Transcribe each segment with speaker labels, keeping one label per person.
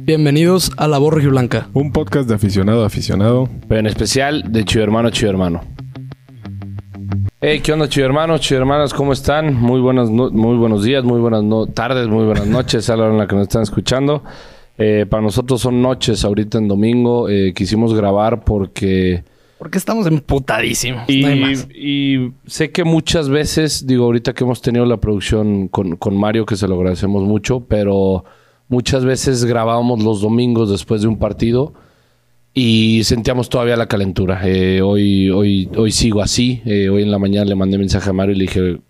Speaker 1: Bienvenidos a La Borja Blanca.
Speaker 2: Un podcast de aficionado a aficionado.
Speaker 3: Pero en especial de Chido Hermano, Chido Hermano. Hey, ¿qué onda, Chido Hermanos, Chido Hermanas? ¿Cómo están? Muy, buenas no- muy buenos días, muy buenas no- tardes, muy buenas noches a la hora en la que nos están escuchando. Eh, para nosotros son noches ahorita en domingo. Eh, quisimos grabar porque...
Speaker 1: Porque estamos emputadísimos.
Speaker 3: Y,
Speaker 1: no hay más.
Speaker 3: y sé que muchas veces, digo, ahorita que hemos tenido la producción con, con Mario, que se lo agradecemos mucho, pero muchas veces grabábamos los domingos después de un partido y sentíamos todavía la calentura. Eh, hoy, hoy, hoy sigo así. Eh, hoy en la mañana le mandé mensaje a Mario y le dije,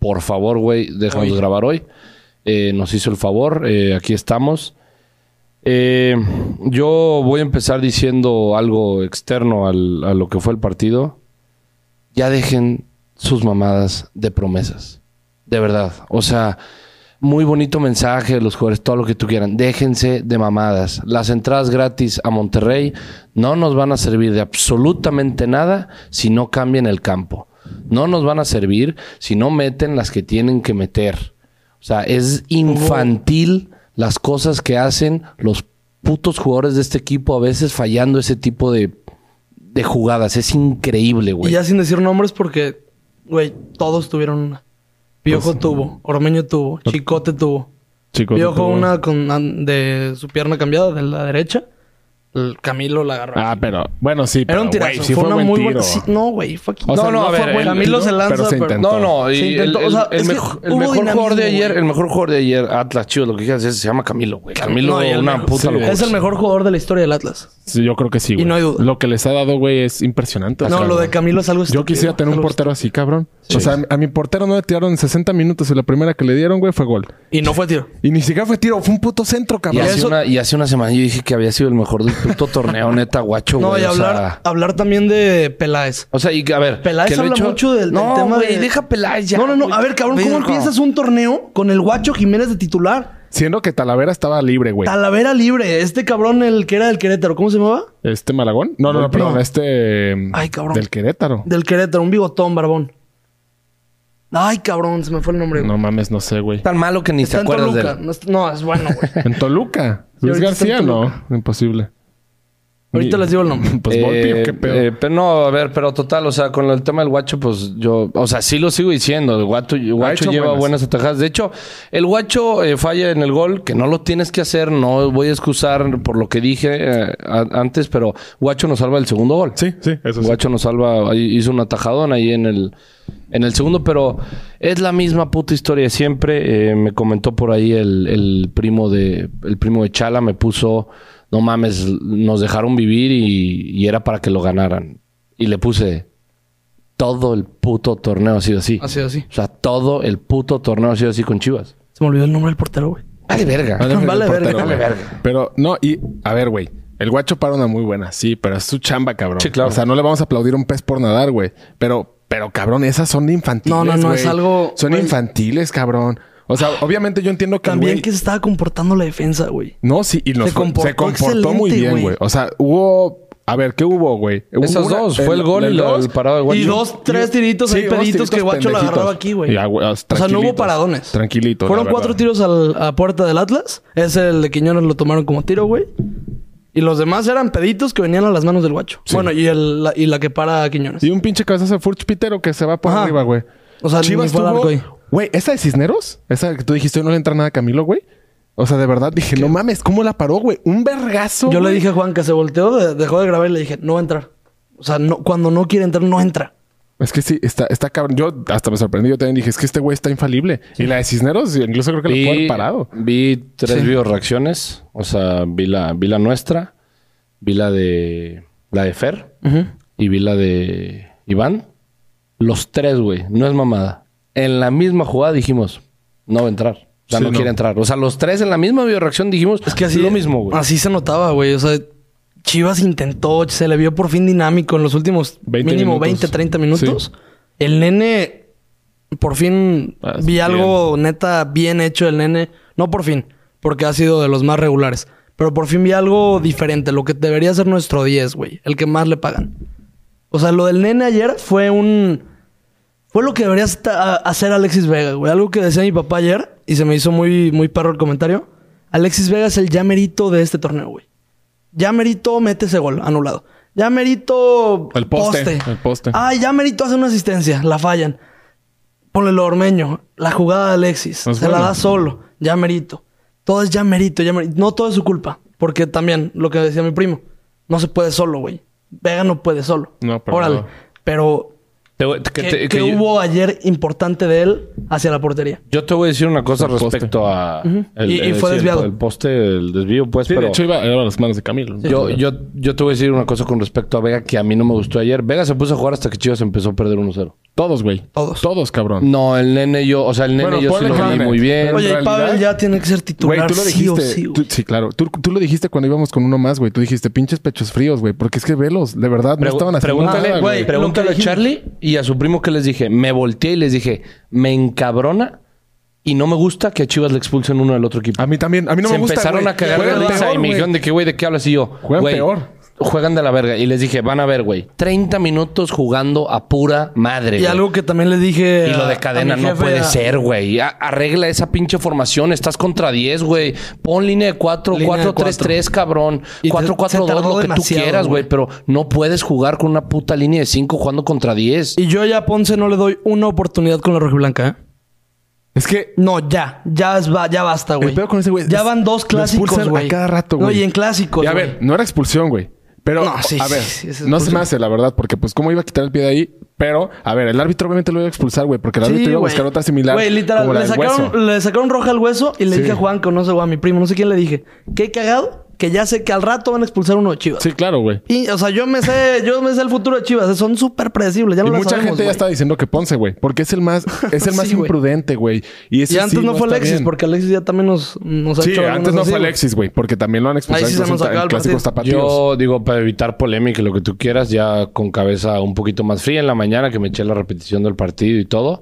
Speaker 3: por favor, güey, déjanos grabar hoy. Eh, nos hizo el favor, eh, aquí estamos. Eh, yo voy a empezar diciendo algo externo al- a lo que fue el partido. Ya dejen sus mamadas de promesas. De verdad. O sea, muy bonito mensaje de los jugadores, todo lo que tú quieran. Déjense de mamadas. Las entradas gratis a Monterrey no nos van a servir de absolutamente nada si no cambian el campo. No nos van a servir si no meten las que tienen que meter. O sea, es infantil las cosas que hacen los putos jugadores de este equipo a veces fallando ese tipo de, de jugadas. Es increíble,
Speaker 1: Y
Speaker 3: güey.
Speaker 1: ya sin decir nombres porque, güey, todos tuvieron una. Piojo tuvo, Ormeño tuvo, Chicote tuvo.
Speaker 2: Chicos,
Speaker 1: Piojo
Speaker 2: no te-
Speaker 1: una con an- de su pierna cambiada, de la derecha. El Camilo la agarró.
Speaker 2: Ah, pero bueno, sí, pero
Speaker 1: Era un
Speaker 2: güey,
Speaker 1: tirazo.
Speaker 2: sí
Speaker 1: fue,
Speaker 2: fue,
Speaker 1: una
Speaker 2: buen
Speaker 1: muy
Speaker 2: tiro.
Speaker 1: buena. sí, no, güey, fue aquí.
Speaker 2: O sea,
Speaker 3: no, no, a
Speaker 2: fue
Speaker 3: ver,
Speaker 2: buen
Speaker 3: el-
Speaker 1: Camilo se
Speaker 2: tiro,
Speaker 1: lanza,
Speaker 2: pero se
Speaker 1: pero-
Speaker 2: intentó.
Speaker 3: No, no, y
Speaker 1: Se
Speaker 3: el,
Speaker 1: intentó, o
Speaker 3: el-
Speaker 1: sea,
Speaker 3: el
Speaker 1: es que
Speaker 3: mejor, el
Speaker 1: hubo
Speaker 3: mejor jugador de
Speaker 1: dinamismo,
Speaker 3: ayer,
Speaker 1: güey.
Speaker 3: el mejor jugador de ayer, Atlas Chivas, lo que quieras, ese se llama Camilo, güey. Camilo
Speaker 1: No, y
Speaker 3: es
Speaker 1: el
Speaker 3: una
Speaker 1: mejor-
Speaker 3: puta
Speaker 1: sí,
Speaker 3: locura.
Speaker 1: Es el mejor jugador de la historia del Atlas.
Speaker 2: Sí, yo creo que sí,
Speaker 1: Y
Speaker 2: güey.
Speaker 1: no hay duda.
Speaker 2: Lo que les ha dado, güey, es impresionante. o
Speaker 1: no,
Speaker 2: sea,
Speaker 1: lo de Camilo es algo
Speaker 2: Yo quisiera tener un
Speaker 1: portero.
Speaker 2: portero así, cabrón. O sea, a mi portero no le tiraron 60 minutos y la primera que le dieron, güey, fue gol.
Speaker 1: Y no fue tiro.
Speaker 2: Y ni siquiera fue tiro, fue un puto centro,
Speaker 3: Y
Speaker 2: cabrón.
Speaker 3: hace,
Speaker 1: eso-
Speaker 3: una, y hace una semana yo dije que había sido el mejor del puto torneo, neta, guacho,
Speaker 1: No,
Speaker 3: güey.
Speaker 1: y
Speaker 3: o
Speaker 1: hablar,
Speaker 3: sea-
Speaker 1: hablar también de Peláez.
Speaker 3: O sea, y a ver.
Speaker 1: Peláez
Speaker 3: que lo he
Speaker 1: habla
Speaker 3: hecho-
Speaker 1: mucho del, del
Speaker 3: No,
Speaker 1: tema
Speaker 3: güey,
Speaker 1: de...
Speaker 3: deja Peláez ya.
Speaker 1: No, no, no.
Speaker 3: güey.
Speaker 1: A ver, cabrón, ¿cómo
Speaker 3: Verga.
Speaker 1: empiezas un torneo con el guacho Jiménez de titular?
Speaker 2: Siendo que Talavera estaba libre, güey.
Speaker 1: Talavera libre. Este cabrón, el que era del Querétaro. ¿Cómo se llamaba?
Speaker 2: ¿Este Malagón? No, no, no, perdón. Este... em,
Speaker 1: Ay, cabrón.
Speaker 2: Del Querétaro.
Speaker 1: Del Querétaro. Un bigotón, barbón. Ay, cabrón. Se me fue el nombre. güey.
Speaker 2: No mames, no sé, güey.
Speaker 3: Tan malo que ni
Speaker 1: Está
Speaker 3: te
Speaker 1: en
Speaker 3: acuerdas de
Speaker 1: Toluca.
Speaker 3: él.
Speaker 1: No, es- no, es bueno, güey.
Speaker 2: En Toluca. Luis
Speaker 1: ahorita está en
Speaker 2: García, no. Imposible.
Speaker 1: Ahorita
Speaker 2: Ni-
Speaker 1: les digo el nombre.
Speaker 2: Pues Volpi, ¿o
Speaker 3: Eh,
Speaker 2: qué pedo.
Speaker 3: eh, pero no, a ver, pero total, o sea, con el tema del guacho, pues yo, o sea, sí lo sigo diciendo, el guacho, el guacho
Speaker 2: hecho
Speaker 3: lleva buenas.
Speaker 2: buenas.
Speaker 3: atajadas. De hecho, el guacho eh, falla en el gol, que no lo tienes que hacer, no voy a excusar por lo que dije eh, a- antes, pero guacho nos salva el segundo gol.
Speaker 2: sí, sí, eso Pues sí.
Speaker 3: Guacho nos salva, ahí hizo un atajadón ahí en el, en el segundo, pero es la misma puta historia de siempre. Eh, me comentó por ahí el, el primo de el primo de Chala, me puso, no mames, nos dejaron vivir y, y era para que lo ganaran. Y le puse, todo el puto torneo ha sido así.
Speaker 1: Así, así.
Speaker 3: O sea, todo el puto torneo ha sido así con Chivas.
Speaker 1: Se me olvidó el nombre del portero, güey.
Speaker 3: Vale verga.
Speaker 2: Vale,
Speaker 1: Vale
Speaker 2: el
Speaker 1: verga,
Speaker 2: portero,
Speaker 1: vale
Speaker 2: güey. Pero no, y a ver, güey. El guacho para una muy buena, sí, pero es su chamba, cabrón.
Speaker 3: Sí, claro.
Speaker 2: O sea, no le vamos a aplaudir un pez por nadar, güey. Pero, pero, cabrón, esas son infantiles.
Speaker 1: No, no, no, es
Speaker 2: güey.
Speaker 1: algo-
Speaker 2: Son
Speaker 1: güey.
Speaker 2: infantiles, cabrón. O sea, obviamente yo entiendo que. el
Speaker 1: También
Speaker 2: güey-
Speaker 1: que se estaba comportando la defensa, güey.
Speaker 2: No, sí, y nos
Speaker 1: Se
Speaker 2: fue- se
Speaker 1: comportó
Speaker 2: comportó, muy
Speaker 1: excelente,
Speaker 2: bien,
Speaker 1: güey.
Speaker 2: güey. O sea, hubo. A ver, ¿qué hubo, güey? Hubo
Speaker 3: Esas dos, fue el gol y la-
Speaker 2: dos.
Speaker 3: el parado de guacho.
Speaker 1: Y dos, tres tiritos
Speaker 2: Sí,
Speaker 1: ahí
Speaker 2: dos
Speaker 1: peditos que
Speaker 2: tiritos
Speaker 1: Guacho la agarraba
Speaker 2: pendejitos.
Speaker 1: aquí, güey.
Speaker 2: Ya, güey, ah,
Speaker 1: O sea, no
Speaker 2: tranquilitos.
Speaker 1: hubo paradones.
Speaker 2: Tranquilitos,
Speaker 1: Fueron
Speaker 2: la
Speaker 1: cuatro
Speaker 2: verdad.
Speaker 1: tiros al- a puerta del Atlas. Ese, el de Quiñones, lo tomaron como tiro, güey. Y los demás eran peditos que venían a las manos del Guacho. Bueno, y, el, la, y la que para a Quiñones.
Speaker 2: Y un pinche cabezazo de Furch Pitero que se va por
Speaker 1: Ajá.
Speaker 2: arriba, güey.
Speaker 1: O sea, ni
Speaker 2: Chivas
Speaker 1: fue al
Speaker 2: tuvo-
Speaker 1: arco ahí.
Speaker 2: Güey, esa de Cisneros, esa que tú dijiste, no le entra nada a Camilo, güey. O sea, de verdad dije, no mames, ¿cómo la paró, güey? Un vergazo.
Speaker 1: Yo le
Speaker 2: güey.
Speaker 1: dije a Juan que se volteó, de- dejó de grabar y le dije, no va a entrar. O sea, no, cuando no quiere entrar, no entra.
Speaker 2: Es que sí, está, está cabrón. Yo hasta me sorprendí. Yo también dije, es que este güey está infalible. Y la de Cisneros, incluso creo que la puede haber parado.
Speaker 3: vi tres bioreacciones. O sea, vi la, vi la nuestra, vi la de la de Fer y vi la de Iván. Los tres, güey, no es mamada. En la misma jugada dijimos, no va a entrar. O sea,
Speaker 2: Sí,
Speaker 3: no,
Speaker 2: no.
Speaker 3: quiere entrar. O sea, los tres en la misma bioreacción dijimos,
Speaker 1: Es que así.
Speaker 3: lo mismo, güey.
Speaker 1: Así se notaba, güey. O sea, Chivas intentó, se le vio por fin dinámico en los últimos
Speaker 2: 20
Speaker 1: mínimo
Speaker 2: minutos.
Speaker 1: 20, 30 minutos. El nene, por fin
Speaker 2: Ah,
Speaker 1: vi
Speaker 2: bien.
Speaker 1: algo neta bien hecho del nene. No por fin, porque ha sido de los más regulares. Pero por fin vi algo diferente, lo que debería ser nuestro 10, güey. El que más le pagan. O sea, lo del nene ayer fue un. Fue lo que debería esta- a- hacer Alexis Vega, güey. Algo que decía mi papá ayer y se me hizo muy, muy perro el comentario. Alexis Vega es el ya merito de este torneo, güey. Ya merito mete ese gol anulado. Ya merito
Speaker 2: El poste, el poste.
Speaker 1: Ah, ya merito hace una asistencia, la fallan. Ponle lo ormeño, la jugada de Alexis,
Speaker 2: No es
Speaker 1: se la
Speaker 2: Pues bueno.
Speaker 1: da solo, ya merito. Todo es ya merito, ya merito. No todo es su culpa, porque también lo que decía mi primo, no se puede solo, güey. Vega no puede solo.
Speaker 2: No, pero
Speaker 1: Órale.
Speaker 2: no.
Speaker 1: Pero
Speaker 3: Te- te-
Speaker 1: ¿Qué,
Speaker 3: te- que
Speaker 1: qué
Speaker 3: yo-
Speaker 1: hubo ayer importante de él hacia la portería?
Speaker 3: Yo te voy a decir una cosa
Speaker 2: El poste.
Speaker 3: respecto a.
Speaker 1: Y- y fue
Speaker 3: sí,
Speaker 1: desviado.
Speaker 3: El, poste, el desvío, pues.
Speaker 2: Sí,
Speaker 3: pero
Speaker 2: de hecho iba, iba a las manos de Camilo.
Speaker 3: yo, yo, yo te voy a decir una cosa con respecto a Vega que a mí no me gustó ayer. Vega se puso a jugar hasta que Chivas empezó a perder 1-0.
Speaker 2: Todos, güey.
Speaker 1: Todos.
Speaker 2: Todos, cabrón.
Speaker 3: No, el nene yo, o sea, el nene
Speaker 2: Bueno,
Speaker 3: yo sí
Speaker 2: ponle
Speaker 3: lo vi
Speaker 2: Hamlet.
Speaker 3: muy bien.
Speaker 2: Pero-
Speaker 1: Oye, y
Speaker 2: realidad-
Speaker 1: Pavel ya tiene que ser titular.
Speaker 2: Güey, tú lo
Speaker 1: sí o
Speaker 2: dijiste.
Speaker 1: sí,
Speaker 2: tú-
Speaker 1: güey.
Speaker 2: sí, claro. Tú, tú lo dijiste cuando íbamos con uno más, güey. Tú dijiste, pinches pechos fríos, güey. Porque es que velos, de verdad, no
Speaker 3: Pregu-
Speaker 2: estaban haciendo
Speaker 3: pregúntale,
Speaker 2: nada,
Speaker 1: güey.
Speaker 2: güey.
Speaker 3: pregúntale
Speaker 1: Lo
Speaker 3: a
Speaker 1: que dijimos.
Speaker 3: Charlie y a su primo que les dije. Me volteé y les dije, me encabrona y no me gusta que a Chivas le expulsen uno al otro equipo.
Speaker 2: A mí también. A mí no
Speaker 3: se
Speaker 2: me gusta,
Speaker 3: empezaron
Speaker 2: güey.
Speaker 3: a cagar de
Speaker 2: Juegan
Speaker 3: risa
Speaker 2: peor,
Speaker 3: y me
Speaker 2: güey.
Speaker 3: dijeron de que, güey, ¿de qué hablas? Y yo,
Speaker 2: Juegan
Speaker 3: güey,
Speaker 2: peor.
Speaker 3: Juegan de la verga. Y les dije, van a ver, güey, 30 minutos jugando a pura madre.
Speaker 1: Y
Speaker 3: güey.
Speaker 1: algo que también le dije.
Speaker 3: Y lo
Speaker 1: a-
Speaker 3: de cadena
Speaker 1: a mi
Speaker 3: no
Speaker 1: jefe,
Speaker 3: puede
Speaker 1: a-
Speaker 3: ser, güey. A- Arregla esa pinche formación. Estás contra 10, güey. Pon línea de 4,
Speaker 1: Línea de
Speaker 3: 4, 3, 3, cabrón.
Speaker 1: Y te-
Speaker 3: 4,
Speaker 1: se
Speaker 3: 4, 2,
Speaker 1: tardó
Speaker 3: lo que tú
Speaker 1: demasiado,
Speaker 3: quieras,
Speaker 1: güey.
Speaker 3: güey. Pero no puedes jugar con una puta línea de 5 jugando contra 10.
Speaker 1: Y yo ya a Ponce no le doy una oportunidad con la rojiblanca, ¿eh?
Speaker 2: Es que
Speaker 1: No, ya. Ya, es ba- ya basta, güey.
Speaker 2: El peor con ese güey.
Speaker 1: Ya
Speaker 2: es-
Speaker 1: van dos
Speaker 2: lo
Speaker 1: clásicos,
Speaker 2: expulsan
Speaker 1: güey.
Speaker 2: A cada rato,
Speaker 1: No,
Speaker 2: güey.
Speaker 1: y en clásicos.
Speaker 2: Y a
Speaker 1: güey.
Speaker 2: ver, no era expulsión, güey. Pero,
Speaker 1: No, sí,
Speaker 2: a
Speaker 1: sí,
Speaker 2: ver,
Speaker 1: sí, es
Speaker 2: no se
Speaker 1: expulsión.
Speaker 2: me hace, la verdad, porque pues cómo iba a quitar el pie de ahí, pero, a ver, el árbitro obviamente lo iba a expulsar, güey, porque el
Speaker 1: Sí,
Speaker 2: árbitro iba a
Speaker 1: güey.
Speaker 2: buscar otra similar.
Speaker 1: Güey, literal,
Speaker 2: como la
Speaker 1: le
Speaker 2: del hueso.
Speaker 1: sacaron, le sacaron roja al hueso y le
Speaker 2: Sí.
Speaker 1: dije a Juanco, no sé, o a mi primo, no sé quién le dije. Qué cagado, que ya sé que al rato van a expulsar uno de Chivas.
Speaker 2: Sí, claro, güey.
Speaker 1: Y, o sea, yo me sé, yo me sé el futuro de Chivas. eh, Son súper predecibles. Ya
Speaker 2: Y
Speaker 1: lo
Speaker 2: mucha gente ya está diciendo que Ponce, güey, porque es el más, es el más
Speaker 1: Sí, güey.
Speaker 2: imprudente, güey. Y, ese
Speaker 1: Y antes
Speaker 2: sí
Speaker 1: no fue
Speaker 2: está
Speaker 1: Alexis,
Speaker 2: bien.
Speaker 1: porque Alexis ya también nos, nos ha
Speaker 2: Sí,
Speaker 1: hecho.
Speaker 2: antes
Speaker 1: algunas
Speaker 2: no
Speaker 1: así,
Speaker 2: fue
Speaker 1: güey.
Speaker 2: Alexis, güey, porque también lo han expulsado
Speaker 1: Ahí sí se
Speaker 2: incluso
Speaker 1: nos
Speaker 2: en-
Speaker 1: acaba
Speaker 2: en
Speaker 1: el
Speaker 2: clásicos tapatíos.
Speaker 3: Yo digo, para evitar polémica y lo que tú quieras, ya con cabeza un poquito más fría en la mañana, que me eché la repetición del partido y todo.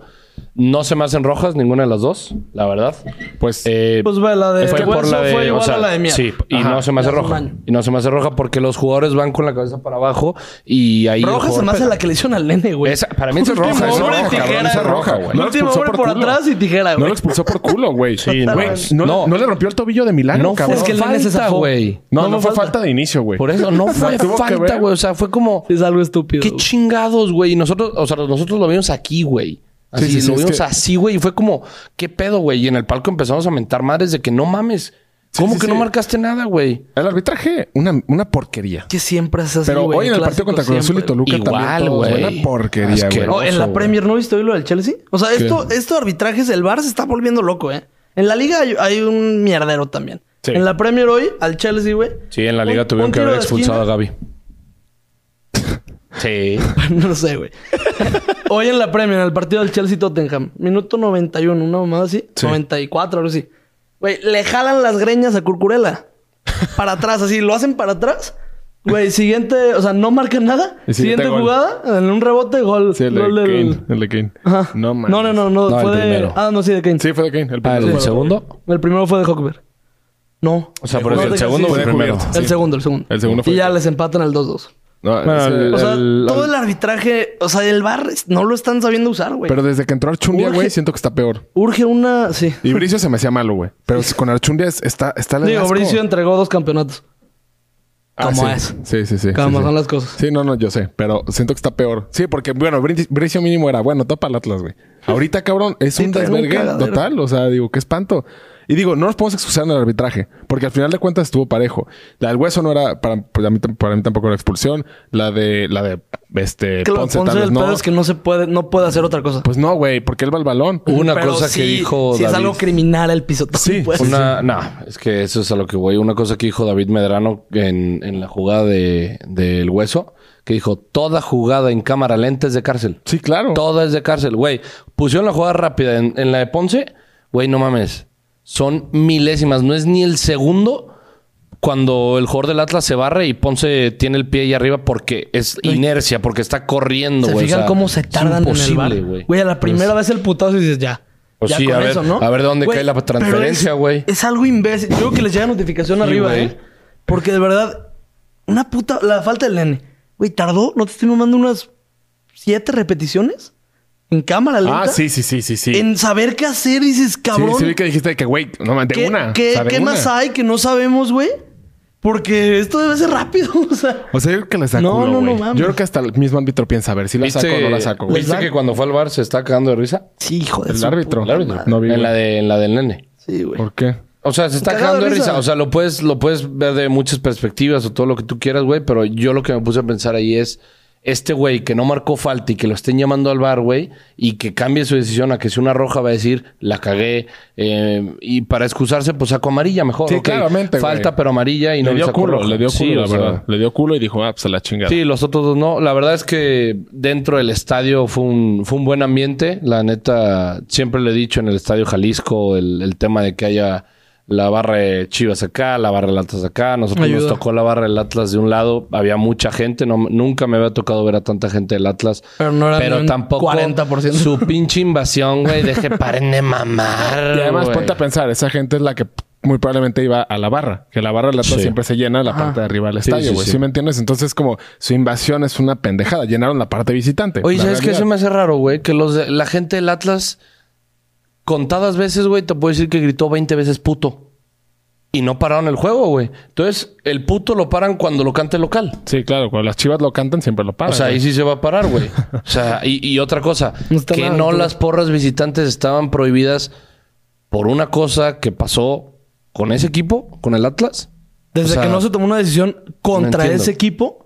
Speaker 3: No se me hacen rojas ninguna de las dos, la verdad.
Speaker 2: Pues,
Speaker 3: Eh,
Speaker 1: Pues ve, la de
Speaker 3: fue
Speaker 1: hueso
Speaker 3: por la de,
Speaker 1: fue
Speaker 3: o
Speaker 1: igual
Speaker 3: sea,
Speaker 1: a la de mía.
Speaker 3: Sí, y
Speaker 2: Ajá.
Speaker 3: no se me hace
Speaker 1: Ya fue un
Speaker 3: roja.
Speaker 1: año.
Speaker 3: Y no se me hace roja porque los jugadores van con la cabeza para abajo y ahí. el
Speaker 1: Roja se
Speaker 3: jugador
Speaker 1: me hace
Speaker 3: pega.
Speaker 1: la que le hicieron al nene, güey.
Speaker 3: Esa- para mí esa es
Speaker 2: Pues
Speaker 1: Último
Speaker 3: roja, esa es
Speaker 1: hombre y
Speaker 3: roja, cabrón,
Speaker 1: tijera,
Speaker 3: esa es
Speaker 1: güey.
Speaker 3: roja, güey.
Speaker 2: No lo
Speaker 1: Último
Speaker 2: expulsó
Speaker 1: hombre
Speaker 2: por
Speaker 1: por,
Speaker 2: culo.
Speaker 1: atrás y tijera,
Speaker 2: no
Speaker 1: güey.
Speaker 2: lo expulsó por culo, güey.
Speaker 3: Sí, no.
Speaker 2: Güey, no,
Speaker 3: No.
Speaker 2: no le rompió el tobillo de milagro,
Speaker 3: No
Speaker 2: cabrón.
Speaker 1: Es que el nene se
Speaker 3: falta,
Speaker 1: zafó.
Speaker 3: güey.
Speaker 2: No, no,
Speaker 1: No, no
Speaker 2: fue
Speaker 1: falta.
Speaker 2: falta de inicio, güey.
Speaker 3: Por eso no fue
Speaker 2: tuvo que
Speaker 3: falta,
Speaker 2: ver.
Speaker 3: güey. O sea, fue como.
Speaker 1: Es algo estúpido.
Speaker 3: Qué
Speaker 1: güey.
Speaker 3: chingados, güey. Y nosotros, o sea, nosotros lo vimos aquí, güey. Así,
Speaker 2: Sí, sí, sí,
Speaker 3: lo
Speaker 2: es
Speaker 3: vimos
Speaker 2: que-
Speaker 3: así, güey. Y fue como, ¿qué pedo, güey? Y en el palco empezamos a mentar madres de que no mames. ¿Cómo
Speaker 2: sí,
Speaker 3: que no
Speaker 2: sí.
Speaker 3: marcaste nada, güey?
Speaker 2: El arbitraje, una, una porquería.
Speaker 1: Que siempre es así,
Speaker 2: Pero
Speaker 1: güey,
Speaker 2: hoy en el
Speaker 1: clásico
Speaker 2: partido contra Cruz Azul y
Speaker 1: siempre.
Speaker 2: Toluca
Speaker 3: Igual,
Speaker 2: también todos,
Speaker 3: güey.
Speaker 2: Una porquería, güey.
Speaker 3: Asqueroso.
Speaker 1: No, en
Speaker 3: güey.
Speaker 1: la Premier, ¿no viste hoy lo del Chelsea? O sea, esto, esto de arbitrajes, el VAR se está volviendo loco, ¿eh? En la liga hay, hay un mierdero también.
Speaker 3: Sí.
Speaker 1: En la Premier hoy, al Chelsea, güey.
Speaker 3: Sí, en la
Speaker 1: un-
Speaker 3: liga tuvieron
Speaker 1: un
Speaker 3: que
Speaker 1: tiro
Speaker 3: haber
Speaker 1: de
Speaker 3: expulsado a
Speaker 1: esquina-
Speaker 3: Gaby. Sí.
Speaker 1: No lo sé, güey. hoy en la Premier, en el partido del Chelsea-Tottenham. Minuto 91, una mamada así.
Speaker 2: Sí.
Speaker 1: 94, algo así. Güey, le jalan las greñas a Curcurela. Para atrás, así. Lo hacen para atrás. Güey, siguiente... O sea, no marcan nada.
Speaker 2: Y siguiente
Speaker 1: Siguiente,
Speaker 2: gol.
Speaker 1: jugada, en un rebote, gol.
Speaker 2: Sí, el de
Speaker 1: gol del-
Speaker 2: Kane. El de Kane.
Speaker 1: Ajá.
Speaker 2: No, mames.
Speaker 1: No, no, no, no.
Speaker 3: No,
Speaker 1: fue
Speaker 3: el
Speaker 1: de-
Speaker 3: primero.
Speaker 1: Ah, no, sí, de Kane.
Speaker 2: Sí, fue de Kane. El
Speaker 3: Ah,
Speaker 2: primero.
Speaker 3: ¿el segundo?
Speaker 1: El primero fue de Hockberg. No.
Speaker 3: O sea, pero
Speaker 2: No,
Speaker 3: es el
Speaker 2: de-
Speaker 3: segundo
Speaker 2: sí,
Speaker 3: o el
Speaker 2: fue
Speaker 3: primero.
Speaker 2: cubierto.
Speaker 1: El
Speaker 2: Sí.
Speaker 1: segundo, el segundo.
Speaker 2: El segundo fue
Speaker 1: Y
Speaker 2: de
Speaker 1: ya
Speaker 2: Kane.
Speaker 1: les empatan al 2-2.
Speaker 2: No,
Speaker 3: Bueno,
Speaker 2: ese-
Speaker 1: O sea,
Speaker 3: El-
Speaker 1: todo
Speaker 3: al-
Speaker 1: el arbitraje, o sea, el bar es- no lo están sabiendo usar, güey.
Speaker 2: Pero desde que entró Archundia,
Speaker 1: Urge-
Speaker 2: güey, siento que está peor.
Speaker 1: Urge una. Sí.
Speaker 2: Y Bricio se me hacía malo, güey. Pero con Archundia es- está, está la
Speaker 1: Digo,
Speaker 2: asco.
Speaker 1: Bricio entregó dos campeonatos.
Speaker 2: Ah,
Speaker 1: ¿Cómo
Speaker 2: sí.
Speaker 1: es?
Speaker 2: Sí, sí, sí.
Speaker 1: Como
Speaker 2: sí, sí.
Speaker 1: son las cosas.
Speaker 2: Sí, no, no, yo sé, pero siento que está peor. Sí, porque, bueno, Brin- Bricio mínimo era, bueno, topa el Atlas, güey. Ahorita, cabrón, es
Speaker 1: Sí,
Speaker 2: un
Speaker 1: traen un
Speaker 2: desvergue
Speaker 1: cagadero.
Speaker 2: total. O sea, digo, qué espanto. Y digo, no nos podemos excusar en el arbitraje, porque al final de cuentas estuvo parejo. La del hueso no era, para, para mí, para mí tampoco era expulsión. La de, la de, este,
Speaker 1: Que lo
Speaker 2: Ponce,
Speaker 1: Ponce
Speaker 2: tal vez
Speaker 1: del
Speaker 2: no.
Speaker 1: pedo es que no se puede, no puede hacer otra cosa.
Speaker 2: Pues no, güey, porque él va al balón.
Speaker 3: Hubo una
Speaker 1: Pero
Speaker 3: cosa
Speaker 1: sí-
Speaker 3: que dijo
Speaker 1: Sí, es
Speaker 3: David.
Speaker 1: algo criminal el pisotón.
Speaker 2: Sí,
Speaker 1: pues.
Speaker 3: Una, no, es que eso es a lo que voy. Una cosa que dijo David Medrano en, en la jugada de- del hueso, que dijo, toda jugada en cámara lenta es de cárcel.
Speaker 2: Sí, claro.
Speaker 3: Toda es de cárcel, güey. Pusieron la jugada rápida en, en la de Ponce, güey, no mames. Son milésimas, no es ni el segundo cuando el jugador del Atlas se barre y Ponce tiene el pie ahí arriba porque es inercia, porque está corriendo,
Speaker 1: Se
Speaker 3: güey. o
Speaker 1: fijan
Speaker 3: sea,
Speaker 1: cómo se
Speaker 3: es
Speaker 1: tardan en el
Speaker 3: imposible,
Speaker 1: bar.
Speaker 3: güey.
Speaker 1: Güey, a la primera vez el putazo y dices ya.
Speaker 3: Pues
Speaker 1: ya
Speaker 3: sí, a ver- a ver de dónde cae la
Speaker 1: pero
Speaker 3: transferencia,
Speaker 1: es-
Speaker 3: güey.
Speaker 1: Es, algo imbécil. Yo creo que les llega notificación arriba,
Speaker 3: güey.
Speaker 1: ¿eh? Porque de verdad, una puta. La falta del nene. Güey, tardó, no te estoy nombrando unas siete repeticiones en cámara lenta.
Speaker 2: Ah, sí, sí, sí, sí, sí.
Speaker 1: En saber qué hacer, dices,
Speaker 2: Sí,
Speaker 1: cabrón.
Speaker 2: sí, vi que dijiste que, güey, no man, de
Speaker 1: ¿Qué,
Speaker 2: una.
Speaker 1: qué-
Speaker 2: o sea, de
Speaker 1: qué
Speaker 2: una.
Speaker 1: más hay que no sabemos, güey? Porque esto debe ser rápido, o sea.
Speaker 2: O sea, yo creo que la saco.
Speaker 1: No,
Speaker 2: No,
Speaker 1: no, no,
Speaker 2: no,
Speaker 1: mames.
Speaker 2: Yo creo que hasta el mismo árbitro piensa a ver si la saco o no la saco, güey.
Speaker 1: Les
Speaker 3: ¿Viste
Speaker 1: da-
Speaker 3: que cuando fue al bar se está cagando de risa?
Speaker 1: Sí, hijo de
Speaker 2: El
Speaker 1: su
Speaker 2: árbitro.
Speaker 1: puta
Speaker 3: El árbitro.
Speaker 1: madre.
Speaker 2: No vi,
Speaker 3: en,
Speaker 2: güey.
Speaker 3: la de, en la del nene.
Speaker 1: Sí, güey.
Speaker 2: ¿Por qué?
Speaker 3: O sea, se está
Speaker 1: Cagado de
Speaker 3: cagando de risa.
Speaker 1: risa.
Speaker 3: O sea, lo puedes, lo puedes ver de muchas perspectivas o todo lo que tú quieras, güey. Pero yo lo que me puse a pensar ahí es... Este güey que no marcó falta y que lo estén llamando al bar, güey, y que cambie su decisión a que si una roja va a decir, la cagué, eh, y para excusarse, pues saco amarilla mejor.
Speaker 2: Sí,
Speaker 3: ok.
Speaker 2: claramente, güey.
Speaker 3: Falta, pero amarilla y no
Speaker 2: le dio
Speaker 3: sacó
Speaker 2: culo,
Speaker 3: roja.
Speaker 2: le dio
Speaker 3: Sí,
Speaker 2: culo, la
Speaker 3: o sea,
Speaker 2: verdad. Le dio culo y dijo, ah, pues a la chingada.
Speaker 3: Sí, los otros dos no. La verdad es que dentro del estadio fue un, fue un buen ambiente. La neta, siempre le he dicho en el estadio Jalisco el, el tema de que haya la barra de Chivas acá, la barra del Atlas acá. Nosotros
Speaker 1: Ayuda.
Speaker 3: nos tocó la barra del Atlas de un lado. Había mucha gente. No, nunca me había tocado ver a tanta gente del Atlas.
Speaker 1: Pero no era ni
Speaker 3: Pero
Speaker 1: un
Speaker 3: tampoco
Speaker 1: 40%.
Speaker 3: su pinche invasión, güey. Deje, paren de mamar.
Speaker 2: Y además,
Speaker 3: güey.
Speaker 2: ponte a pensar, esa gente es la que muy probablemente iba a la barra, que la barra de la
Speaker 3: Sí.
Speaker 2: siempre se llena la parte de arriba del
Speaker 3: Sí,
Speaker 2: estadio,
Speaker 3: sí,
Speaker 2: güey. Sí,
Speaker 3: sí.
Speaker 2: me entiendes? Entonces, como su invasión es una pendejada, llenaron la parte visitante.
Speaker 3: Oye,
Speaker 2: La
Speaker 3: ¿sabes qué
Speaker 2: realidad.
Speaker 3: se me hace raro, güey? Que los de- la gente del Atlas, contadas veces, güey, te puedo decir que gritó 20 veces puto. Y no pararon el juego, güey. Entonces, el puto lo paran cuando lo canta el local.
Speaker 2: Sí, claro, cuando las chivas lo cantan, siempre lo paran.
Speaker 3: O sea, ahí
Speaker 2: güey.
Speaker 3: sí se va a parar, güey. O sea, y, y otra cosa,
Speaker 1: No está
Speaker 3: que
Speaker 1: nada,
Speaker 3: no
Speaker 1: tú.
Speaker 3: las porras visitantes estaban prohibidas por una cosa que pasó con ese equipo, con el Atlas.
Speaker 1: Desde
Speaker 3: O sea,
Speaker 1: que no se tomó una decisión contra
Speaker 3: entiendo.
Speaker 1: ese equipo.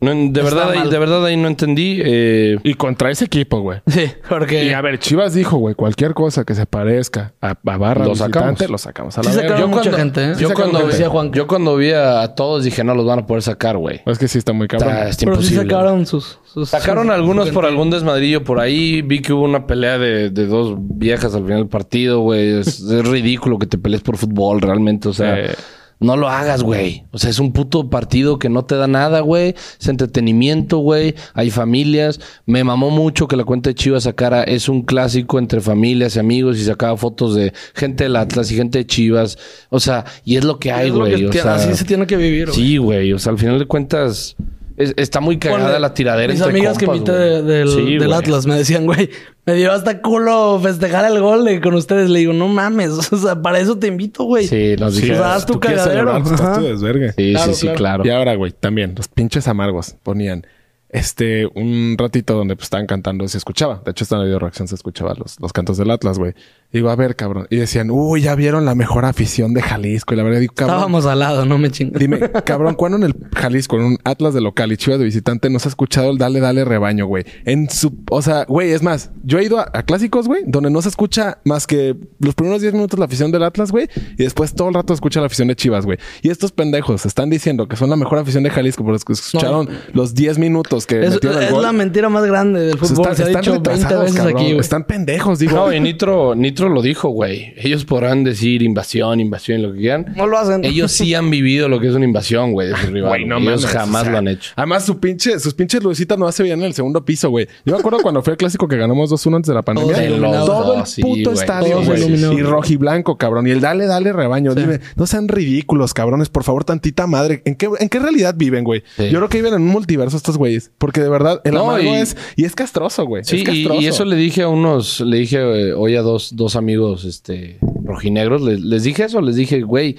Speaker 3: no, de, verdad, ahí-
Speaker 1: mal.
Speaker 3: de verdad ahí no entendí. eh,
Speaker 2: Y contra ese equipo, güey.
Speaker 1: Sí, porque.
Speaker 2: Y a ver, Chivas dijo, güey, cualquier cosa que se parezca a, a barra
Speaker 3: Lo
Speaker 2: visitante,
Speaker 3: sacamos.
Speaker 2: lo sacamos a la
Speaker 1: Sí
Speaker 2: verga.
Speaker 1: sacaron
Speaker 3: yo
Speaker 1: mucha
Speaker 3: cuando-
Speaker 1: gente, ¿eh?
Speaker 2: Sí
Speaker 3: Yo,
Speaker 2: sacaron
Speaker 3: cuando
Speaker 2: gente.
Speaker 3: vi,
Speaker 1: Decía Juan.
Speaker 3: yo cuando vi a, a todos dije, no los van a poder sacar, güey.
Speaker 2: Es que sí está muy cabrón.
Speaker 3: Está- está
Speaker 1: pero sí
Speaker 3: imposible.
Speaker 1: sacaron sus. sus-
Speaker 3: Sacaron
Speaker 1: sus-
Speaker 3: algunos
Speaker 1: su
Speaker 3: por
Speaker 1: gente.
Speaker 3: algún desmadrillo por ahí. Vi que hubo una pelea de, de dos viejas al final del partido, güey. Es, es ridículo que te pelees por fútbol, realmente. O sea,
Speaker 2: Eh.
Speaker 3: no lo hagas, güey. O sea, es un puto partido que no te da nada, güey. Es entretenimiento, güey. Hay familias. Me mamó mucho que la cuenta de Chivas sacara. Es un clásico entre familias y amigos y sacaba fotos de gente del Atlas y gente de Chivas. O sea, y es lo que hay,
Speaker 1: Es lo que
Speaker 3: güey. o
Speaker 1: ti-
Speaker 3: sea,
Speaker 1: así se tiene que vivir. güey.
Speaker 3: Sí, güey. O sea, al final de cuentas, es- está muy cagada
Speaker 1: Ponle-
Speaker 3: la tiradera.
Speaker 1: Mis
Speaker 3: entre
Speaker 1: amigas que
Speaker 3: compas,
Speaker 1: invité de-
Speaker 3: güey.
Speaker 1: del,
Speaker 3: Sí,
Speaker 1: del
Speaker 3: güey.
Speaker 1: Atlas me decían, güey, me dio hasta culo festejar el gol de- con ustedes. Le digo, no mames, o sea, para eso te invito, güey.
Speaker 3: Sí, nos
Speaker 2: Sí,
Speaker 1: O
Speaker 3: dijeron.
Speaker 1: sea, haz
Speaker 2: tú
Speaker 1: tu
Speaker 2: quieres
Speaker 1: cagadero.
Speaker 2: celebrar, tú
Speaker 3: pues,
Speaker 2: estás
Speaker 1: Ajá.
Speaker 2: tú desvergue.
Speaker 3: Sí,
Speaker 1: Claro,
Speaker 3: sí, sí,
Speaker 1: claro.
Speaker 3: claro.
Speaker 2: Y ahora, güey, también los pinches amargos ponían este un ratito donde pues, estaban cantando, se escuchaba. De hecho, esta en la video reacción se escuchaba los, los cantos del Atlas, güey. Digo, a ver, cabrón. Y decían, uy, ya vieron la mejor afición de Jalisco. Y la verdad, digo, cabrón.
Speaker 1: Estábamos al lado, no me chingas.
Speaker 2: Dime, cabrón, ¿cuándo en el Jalisco, en un Atlas de local y Chivas de visitante, no se ha escuchado el dale, dale rebaño, güey? En su. O sea, güey, es más, yo he ido a, a clásicos, güey, donde no se escucha más que los primeros 10 minutos la afición del Atlas, güey, y después todo el rato escucha la afición de Chivas, güey. Y estos pendejos están diciendo que son la mejor afición de Jalisco, pero es que escucharon los 10 minutos que
Speaker 1: Es,
Speaker 2: metieron el
Speaker 1: es
Speaker 2: gol.
Speaker 1: la mentira más grande del
Speaker 2: O sea,
Speaker 1: fútbol.
Speaker 2: están-
Speaker 1: se ha
Speaker 2: están
Speaker 1: dicho 20
Speaker 2: retrasados,
Speaker 1: veces
Speaker 2: cabrón.
Speaker 1: aquí, güey.
Speaker 2: Están pendejos, digo.
Speaker 3: No, y Nitro, Nitro lo dijo, güey. Ellos podrán decir invasión, invasión, lo que quieran.
Speaker 1: No lo hacen.
Speaker 3: Ellos sí han vivido lo que es una invasión, güey, de su rival.
Speaker 2: Güey, no
Speaker 3: Ellos
Speaker 2: mames,
Speaker 3: jamás
Speaker 2: o sea,
Speaker 3: lo han hecho.
Speaker 2: Además, su pinche, sus pinches lucecitas no se veían en el segundo piso, güey. Yo me acuerdo cuando fue el clásico que ganamos 2-1 antes de la pandemia.
Speaker 1: Todos iluminados.
Speaker 2: todo el
Speaker 3: Todos, sí,
Speaker 2: puto
Speaker 3: güey.
Speaker 2: estadio,
Speaker 1: Todos
Speaker 2: güey.
Speaker 1: iluminados.
Speaker 2: Y rojo y blanco, cabrón. Y el dale, dale, rebaño. Dime, no sean ridículos, cabrones. Por favor, tantita madre. ¿En qué, en qué realidad viven, güey?
Speaker 3: Sí.
Speaker 2: Yo creo que viven en un multiverso estos güeyes. Porque de verdad, el
Speaker 3: No,
Speaker 2: amargo
Speaker 3: y-
Speaker 2: es... Y es castroso, güey.
Speaker 3: Sí,
Speaker 2: es
Speaker 3: y-
Speaker 2: castroso.
Speaker 3: y, eso le dije a unos, le dije eh, hoy a dos, dos amigos este, rojinegros, les, les dije eso, les dije, güey,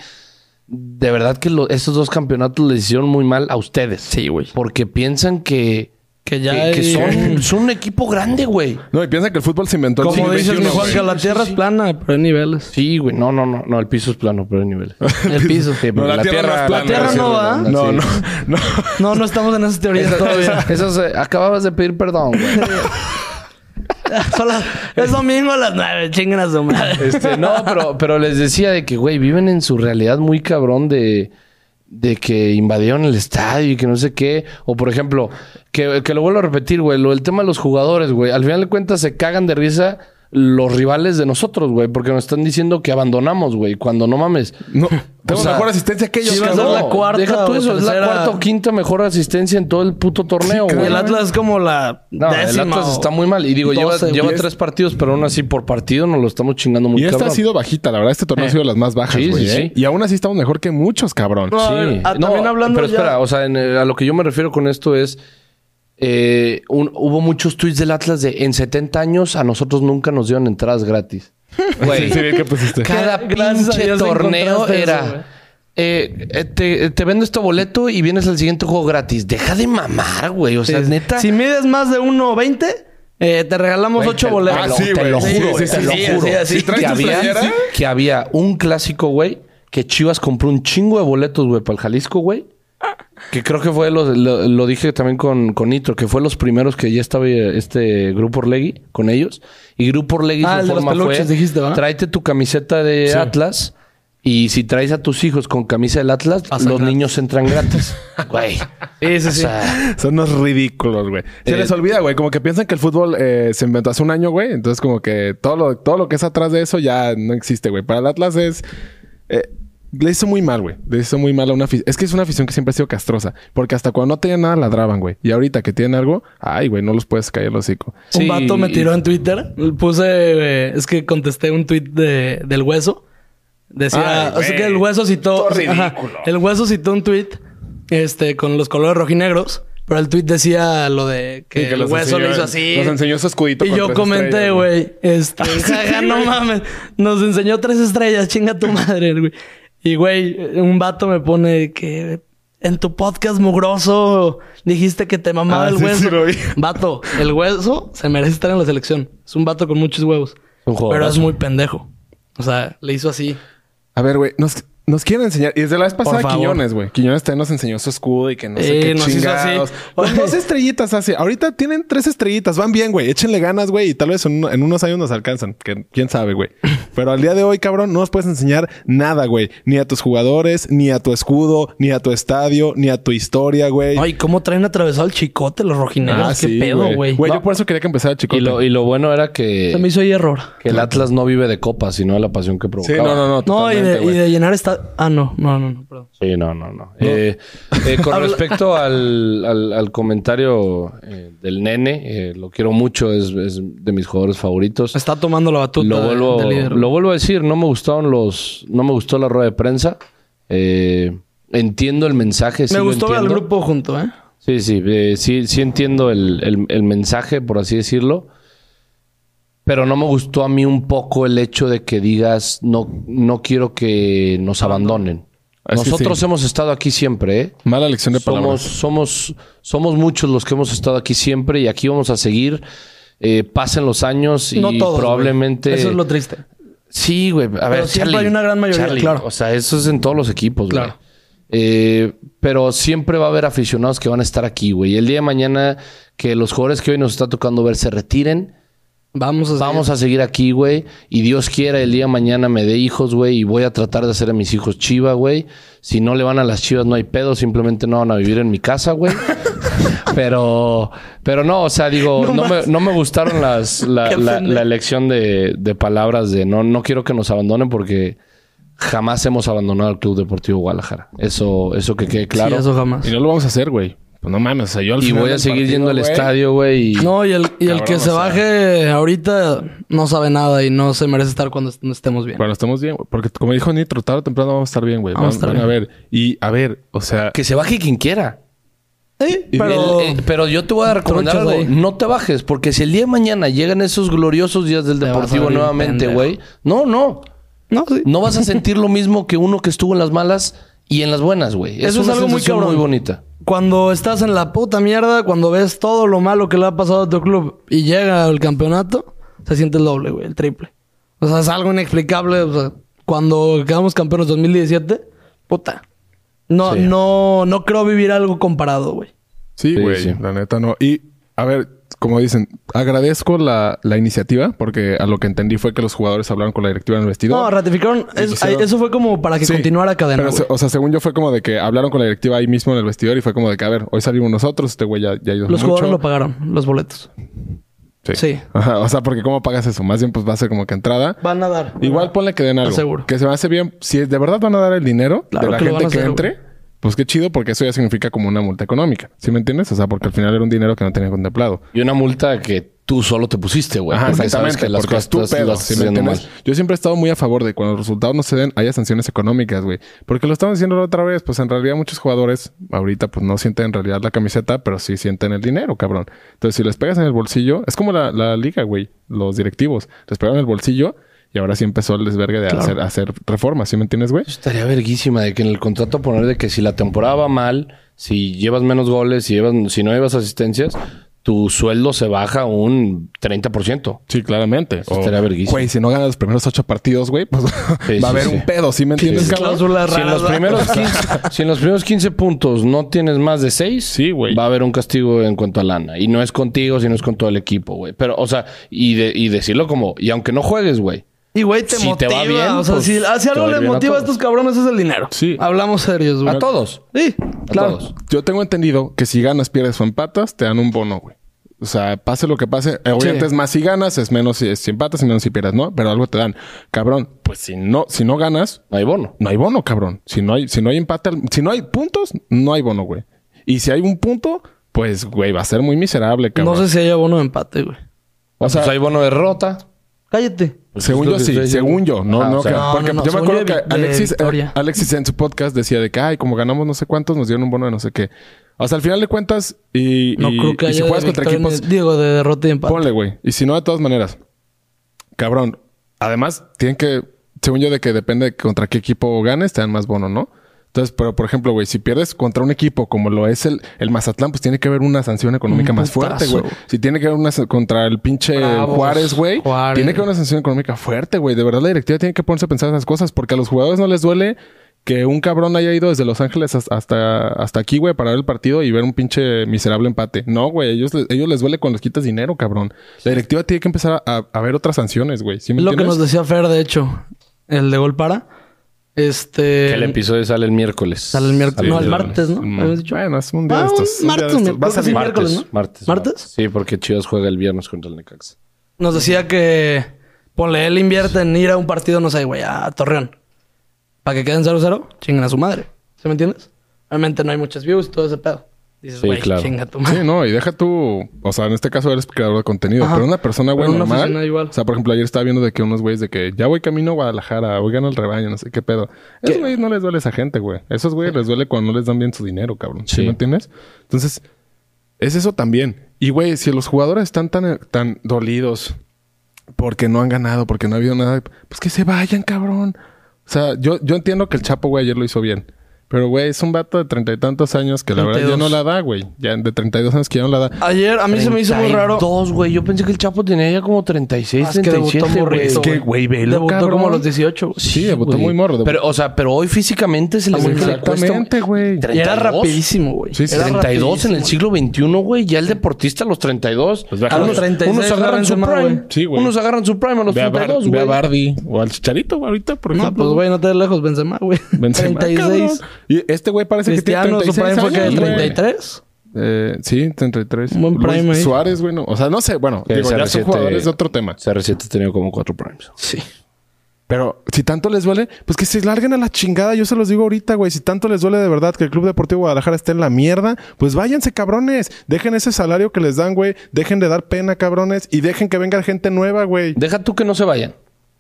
Speaker 3: de verdad que lo- estos dos campeonatos les hicieron muy mal a ustedes. Sí, güey. Porque piensan que,
Speaker 1: Que ya
Speaker 3: que-
Speaker 1: hay-
Speaker 3: que son, son un equipo grande, güey.
Speaker 2: No, y piensa que el fútbol se inventó en el
Speaker 1: Como
Speaker 2: siglo
Speaker 1: dices, mi
Speaker 2: XXI,
Speaker 1: Juan,
Speaker 2: güey.
Speaker 1: que la tierra es plana, pero hay niveles.
Speaker 3: Sí, güey. No, no, no. No, el piso es plano, pero hay niveles.
Speaker 1: El piso.
Speaker 3: Sí, pero
Speaker 2: la tierra no es
Speaker 1: La
Speaker 2: plana.
Speaker 1: tierra
Speaker 3: sí
Speaker 1: no,
Speaker 3: es
Speaker 1: ¿ah?
Speaker 3: redonda,
Speaker 2: No,
Speaker 3: sí.
Speaker 2: no, no.
Speaker 1: No, no estamos en esas teorías todavía.
Speaker 3: Eso, eso se- acababas de pedir perdón, güey.
Speaker 1: Son las- es domingo a las 9, chinguen a su madre.
Speaker 3: Este, no, pero, pero les decía de que, güey, viven en su realidad muy cabrón de, de que invadieron el estadio y que no sé qué. O, por ejemplo, que, que lo vuelvo a repetir, güey, lo, el tema de los jugadores, güey. Al final de cuentas se cagan de risa los rivales de nosotros, güey, porque nos están diciendo que abandonamos, güey, cuando no mames.
Speaker 2: No, tengo
Speaker 3: O sea,
Speaker 2: mejor asistencia que ellos,
Speaker 1: Chivas es
Speaker 2: cabrón.
Speaker 1: la cuarta
Speaker 3: Deja tú
Speaker 1: o
Speaker 3: eso, es la
Speaker 1: tercera.
Speaker 3: cuarta o quinta mejor asistencia en todo el puto torneo,
Speaker 2: Sí,
Speaker 3: güey.
Speaker 1: El Atlas es como la
Speaker 3: No,
Speaker 1: décima
Speaker 3: el Atlas
Speaker 1: o-
Speaker 3: está muy mal. Y digo, lleva,
Speaker 1: 12,
Speaker 3: lleva
Speaker 1: güey.
Speaker 3: tres partidos, pero aún así por partido nos lo estamos chingando muy
Speaker 2: Y esta
Speaker 3: cabrón.
Speaker 2: ha sido bajita, la verdad, este torneo ha sido de las más bajas,
Speaker 3: Sí, sí,
Speaker 2: güey.
Speaker 3: sí.
Speaker 2: ¿eh? Y aún así estamos mejor que muchos, cabrón.
Speaker 1: No, a ver, a- también hablando
Speaker 3: pero
Speaker 1: ya-
Speaker 3: espera, o sea, en el- a lo que yo me refiero con esto es eh, un- hubo muchos tweets del Atlas de en 70 años a nosotros nunca nos dieron entradas gratis. Güey,
Speaker 2: Sí, sí, vi que pusiste.
Speaker 3: cada
Speaker 1: Gracias a
Speaker 3: pinche
Speaker 1: Dios
Speaker 3: torneo
Speaker 1: encontraste eso,
Speaker 3: era.
Speaker 1: güey.
Speaker 3: eh, eh, te, te vendo este boleto y vienes al siguiente juego gratis. Deja de mamar, güey. O sea,
Speaker 1: Sí.
Speaker 3: neta.
Speaker 1: Si mides más de 1.20, eh, te regalamos
Speaker 3: Güey,
Speaker 1: 8
Speaker 3: te-
Speaker 1: boletos.
Speaker 3: te
Speaker 2: Ah,
Speaker 3: lo-
Speaker 2: sí,
Speaker 3: te
Speaker 2: güey.
Speaker 3: lo
Speaker 2: Sí,
Speaker 3: juro,
Speaker 2: sí,
Speaker 3: güey,
Speaker 2: sí,
Speaker 3: te
Speaker 2: sí,
Speaker 3: lo
Speaker 2: sí,
Speaker 3: juro.
Speaker 2: sí, así.
Speaker 3: que,
Speaker 2: ¿Traes tu
Speaker 3: había,
Speaker 2: playera?
Speaker 3: que había un clásico, güey, que Chivas compró un chingo de boletos, güey, para el Jalisco, güey. Que creo que fue, los, lo, lo dije también con, con Nitro, que fue los primeros que ya estaba eh, este Grupo Orlegui con ellos. Y Grupo Orlegui
Speaker 1: Ah, el
Speaker 3: su
Speaker 1: de los
Speaker 3: forma fue,
Speaker 1: peluches, dijiste, ¿va?
Speaker 3: tráete tu camiseta de Atlas y si traes a tus hijos con camisa del Atlas,
Speaker 1: Pasan
Speaker 3: los
Speaker 1: gratis.
Speaker 3: niños entran gratis. Güey.
Speaker 1: Sí, sí,
Speaker 3: O
Speaker 1: sí.
Speaker 3: sea,
Speaker 2: Son unos ridículos, güey. Se
Speaker 3: Eh,
Speaker 2: les olvida, güey. Como que piensan que el fútbol eh, se inventó hace un año, güey. Entonces, como que todo lo, todo lo que es atrás de eso ya no existe, güey. Para el Atlas es. eh, le hizo muy mal, güey. Le hizo muy mal a una afición. Es que es una afición que siempre ha sido castrosa. Porque hasta cuando no tenían nada ladraban, güey. Y ahorita que tienen algo, ay, güey, no los puedes caer el hocico.
Speaker 3: Sí.
Speaker 1: Un vato me tiró en Twitter. Puse. eh, es que contesté un tweet de, del hueso. Decía.
Speaker 2: Ay,
Speaker 1: o sea que
Speaker 2: güey.
Speaker 1: el hueso citó.
Speaker 2: Todo ridículo.
Speaker 1: ajá, el hueso citó un tweet este, con los colores rojinegros. Pero el tweet decía lo de que,
Speaker 2: Sí, que
Speaker 1: el
Speaker 2: los
Speaker 1: hueso
Speaker 2: enseñó-
Speaker 1: lo hizo así.
Speaker 2: nos enseñó su escudito
Speaker 1: Y
Speaker 2: con
Speaker 1: yo
Speaker 2: tres
Speaker 1: comenté,
Speaker 2: estrellas, Ah,
Speaker 1: güey. Este, jaja, no mames. Nos enseñó tres estrellas, chinga tu madre, güey. Y, güey, un vato me pone que en tu podcast mugroso dijiste que te mamaba
Speaker 2: Ah,
Speaker 1: el
Speaker 2: sí,
Speaker 1: hueso.
Speaker 2: sí lo vi.
Speaker 1: Vato, el hueso se merece estar en la selección. Es un vato con muchos huevos.
Speaker 3: Un jugadorazo.
Speaker 1: pero es muy pendejo. O sea, le hizo así.
Speaker 2: A ver, güey, nos, nos quieren enseñar. Y desde la vez pasada,
Speaker 1: favor.
Speaker 2: Quiñones, güey. Quiñones también nos enseñó su escudo y que no sé
Speaker 1: Eh,
Speaker 2: qué
Speaker 1: nos hizo así.
Speaker 2: chingados. Dos- Dos estrellitas hace. Ahorita tienen tres estrellitas. Van bien, güey. Échenle ganas, güey. Y tal vez en, un- en unos años nos alcanzan. Que quién sabe, güey. Pero al día de hoy, cabrón, no nos puedes enseñar nada, güey. Ni a tus jugadores, ni a tu escudo, ni a tu estadio, ni a tu historia, güey.
Speaker 1: Ay, ¿cómo traen atravesado el chicote los rojinegros?
Speaker 2: Ah,
Speaker 1: Qué
Speaker 2: sí,
Speaker 1: pedo, güey.
Speaker 2: Güey, yo
Speaker 1: No,
Speaker 2: por eso quería que empezara, chico.
Speaker 3: y, lo, y lo bueno era que...
Speaker 1: Se me hizo ahí error.
Speaker 3: Que el Atlas no vive de copas, sino de la pasión que
Speaker 2: Sí,
Speaker 3: provocaba.
Speaker 2: no, no, no.
Speaker 1: No, y
Speaker 2: totalmente,
Speaker 1: de, y
Speaker 2: güey.
Speaker 1: de llenar esta... Ah, no, no, no, no, perdón.
Speaker 3: Sí, no, no, no. Eh, eh, con respecto al, al- al comentario eh, del nene, eh, lo quiero mucho, es, es de mis jugadores favoritos.
Speaker 1: Está tomando la batuta
Speaker 3: Lo
Speaker 1: de-
Speaker 3: vuelvo,
Speaker 1: de líder.
Speaker 3: lo vuelvo a decir, no me gustaron los, no me gustó la rueda de prensa. Eh, entiendo el mensaje. sí
Speaker 1: Me
Speaker 3: lo
Speaker 1: gustó ver al
Speaker 3: entiendo.
Speaker 1: grupo junto, ¿eh?
Speaker 3: Sí, sí, eh, sí, sí entiendo el, el- el mensaje, por así decirlo. Pero no me gustó a mí un poco el hecho de que digas, no, no quiero que nos abandonen.
Speaker 2: Ah, sí,
Speaker 3: Nosotros
Speaker 2: sí.
Speaker 3: hemos estado aquí siempre, ¿eh?
Speaker 2: Mala elección de
Speaker 3: Somos,
Speaker 2: palabras.
Speaker 3: somos, somos muchos los que hemos estado aquí siempre y aquí vamos a seguir. Eh, pasen los años y
Speaker 1: no todos.
Speaker 3: probablemente...
Speaker 1: güey. Eso es lo triste.
Speaker 3: Sí, güey. A ver,
Speaker 1: siempre
Speaker 3: Charlie,
Speaker 1: hay una gran mayoría,
Speaker 3: Charlie,
Speaker 1: claro.
Speaker 3: O sea, eso es en todos los equipos, güey.
Speaker 1: Claro.
Speaker 3: Eh, pero siempre va a haber aficionados que van a estar aquí, güey. El día de mañana que los jugadores que hoy nos está tocando ver se retiren,
Speaker 1: Vamos a
Speaker 3: vamos a seguir aquí, güey. Y Dios quiera, el día de mañana me dé hijos, güey. Y voy a tratar de hacer a mis hijos chiva, güey. Si no le van a las chivas, no hay pedo. Simplemente no van a vivir en mi casa, güey. pero, pero no, o sea, digo, no, me, no me gustaron las, la,
Speaker 1: Qué
Speaker 3: la-
Speaker 1: pendejo.
Speaker 3: la elección de, de palabras de no, no quiero que nos abandonen porque jamás hemos abandonado al Club Deportivo Guadalajara. Eso, eso que quede claro.
Speaker 1: Sí, eso jamás.
Speaker 2: Y no lo vamos a hacer, güey. Pues no mames. O sea, yo al
Speaker 3: y
Speaker 2: final
Speaker 3: voy a
Speaker 2: del
Speaker 3: seguir
Speaker 2: partido,
Speaker 3: yendo al
Speaker 2: güey,
Speaker 3: estadio, güey. y-
Speaker 1: No, y el, y el
Speaker 2: Cabrón,
Speaker 1: que
Speaker 2: o
Speaker 1: se
Speaker 2: sea.
Speaker 1: baje ahorita no sabe nada y no se merece estar cuando est- no estemos bien.
Speaker 2: Cuando estamos bien, güey. porque como dijo Nitro, tarde o temprano vamos a estar bien, güey.
Speaker 1: Vamos a
Speaker 2: Van-
Speaker 1: estar
Speaker 2: van a ver. Y a ver, o sea,
Speaker 3: Que se baje quien quiera.
Speaker 1: Sí,
Speaker 2: y-
Speaker 1: pero...
Speaker 3: El- eh, pero yo te voy a recomendar
Speaker 1: Tronchas,
Speaker 3: algo.
Speaker 1: güey.
Speaker 3: No te bajes, porque si el día de mañana llegan esos gloriosos días del
Speaker 1: Te vas a
Speaker 3: deportivo
Speaker 1: abrir,
Speaker 3: nuevamente,
Speaker 1: pendejo.
Speaker 3: güey. No, no.
Speaker 1: no, sí.
Speaker 3: No vas a sentir lo mismo que uno que estuvo en las malas y en las buenas, güey. Es
Speaker 1: Eso es
Speaker 3: una
Speaker 1: algo muy
Speaker 3: sensación
Speaker 1: cabrón.
Speaker 3: muy bonita.
Speaker 1: Cuando estás en la puta mierda, cuando ves todo lo malo que le ha pasado a tu club y llega el campeonato, se siente el doble, güey, el triple. O sea, es algo inexplicable. O sea, cuando quedamos campeones 2017, puta. No,
Speaker 3: Sí.
Speaker 1: no, no creo vivir algo comparado, güey.
Speaker 2: sí,
Speaker 3: Sí,
Speaker 2: güey,
Speaker 3: sí.
Speaker 2: la neta no. Y a ver, como dicen, agradezco la, la iniciativa porque a lo que entendí fue que los jugadores hablaron con la directiva en el vestidor.
Speaker 1: No, ratificaron. es-
Speaker 2: Hicieron-
Speaker 1: eso fue como para que
Speaker 2: Sí.
Speaker 1: continuara cadena.
Speaker 2: Pero, se-
Speaker 1: güey.
Speaker 2: o sea, según yo fue como de que hablaron con la directiva ahí mismo en el vestidor y fue como de que, a ver, hoy salimos nosotros, este güey ya, ya ayudó
Speaker 1: Los
Speaker 2: mucho.
Speaker 1: jugadores lo pagaron, los boletos. sí.
Speaker 2: Ajá, o sea, porque ¿cómo pagas eso? Más bien pues va a ser como que entrada.
Speaker 1: Van a dar.
Speaker 2: Igual pues, ponle que den algo.
Speaker 1: Seguro.
Speaker 2: Que se me hace bien. Si de verdad van a dar el dinero
Speaker 1: Claro
Speaker 2: de la
Speaker 1: que lo van a
Speaker 2: gente que
Speaker 1: hacer,
Speaker 2: entre,
Speaker 1: güey.
Speaker 2: Pues qué chido, porque eso ya significa como una multa económica. ¿Sí me entiendes? O sea, porque al final era un dinero que no tenía contemplado.
Speaker 3: Y una multa que tú solo te pusiste, güey.
Speaker 2: Ajá,
Speaker 3: porque sabes
Speaker 2: exactamente.
Speaker 3: que las
Speaker 2: porque
Speaker 3: cosas
Speaker 2: es tu
Speaker 3: las-
Speaker 2: pedo,
Speaker 3: las
Speaker 2: ¿sí
Speaker 3: estás
Speaker 2: me
Speaker 3: haciendo
Speaker 2: entiendes?
Speaker 3: mal.
Speaker 2: Yo siempre he estado muy a favor de cuando los resultados no se den, haya sanciones económicas, güey. Porque lo estamos diciendo la otra vez, pues en realidad muchos jugadores ahorita pues no sienten en realidad la camiseta, pero sí sienten el dinero, cabrón. Entonces, si les pegas en el bolsillo, es como la, la liga, güey, los directivos. Les pegaron en el bolsillo y ahora sí empezó el desvergue de hacer, hacer reformas, ¿sí me entiendes, güey?
Speaker 3: Eso Estaría verguísima de que en el contrato poner de que si la temporada va mal, si llevas menos goles, si, llevas, si no llevas asistencias, tu sueldo se baja un 30%.
Speaker 2: Sí, claramente. O,
Speaker 3: estaría verguísima.
Speaker 2: Güey, si no ganas los primeros ocho partidos, güey, pues
Speaker 3: Sí,
Speaker 2: va a
Speaker 3: sí,
Speaker 2: haber
Speaker 3: sí.
Speaker 2: un pedo, ¿sí me entiendes,
Speaker 1: Pinches
Speaker 2: cabrón?
Speaker 1: cláusulas
Speaker 3: Si en, los
Speaker 1: raras,
Speaker 3: primeros
Speaker 1: ¿verdad?
Speaker 3: 15, si en los primeros 15 puntos no tienes más de 6,
Speaker 2: Sí, güey.
Speaker 3: va a haber un castigo en cuanto a lana. Y no es contigo, sino es con todo el equipo, güey. Pero, o sea, y, de- y decirlo como, y aunque no juegues, güey.
Speaker 1: Y güey, te
Speaker 3: Si te
Speaker 1: motiva.
Speaker 3: va bien,
Speaker 1: o sea,
Speaker 3: pues,
Speaker 1: si, ah, si
Speaker 3: te
Speaker 1: algo
Speaker 3: va a ir
Speaker 1: le
Speaker 3: bien a
Speaker 1: motiva a,
Speaker 3: todos.
Speaker 1: estos cabrones es el dinero.
Speaker 2: Sí.
Speaker 1: Hablamos serios, güey.
Speaker 3: A todos.
Speaker 1: Sí,
Speaker 3: A
Speaker 1: claro.
Speaker 3: todos.
Speaker 2: Yo tengo entendido que si ganas, pierdes o empatas, te dan un bono, güey. O sea, pase lo que pase, eh, obviamente
Speaker 1: Sí.
Speaker 2: es más si ganas, es menos si, si empatas y menos si pierdes, ¿no? Pero algo te dan. Cabrón, pues si no, si no ganas,
Speaker 3: No hay bono.
Speaker 2: no hay bono, cabrón. Si no hay, si no hay empate, al- si no hay puntos, no hay bono, güey. Y si hay un punto, pues, güey, va a ser muy miserable,
Speaker 1: No
Speaker 2: cabrón.
Speaker 1: sé si haya bono de empate, güey.
Speaker 3: O sea, hay bono de rota.
Speaker 1: Cállate.
Speaker 3: Pues
Speaker 2: según
Speaker 3: es lo
Speaker 2: yo
Speaker 3: que
Speaker 2: sí,
Speaker 3: estoy diciendo.
Speaker 2: según yo, no,
Speaker 3: Ajá,
Speaker 2: no,
Speaker 3: o sea,
Speaker 2: que-
Speaker 1: no, no,
Speaker 2: porque pues
Speaker 1: no,
Speaker 2: yo me
Speaker 1: según
Speaker 2: acuerdo
Speaker 1: yo
Speaker 2: que
Speaker 1: de- de
Speaker 2: Alexis, eh,
Speaker 1: Victoria.
Speaker 2: Alexis en su podcast decía de que, ay, como ganamos no sé cuántos, nos dieron un bono de no sé qué. O sea, al final de cuentas, y,
Speaker 1: No
Speaker 2: y-
Speaker 1: creo que
Speaker 2: y
Speaker 1: haya.
Speaker 2: si
Speaker 1: de
Speaker 2: juegas contra
Speaker 1: victoria ni-
Speaker 2: equipos
Speaker 1: Digo, de derrota y empate.
Speaker 2: Ponle, güey. Y si no, de todas maneras. Cabrón. Además, tienen que... Según yo, de que depende de contra qué equipo ganes, te dan más bono, ¿no? Entonces, pero por ejemplo, güey, si pierdes contra un equipo como lo es el, el Mazatlán, pues tiene que haber una sanción económica más fuerte,
Speaker 1: putazo.
Speaker 2: güey. Si tiene que haber una sa- contra el pinche
Speaker 1: Bravos,
Speaker 2: Juárez, güey,
Speaker 1: Juárez.
Speaker 2: tiene que haber una sanción económica fuerte, güey. De verdad, la directiva tiene que ponerse a pensar esas cosas porque a los jugadores no les duele que un cabrón haya ido desde Los Ángeles has- hasta, hasta aquí, güey, para ver el partido y ver un pinche miserable empate. No, güey, ellos, les- ellos les duele cuando les quitas dinero, cabrón. La directiva tiene que empezar a, a ver otras sanciones, güey. ¿Sí me
Speaker 1: Es lo que
Speaker 2: entiendes?
Speaker 1: nos decía Fer, de hecho. El de gol para. Este.
Speaker 3: Que el episodio sale el miércoles.
Speaker 1: Sale el miércoles.
Speaker 3: Sale
Speaker 1: No, el
Speaker 3: viernes.
Speaker 1: martes, ¿no? Habíamos dicho.
Speaker 2: Mm. Bueno, es un día
Speaker 1: Ah,
Speaker 2: de
Speaker 1: un
Speaker 2: estos. un día
Speaker 1: martes,
Speaker 2: de estos.
Speaker 1: un-
Speaker 2: Va
Speaker 1: creo
Speaker 2: a
Speaker 1: que
Speaker 2: salir.
Speaker 1: sí, miércoles, ¿no?
Speaker 3: Martes.
Speaker 1: ¿Martes?
Speaker 3: Sí, porque Chivas juega el viernes contra el Necaxa.
Speaker 1: Nos decía que. Ponle, él invierte en ir a un partido, no sé, güey, a Torreón. Para que queden 0-0, chinguen a su madre. ¿Se me entiendes? Obviamente no hay muchas views y todo ese pedo. Dices,
Speaker 3: Sí,
Speaker 1: güey,
Speaker 3: claro.
Speaker 1: chinga tu
Speaker 2: Sí,
Speaker 1: madre.
Speaker 2: no, y deja tú, o sea, en este caso eres creador de contenido,
Speaker 1: Ajá.
Speaker 2: pero una persona, güey,
Speaker 1: Pero una
Speaker 2: normal.
Speaker 1: oficina igual.
Speaker 2: O sea, por ejemplo, ayer estaba viendo de que unos güeyes de que ya voy camino a Guadalajara, oigan al rebaño, no sé qué pedo. Esos güeyes no les duele a esa gente, güey. Esos güeyes les duele cuando no les dan bien su dinero, cabrón. ¿Sí,
Speaker 3: Sí.
Speaker 2: me entiendes? Entonces, es eso también. Y, güey, si los jugadores están tan, tan dolidos porque no han ganado, porque no ha habido nada, pues que se vayan, cabrón. O sea, yo, yo entiendo que el Chapo, güey, ayer lo hizo bien. Pero, güey, es un vato de treinta y tantos años que la verdad ya
Speaker 1: 32.
Speaker 2: no la da, güey. Ya de 32 años que ya no la da.
Speaker 1: Ayer a mí se me hizo muy raro.
Speaker 3: Dos, güey. Yo pensé que el Chapo tenía ya como 36,
Speaker 1: Ah, es que debutó
Speaker 3: 37, güey.
Speaker 1: morrito,
Speaker 2: que, güey, velo,
Speaker 1: Debutó
Speaker 2: cabrón.
Speaker 1: como a los 18, güey.
Speaker 2: Sí, debutó
Speaker 3: güey.
Speaker 2: muy morro, debutó.
Speaker 3: Pero, o sea, pero hoy físicamente se le
Speaker 1: muy
Speaker 3: ve que le cuesta,
Speaker 2: Exactamente, güey.
Speaker 1: Y era
Speaker 3: 32.
Speaker 1: rapidísimo, güey.
Speaker 2: Sí, sí.
Speaker 1: Era
Speaker 3: 32 en el
Speaker 1: rapidísimo.
Speaker 3: siglo XXI, güey. Ya el deportista Pues a los 32.
Speaker 2: baja
Speaker 1: a los
Speaker 3: unos,
Speaker 1: 36
Speaker 3: unos agarran su
Speaker 1: agárrense más,
Speaker 3: prime.
Speaker 1: güey.
Speaker 2: Sí, güey.
Speaker 3: Unos agarran su prime a los
Speaker 2: Ve a, Bar-
Speaker 3: 32,
Speaker 2: ve a
Speaker 3: güey.
Speaker 2: Bardi o al Chicharito ahorita, por
Speaker 1: No,
Speaker 2: ejemplo.
Speaker 1: pues, güey, no te des lejos, Benzema, güey.
Speaker 2: Benzema,
Speaker 1: 36.
Speaker 2: cabrón. Y este güey parece
Speaker 1: Cristiano,
Speaker 2: que
Speaker 1: su
Speaker 2: tiene 36
Speaker 1: prime
Speaker 2: años,
Speaker 1: fue que de
Speaker 2: güey.
Speaker 1: 33.
Speaker 2: Eh, sí, 33.
Speaker 1: Un buen
Speaker 2: Luis
Speaker 1: prime ahí.
Speaker 2: Suárez, güey, no. O sea, no sé. Bueno,
Speaker 3: Que
Speaker 2: digo, ya son
Speaker 3: CR7
Speaker 2: jugadores de otro tema.
Speaker 3: CR7 ha tenido como cuatro primes.
Speaker 1: Sí.
Speaker 2: Pero si tanto les duele, pues que se larguen a la chingada. Yo se los digo ahorita, güey. Si tanto les duele de verdad que el Club Deportivo Guadalajara esté en la mierda, pues váyanse, cabrones. Dejen ese salario que les dan, güey. Dejen de dar pena, cabrones. Y dejen que venga gente nueva, güey.
Speaker 3: Deja tú que no se vayan.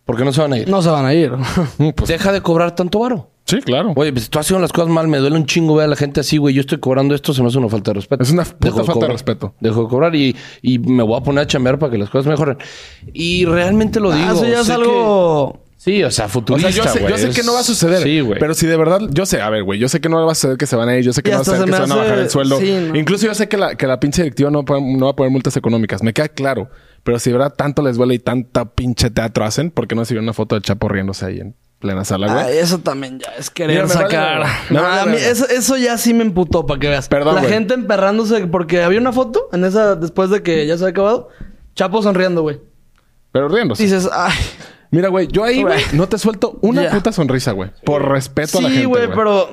Speaker 3: Porque no se van a ir.
Speaker 1: No se van a ir.
Speaker 2: Mm, pues,
Speaker 3: Deja de cobrar tanto varo.
Speaker 2: sí, claro.
Speaker 3: Oye, pues tú has hecho las cosas mal, me duele un chingo ver a la gente así, güey. Yo estoy cobrando esto, se me hace una falta de respeto.
Speaker 2: Es una puta
Speaker 3: Dejo
Speaker 2: falta de
Speaker 3: cobrar.
Speaker 2: respeto.
Speaker 3: Dejo de cobrar y, y me voy a poner a chambear para que las cosas mejoren. Y realmente lo digo.
Speaker 1: Ah, eso ya es
Speaker 3: sé
Speaker 1: algo.
Speaker 3: que- Sí, o sea,
Speaker 2: O sea,
Speaker 3: futurista,
Speaker 2: yo sé,
Speaker 3: güey.
Speaker 2: yo sé que
Speaker 3: Es-
Speaker 2: no va a suceder.
Speaker 3: Sí, güey.
Speaker 2: Pero si de verdad, yo sé, a ver, güey, yo sé que no va a suceder que se van a ir, yo sé que
Speaker 1: Y
Speaker 2: no va a
Speaker 1: hasta
Speaker 2: suceder que
Speaker 1: se
Speaker 2: se
Speaker 1: me
Speaker 2: van a bajar
Speaker 1: hace-
Speaker 2: el sueldo.
Speaker 1: sí, no.
Speaker 2: Incluso yo sé que la, que la pinche directiva no, va a- no va a poner multas económicas, me queda claro. Pero si de verdad tanto les duele y tanta pinche teatro hacen, ¿por qué no se vio una foto del Chapo riéndose ahí en plena sala, güey?
Speaker 1: Ah, eso también ya es querer
Speaker 2: Mira, me
Speaker 1: sacar.
Speaker 2: vale,
Speaker 1: No,
Speaker 2: me vale,
Speaker 1: a mí
Speaker 2: me vale.
Speaker 1: eso, eso ya sí me emputó para que veas.
Speaker 2: Perdón,
Speaker 1: La
Speaker 2: güey.
Speaker 1: gente emperrándose porque había una foto en esa después de que ya se había acabado. Chapo sonriendo, güey.
Speaker 2: Pero riéndose.
Speaker 1: Dices, ay.
Speaker 2: Mira, güey, yo ahí, güey,
Speaker 1: Güey.
Speaker 2: no te suelto una
Speaker 1: Ya.
Speaker 2: puta sonrisa, güey. Por respeto a la gente.
Speaker 1: Sí, güey, pero.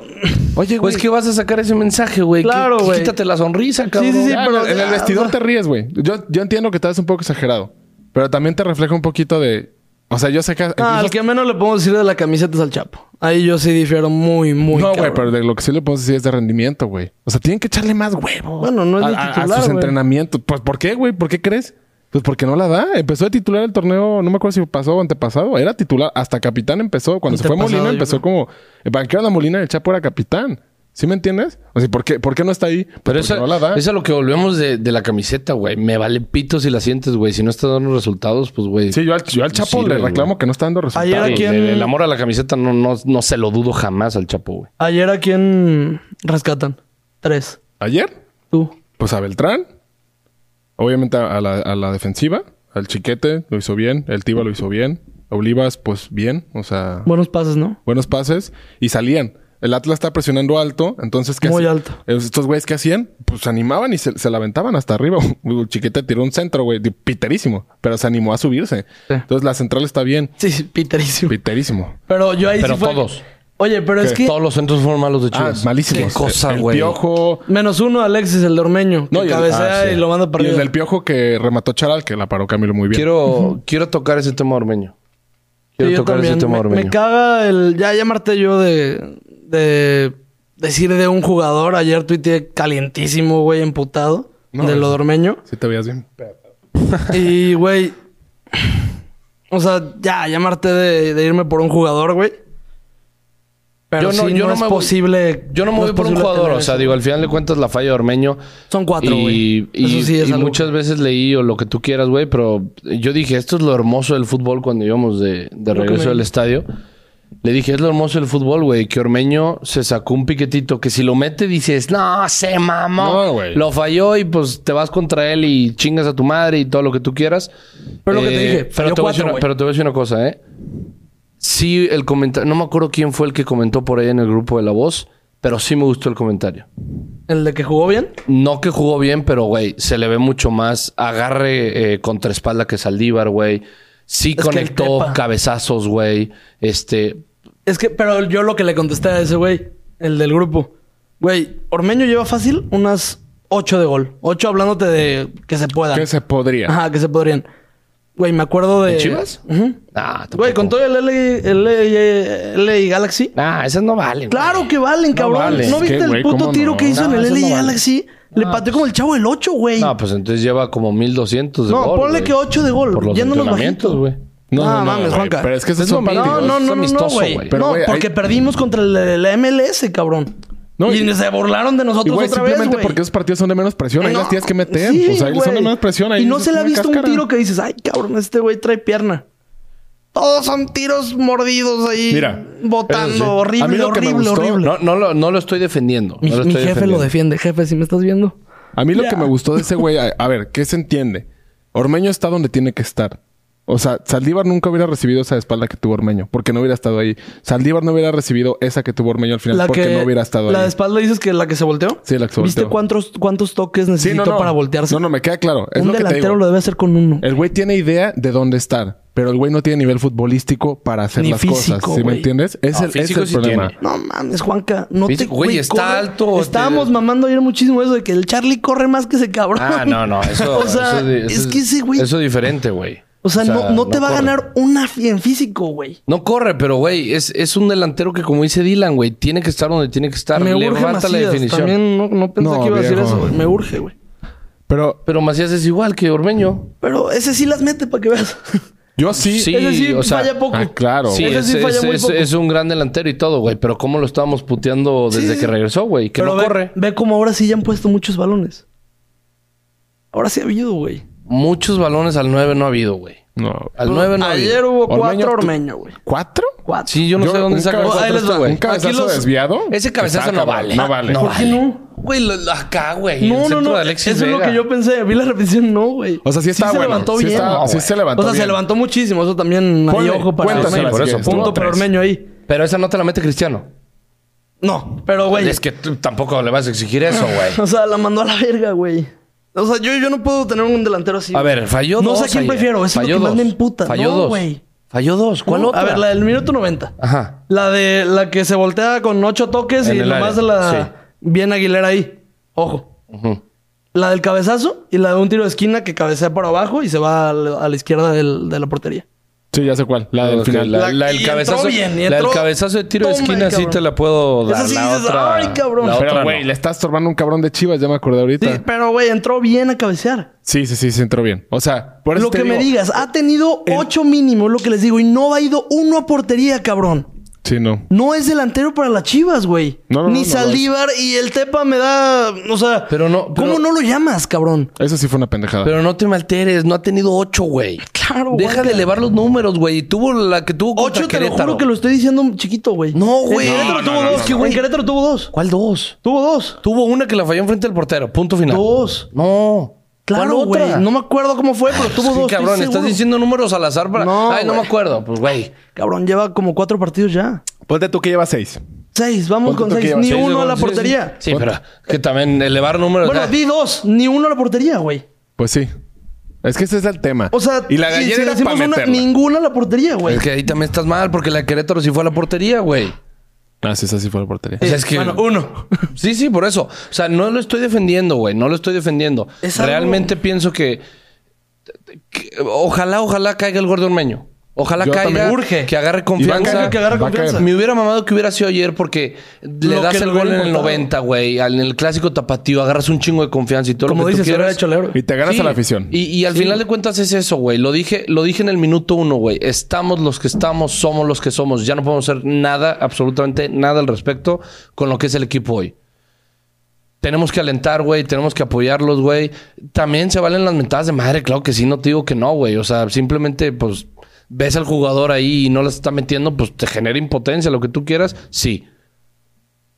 Speaker 2: Oye, güey.
Speaker 3: Pues que vas a sacar ese mensaje, güey. Qu-
Speaker 1: Claro, güey.
Speaker 3: Quítate la sonrisa, cabrón.
Speaker 1: sí, sí,
Speaker 2: Ah,
Speaker 1: pero-
Speaker 2: en el- en el vestidor te ríes, güey. Yo, yo entiendo que estás un poco exagerado, pero también te refleja un poquito de O sea, yo sé que.
Speaker 1: Ah,
Speaker 2: incluso-
Speaker 1: al que menos le podemos decir de la camiseta es al Chapo. Ahí yo sí difiero muy, muy.
Speaker 2: no, güey,
Speaker 1: cabrón.
Speaker 2: pero de lo que sí le podemos decir es de rendimiento, güey. O sea, tienen que echarle más huevos.
Speaker 1: Bueno, no es
Speaker 2: a,
Speaker 1: ni
Speaker 2: a- a
Speaker 1: titular,
Speaker 2: sus
Speaker 1: güey.
Speaker 2: entrenamientos. Pues, ¿por qué, güey? ¿Por qué crees? Pues porque no la da. Empezó de titular el torneo, no me acuerdo si pasó o antepasado. Era titular. Hasta capitán empezó. Cuando se fue
Speaker 1: Antepasado,
Speaker 2: Molina,
Speaker 1: yo
Speaker 2: empezó
Speaker 1: creo.
Speaker 2: como. El banquero de Molina, el Chapo era capitán. ¿Sí me entiendes? O sea, ¿por qué, por qué no está ahí? Pues porque
Speaker 3: Pero esa,
Speaker 2: no la da.
Speaker 3: es lo que volvemos de, de la camiseta, güey. Me vale pito si la sientes, güey. Si no está dando resultados, pues, güey.
Speaker 2: Sí, yo al, yo al Chapo
Speaker 3: Sí,
Speaker 2: le
Speaker 3: güey.
Speaker 2: reclamo que no está dando resultados.
Speaker 1: Ayer
Speaker 3: Sí,
Speaker 1: aquí- ¿quién-
Speaker 3: el, el amor a la camiseta no, no, no se lo dudo jamás al Chapo, güey.
Speaker 1: Ayer a quién rescatan. Tres.
Speaker 2: ¿Ayer?
Speaker 1: Tú.
Speaker 2: Pues a Beltrán. Obviamente a a la, a la defensiva. Al Chiquete lo hizo bien. El Tiba lo hizo bien. Olivas, pues bien. O sea,
Speaker 1: Buenos pases, ¿no?
Speaker 2: buenos pases. Y salían. El Atlas está presionando alto. Entonces, ¿qué
Speaker 1: Muy
Speaker 2: hacían?
Speaker 1: alto.
Speaker 2: Estos güeyes, ¿qué hacían? Pues se animaban y se, se la aventaban hasta arriba. El Chiquete tiró un centro, güey. de- Piterísimo. Pero se animó a subirse.
Speaker 1: Sí.
Speaker 2: Entonces, la central está bien.
Speaker 1: Sí, sí, piterísimo.
Speaker 2: Piterísimo.
Speaker 1: Pero yo ahí
Speaker 3: Pero
Speaker 1: sí fue-
Speaker 3: todos.
Speaker 1: Oye, pero es que
Speaker 3: Todos los centros fueron malos de
Speaker 2: Ah,
Speaker 3: Chivas.
Speaker 2: malísimos.
Speaker 3: Qué cosa,
Speaker 2: El-
Speaker 3: güey.
Speaker 2: El Piojo...
Speaker 1: menos uno Alexis, el de Ormeño. Que
Speaker 2: y el-
Speaker 1: cabecea
Speaker 2: ah, sí.
Speaker 1: y lo manda para
Speaker 2: Y el
Speaker 1: arriba.
Speaker 2: del Piojo que remató Charal, que la paró Camilo muy bien.
Speaker 3: Quiero, quiero tocar ese tema ormeño. Quiero
Speaker 1: Sí, yo
Speaker 3: tocar ese
Speaker 1: también.
Speaker 3: tema
Speaker 1: Me-
Speaker 3: ormeño.
Speaker 1: Me, caga el. Ya llamarte yo de. De decir de un jugador. Ayer tuiteé calientísimo, güey, emputado.
Speaker 2: No,
Speaker 1: de lo
Speaker 2: es-
Speaker 1: de Ormeño.
Speaker 2: Sí te veías bien.
Speaker 1: Y, güey. O sea, ya llamarte de, de irme por un jugador, güey. Pero
Speaker 3: Yo no-
Speaker 1: sí,
Speaker 3: yo
Speaker 1: no
Speaker 3: no
Speaker 1: es
Speaker 3: me voy-
Speaker 1: posible.
Speaker 3: Yo no me
Speaker 1: es
Speaker 3: voy por un
Speaker 1: posible
Speaker 3: jugador,
Speaker 1: tener
Speaker 3: o sea,
Speaker 1: eso.
Speaker 3: digo, al final de cuentas la falla de Ormeño.
Speaker 1: Son cuatro,
Speaker 3: y-
Speaker 1: güey.
Speaker 3: Y,
Speaker 1: Eso sí es
Speaker 3: y
Speaker 1: algo.
Speaker 3: muchas veces leí o lo que tú quieras, güey, pero yo dije, esto es lo hermoso del fútbol cuando íbamos de, de
Speaker 1: que
Speaker 3: regreso
Speaker 1: me-
Speaker 3: del estadio. Le dije, es lo hermoso del fútbol, güey, que Ormeño se sacó un piquetito que si lo mete dices, no, se mamó.
Speaker 2: No, güey.
Speaker 3: lo falló y pues te vas contra él y chingas a tu madre y todo lo que tú quieras.
Speaker 1: Pero lo que te dije,
Speaker 3: Eh, pero
Speaker 1: falló
Speaker 3: te, voy a decir
Speaker 1: cuatro,
Speaker 3: una-
Speaker 1: güey.
Speaker 3: pero te voy a decir una cosa, ¿eh? Sí, el comentario. No me acuerdo quién fue el que comentó por ahí en el grupo de La Voz, pero sí me gustó el comentario.
Speaker 1: El de que jugó bien.
Speaker 3: No que jugó bien, pero güey, se le ve mucho más agarre eh, contraespalda que Saldívar, güey. Sí
Speaker 1: que el
Speaker 3: conectó
Speaker 1: Tepa.
Speaker 3: cabezazos, güey. Este.
Speaker 1: Es que, pero yo lo que le contesté a ese güey, el del grupo. Güey, Ormeño lleva fácil unas ocho de gol. Ocho hablándote de que se pueda.
Speaker 2: Que se podría.
Speaker 1: Ajá, que se podrían. Güey, me acuerdo de.
Speaker 3: ¿En Chivas?
Speaker 1: Ujú.
Speaker 3: Ah,
Speaker 1: Güey, con todo el LA, LA, Galaxy.
Speaker 3: Ah, esas no valen.
Speaker 1: Claro que valen, cabrón.
Speaker 3: valen.
Speaker 1: ¿No
Speaker 2: Es que,
Speaker 1: viste
Speaker 2: güey,
Speaker 1: el puto
Speaker 2: ¿cómo
Speaker 1: tiro
Speaker 2: no?
Speaker 1: que hizo
Speaker 3: No,
Speaker 1: en el
Speaker 3: eso
Speaker 1: LA
Speaker 3: no vale.
Speaker 1: Galaxy? Le pateó como el chavo del 8, güey.
Speaker 3: No,
Speaker 1: No,
Speaker 3: pues entonces lleva como 1200 de gol,
Speaker 1: ponle
Speaker 3: güey.
Speaker 1: que 8 de
Speaker 3: Por
Speaker 1: gol.
Speaker 3: los
Speaker 1: Yéndonos bajito.
Speaker 3: entrenamientos, güey.
Speaker 2: No, no,
Speaker 1: Ah,
Speaker 2: no,
Speaker 1: mames,
Speaker 2: güey,
Speaker 1: Juanca.
Speaker 2: Pero es que esos
Speaker 3: Es
Speaker 2: son
Speaker 3: lo mismo.
Speaker 2: partidos.
Speaker 1: No, no, no,
Speaker 3: es
Speaker 1: no, no,
Speaker 3: amistoso,
Speaker 1: güey.
Speaker 3: güey.
Speaker 2: Pero,
Speaker 1: No,
Speaker 2: güey, hay-
Speaker 1: porque perdimos contra el- la MLS, cabrón.
Speaker 2: No,
Speaker 1: y,
Speaker 2: y-
Speaker 1: se burlaron de
Speaker 2: Y,
Speaker 1: nosotros
Speaker 2: güey,
Speaker 1: otra vez,
Speaker 2: simplemente
Speaker 1: güey.
Speaker 2: porque esos partidos son de menos presión. Ahí
Speaker 1: No,
Speaker 2: las tienes que meter.
Speaker 1: Eh, sí,
Speaker 2: o sea, ahí
Speaker 1: güey.
Speaker 2: son de menos presión. Ahí
Speaker 1: y no
Speaker 2: es
Speaker 1: se le ha
Speaker 2: una
Speaker 1: visto
Speaker 2: cáscara.
Speaker 1: un tiro que dices, ay, cabrón, este güey trae pierna. Todos son tiros mordidos ahí.
Speaker 2: Mira,
Speaker 1: Botando.
Speaker 2: eso sí. A
Speaker 1: Horrible,
Speaker 2: mí lo que me
Speaker 1: horrible,
Speaker 2: gustó-
Speaker 1: horrible.
Speaker 3: No, no, lo, no lo estoy defendiendo.
Speaker 1: mi
Speaker 3: no lo
Speaker 1: mi
Speaker 3: estoy
Speaker 1: jefe
Speaker 3: defendiendo.
Speaker 1: lo defiende. Jefe, si me estás viendo.
Speaker 2: A mí lo
Speaker 1: Ya.
Speaker 2: que me gustó de ese güey... A, a ver, ¿qué se entiende? Ormeño está donde tiene que estar. O sea, Saldívar nunca hubiera recibido esa espalda que tuvo Ormeño. Porque no hubiera estado ahí. Saldívar no hubiera recibido esa que tuvo Ormeño al final.
Speaker 1: La
Speaker 2: porque
Speaker 1: que,
Speaker 2: no hubiera estado
Speaker 1: la de
Speaker 2: ahí.
Speaker 1: espalda dices que la que se volteó.
Speaker 2: Sí, la que se
Speaker 1: ¿Viste
Speaker 2: volteó.
Speaker 1: cuántos, cuántos toques
Speaker 2: Sí,
Speaker 1: necesitó
Speaker 2: no, no.
Speaker 1: para voltearse?
Speaker 2: No, no, me queda claro. Es
Speaker 1: Un
Speaker 2: lo que te
Speaker 1: delantero
Speaker 2: digo.
Speaker 1: lo debe hacer con uno.
Speaker 2: El güey tiene idea de dónde estar, pero el güey no tiene nivel futbolístico para hacer
Speaker 1: Ni
Speaker 2: las
Speaker 1: físico,
Speaker 2: cosas. ¿Sí me
Speaker 1: güey.
Speaker 2: entiendes? Es el,
Speaker 3: No,
Speaker 2: es
Speaker 3: físico
Speaker 2: el
Speaker 3: sí
Speaker 2: problema.
Speaker 3: tiene.
Speaker 1: No mames, Juanca. No
Speaker 3: ¿Viste?
Speaker 1: te
Speaker 3: Güey, está alto,
Speaker 1: Estábamos
Speaker 3: te-
Speaker 1: mamando ayer muchísimo eso de que el Charlie corre más que ese cabrón.
Speaker 3: Ah, no, no. Eso,
Speaker 1: o sea,
Speaker 3: eso es-
Speaker 1: es, que ese güey.
Speaker 3: Eso es diferente, güey.
Speaker 1: o sea, no, no te va a
Speaker 3: corre.
Speaker 1: ganar una fi- en físico, güey.
Speaker 3: No corre, pero güey, es, es un delantero que, como dice Dylan, güey, tiene que estar donde tiene que estar.
Speaker 1: Me
Speaker 3: Le
Speaker 1: urge
Speaker 3: falta la
Speaker 1: Macías.
Speaker 3: definición.
Speaker 1: También no, no pensé
Speaker 2: No,
Speaker 1: que iba a decir
Speaker 2: viejo.
Speaker 1: eso, güey. Me urge, güey.
Speaker 2: Pero
Speaker 3: Pero Macías es igual que Ormeño.
Speaker 1: Pero ese sí las mete para que veas.
Speaker 2: yo sí.
Speaker 3: Sí,
Speaker 1: ese sí
Speaker 3: o sea,
Speaker 1: falla poco.
Speaker 2: ah, claro.
Speaker 3: Sí,
Speaker 1: Ese
Speaker 3: es,
Speaker 1: sí falla
Speaker 3: es-
Speaker 1: muy
Speaker 3: es-
Speaker 1: poco.
Speaker 3: es un gran delantero y todo, güey. Pero cómo lo estábamos puteando
Speaker 1: Sí,
Speaker 3: desde
Speaker 1: sí,
Speaker 3: que
Speaker 1: sí.
Speaker 3: regresó, güey. Que
Speaker 1: Pero
Speaker 3: no
Speaker 1: ve,
Speaker 3: corre.
Speaker 1: Ve como ahora sí ya han puesto muchos balones. Ahora sí ha habido, güey.
Speaker 3: Muchos balones al 9 no ha habido, güey.
Speaker 2: No.
Speaker 3: Al 9 no ha
Speaker 1: Ayer
Speaker 3: habido.
Speaker 1: hubo cuatro
Speaker 2: tú-
Speaker 1: Ormeño, güey.
Speaker 2: ¿Cuatro?
Speaker 1: Cuatro.
Speaker 3: Sí, yo no
Speaker 2: Yo-
Speaker 3: sé dónde
Speaker 2: un
Speaker 3: saca los
Speaker 2: cabezazo-
Speaker 3: cuatro
Speaker 1: Ahí les
Speaker 3: este
Speaker 1: va.
Speaker 3: güey.
Speaker 2: Un cabezazo
Speaker 1: Aquí los-
Speaker 2: desviado.
Speaker 3: Ese cabezazo
Speaker 2: Saca,
Speaker 3: no vale.
Speaker 2: No vale.
Speaker 3: No
Speaker 1: ¿Por qué
Speaker 3: vale.
Speaker 1: no?
Speaker 3: Güey, lo- lo- acá, güey.
Speaker 1: No,
Speaker 3: el
Speaker 1: no,
Speaker 3: centro
Speaker 1: no.
Speaker 3: de Alexis
Speaker 1: Eso es lo
Speaker 3: Vega.
Speaker 1: que yo pensé. Vi la repetición, no, güey.
Speaker 2: O sea, sí está
Speaker 1: se
Speaker 2: bueno.
Speaker 1: levantó
Speaker 2: Sí
Speaker 1: bien.
Speaker 2: está-
Speaker 1: No,
Speaker 2: sí se
Speaker 1: güey.
Speaker 2: levantó
Speaker 1: O sea, se
Speaker 2: bien.
Speaker 1: levantó muchísimo. Eso también hay
Speaker 2: Ponle-
Speaker 1: ojo para
Speaker 2: cuéntasela,
Speaker 3: Sí, por
Speaker 2: si
Speaker 3: eso,
Speaker 2: quieres,
Speaker 1: Punto
Speaker 2: tú.
Speaker 1: para Ormeño ahí.
Speaker 3: Pero esa no te la mete Cristiano.
Speaker 1: No, pero, güey.
Speaker 3: Es que tú tampoco le vas a exigir eso, güey.
Speaker 1: O sea, la mandó a la verga, güey. O sea, yo, yo no puedo tener un delantero así.
Speaker 3: A
Speaker 1: güey.
Speaker 3: ver, falló
Speaker 1: No
Speaker 3: dos.
Speaker 1: sé a quién
Speaker 3: ayer.
Speaker 1: prefiero. Eso es
Speaker 3: Falló
Speaker 1: lo que más
Speaker 3: dos.
Speaker 1: me emputa.
Speaker 3: Falló
Speaker 1: no,
Speaker 3: dos.
Speaker 1: güey.
Speaker 3: Falló dos. ¿Cuál
Speaker 1: No,
Speaker 3: otra?
Speaker 1: A ver, la del minuto 90.
Speaker 3: Ajá.
Speaker 1: La de la que se voltea con ocho toques
Speaker 3: En
Speaker 1: y
Speaker 3: el
Speaker 1: nomás
Speaker 3: área,
Speaker 1: la
Speaker 3: sí.
Speaker 1: viene Aguilera ahí. Ojo.
Speaker 3: Ujú.
Speaker 1: La del cabezazo y la de un tiro de esquina que cabecea para abajo y se va a la, a la izquierda del- de la portería.
Speaker 2: Sí, ya sé cuál. La del
Speaker 3: Ok,
Speaker 2: final.
Speaker 3: La,
Speaker 1: La-
Speaker 3: la
Speaker 1: y
Speaker 3: del
Speaker 1: entró
Speaker 3: cabezazo.
Speaker 1: bien, y
Speaker 3: la del
Speaker 1: entró-
Speaker 3: cabezazo de tiro de
Speaker 1: Toma,
Speaker 3: esquina sí
Speaker 1: cabrón.
Speaker 3: te la puedo dar.
Speaker 1: Esa sí
Speaker 3: la
Speaker 1: dices,
Speaker 3: otra,
Speaker 1: "Ay, cabrón".
Speaker 3: La
Speaker 1: Pero,
Speaker 3: otra
Speaker 2: Pero,
Speaker 3: no.
Speaker 2: güey, le está estorbando un cabrón de Chivas, ya me acordé
Speaker 1: Sí,
Speaker 2: ahorita.
Speaker 1: pero güey, entró bien a cabecear.
Speaker 2: Sí, sí, sí, se entró bien. O sea, por eso
Speaker 1: Lo
Speaker 2: te
Speaker 1: que me
Speaker 2: digo-
Speaker 1: digas, ha tenido ocho mínimo, es lo que les digo, y no ha ido uno a portería, cabrón.
Speaker 2: Sí, no.
Speaker 1: No es delantero para las Chivas, güey.
Speaker 2: No, no, no,
Speaker 1: Ni
Speaker 2: no lo
Speaker 1: Saldívar y el Tepa me da, o sea,
Speaker 3: Pero no- pero-
Speaker 1: ¿cómo no lo llamas, cabrón?
Speaker 2: Eso sí fue una pendejada.
Speaker 3: Pero no te malteres, no ha tenido ocho, güey.
Speaker 1: Claro,
Speaker 3: Deja
Speaker 1: guaca.
Speaker 3: de elevar los números, güey. Tuvo la que tuvo contra
Speaker 1: Ocho, te lo
Speaker 3: Querétaro.
Speaker 1: juro que lo estoy diciendo chiquito, güey.
Speaker 3: No, güey.
Speaker 1: En Querétaro
Speaker 3: No,
Speaker 1: tuvo
Speaker 3: no, no,
Speaker 1: dos,
Speaker 3: no, no.
Speaker 1: En Querétaro tuvo dos.
Speaker 3: ¿Cuál dos?
Speaker 1: Tuvo dos.
Speaker 3: Tuvo una que la falló enfrente del portero. Punto final.
Speaker 1: Dos.
Speaker 3: No.
Speaker 1: Claro,
Speaker 3: ¿Cuál otra?
Speaker 1: güey. No me acuerdo cómo fue, pero tuvo
Speaker 3: Sí,
Speaker 1: dos.
Speaker 3: cabrón,
Speaker 1: estoy
Speaker 3: estás
Speaker 1: seguro.
Speaker 3: diciendo números al azar para.
Speaker 1: No,
Speaker 3: Ay, no
Speaker 1: güey.
Speaker 3: me acuerdo. Pues, güey.
Speaker 1: Cabrón, lleva como cuatro partidos ya.
Speaker 2: Ponte tú que llevas seis.
Speaker 1: Seis, vamos
Speaker 2: Ponte
Speaker 1: con
Speaker 2: tú que
Speaker 1: seis.
Speaker 2: lleva
Speaker 1: Ni
Speaker 2: seis
Speaker 1: uno a la
Speaker 3: Sí, sí,
Speaker 1: portería.
Speaker 3: Sí, pero que también elevar números.
Speaker 1: Bueno,
Speaker 3: ah,
Speaker 1: di dos, ni uno a la portería, güey.
Speaker 2: Pues sí. Es que ese es el tema.
Speaker 1: O sea,
Speaker 2: y la de
Speaker 1: si-
Speaker 2: ayer
Speaker 1: si
Speaker 2: era
Speaker 1: decimos
Speaker 2: pa'
Speaker 1: una,
Speaker 2: meterla.
Speaker 1: ninguna a la portería, güey.
Speaker 3: Es que ahí también estás mal porque la de Querétaro sí fue a la portería, güey.
Speaker 2: Ah, sí, esa sí fue la portería.
Speaker 3: O
Speaker 1: Eh,
Speaker 3: sea, es que-
Speaker 1: Bueno, uno.
Speaker 3: Sí, sí, por eso. O sea, no lo estoy defendiendo, güey. No lo estoy defendiendo.
Speaker 1: Es algo-
Speaker 3: Realmente pienso que, que- Ojalá, ojalá caiga el gordo Ormeño. Ojalá
Speaker 2: Yo
Speaker 3: caiga.
Speaker 2: también.
Speaker 1: Urge.
Speaker 3: Que agarre
Speaker 2: Va a
Speaker 3: confianza.
Speaker 2: caer,
Speaker 1: que agarra
Speaker 2: va a caer.
Speaker 1: confianza.
Speaker 3: Me hubiera mamado que hubiera sido ayer porque le
Speaker 1: Lo
Speaker 3: das
Speaker 1: que
Speaker 3: el
Speaker 1: le
Speaker 3: gol
Speaker 1: hubiera
Speaker 3: en el
Speaker 1: importado.
Speaker 3: 90, güey. al- En el clásico tapatío, agarras un chingo de confianza y todo
Speaker 1: Como
Speaker 3: lo que tú
Speaker 1: dices, se
Speaker 3: quieras.
Speaker 1: hubiera hecho el euro.
Speaker 2: Y te ganas
Speaker 3: Sí.
Speaker 2: a la afición.
Speaker 3: Y, y al final de cuentas es eso, güey. Lo dije, lo dije en el minuto uno, güey. Estamos los que estamos, somos los que somos. Ya no podemos hacer nada, absolutamente nada al respecto con lo que es el equipo hoy. Tenemos que alentar, güey. Tenemos que apoyarlos, güey. También se valen las mentadas de madre, claro que sí. No te digo que no, güey. O sea, simplemente, pues, ves al jugador ahí y no la está metiendo, pues te genera impotencia, lo que tú quieras. Sí.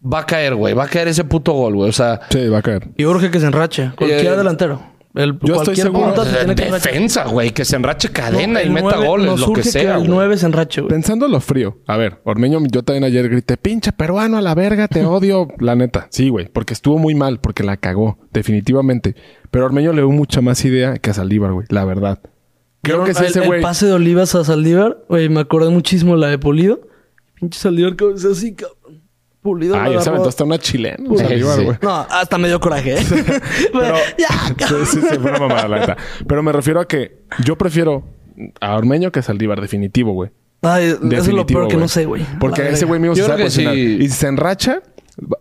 Speaker 3: Va a caer, güey. Va a caer ese puto gol, güey. O sea,
Speaker 2: Sí, va a caer.
Speaker 1: Y urge que se enrache. Cualquier
Speaker 3: Eh,
Speaker 1: delantero. El,
Speaker 2: yo estoy
Speaker 1: cualquier
Speaker 2: seguro-
Speaker 1: punta se tiene que enrachar.
Speaker 3: defensa, güey. Que se enrache
Speaker 1: No,
Speaker 3: cadena y
Speaker 1: el
Speaker 3: meta
Speaker 1: nueve-
Speaker 3: goles,
Speaker 1: nos
Speaker 3: lo que
Speaker 1: urge
Speaker 3: sea.
Speaker 1: el
Speaker 3: güey.
Speaker 1: 9 se enrache, güey.
Speaker 2: Pensando lo frío. A ver, Ormeño, yo también ayer grité, pinche peruano a la verga, te odio. la neta. Sí, güey, porque estuvo muy mal, porque la cagó, definitivamente. Pero a Ormeño le dio mucha más idea que a Saldívar, güey, la verdad. Creo
Speaker 1: Vieron
Speaker 2: que es
Speaker 1: el-
Speaker 2: ese
Speaker 1: El
Speaker 2: güey.
Speaker 1: pase de Olivas a Saldívar, güey, me acordé muchísimo la de Pulido. Pinche Saldívar que es así, cabrón. Pulido la
Speaker 2: Ay, él se
Speaker 1: agarró.
Speaker 2: aventó hasta una chilena.
Speaker 3: Sí,
Speaker 2: Saldívar,
Speaker 3: sí.
Speaker 2: güey.
Speaker 1: No, hasta me dio coraje. ¿eh?
Speaker 2: Pero,
Speaker 1: ya,
Speaker 2: sí, sí, sí, fue una mamada, la neta. Pero me refiero a que yo prefiero a Ormeño que a Saldívar, definitivo, güey.
Speaker 1: Ay, eso es
Speaker 2: Definitivo,
Speaker 1: lo peor que
Speaker 2: güey.
Speaker 1: no sé, güey.
Speaker 2: Porque
Speaker 1: La
Speaker 2: ese
Speaker 1: verga.
Speaker 2: güey mismo
Speaker 3: Yo
Speaker 2: se sabe
Speaker 3: creo que
Speaker 2: posicionar.
Speaker 3: sí.
Speaker 2: Y si se enracha,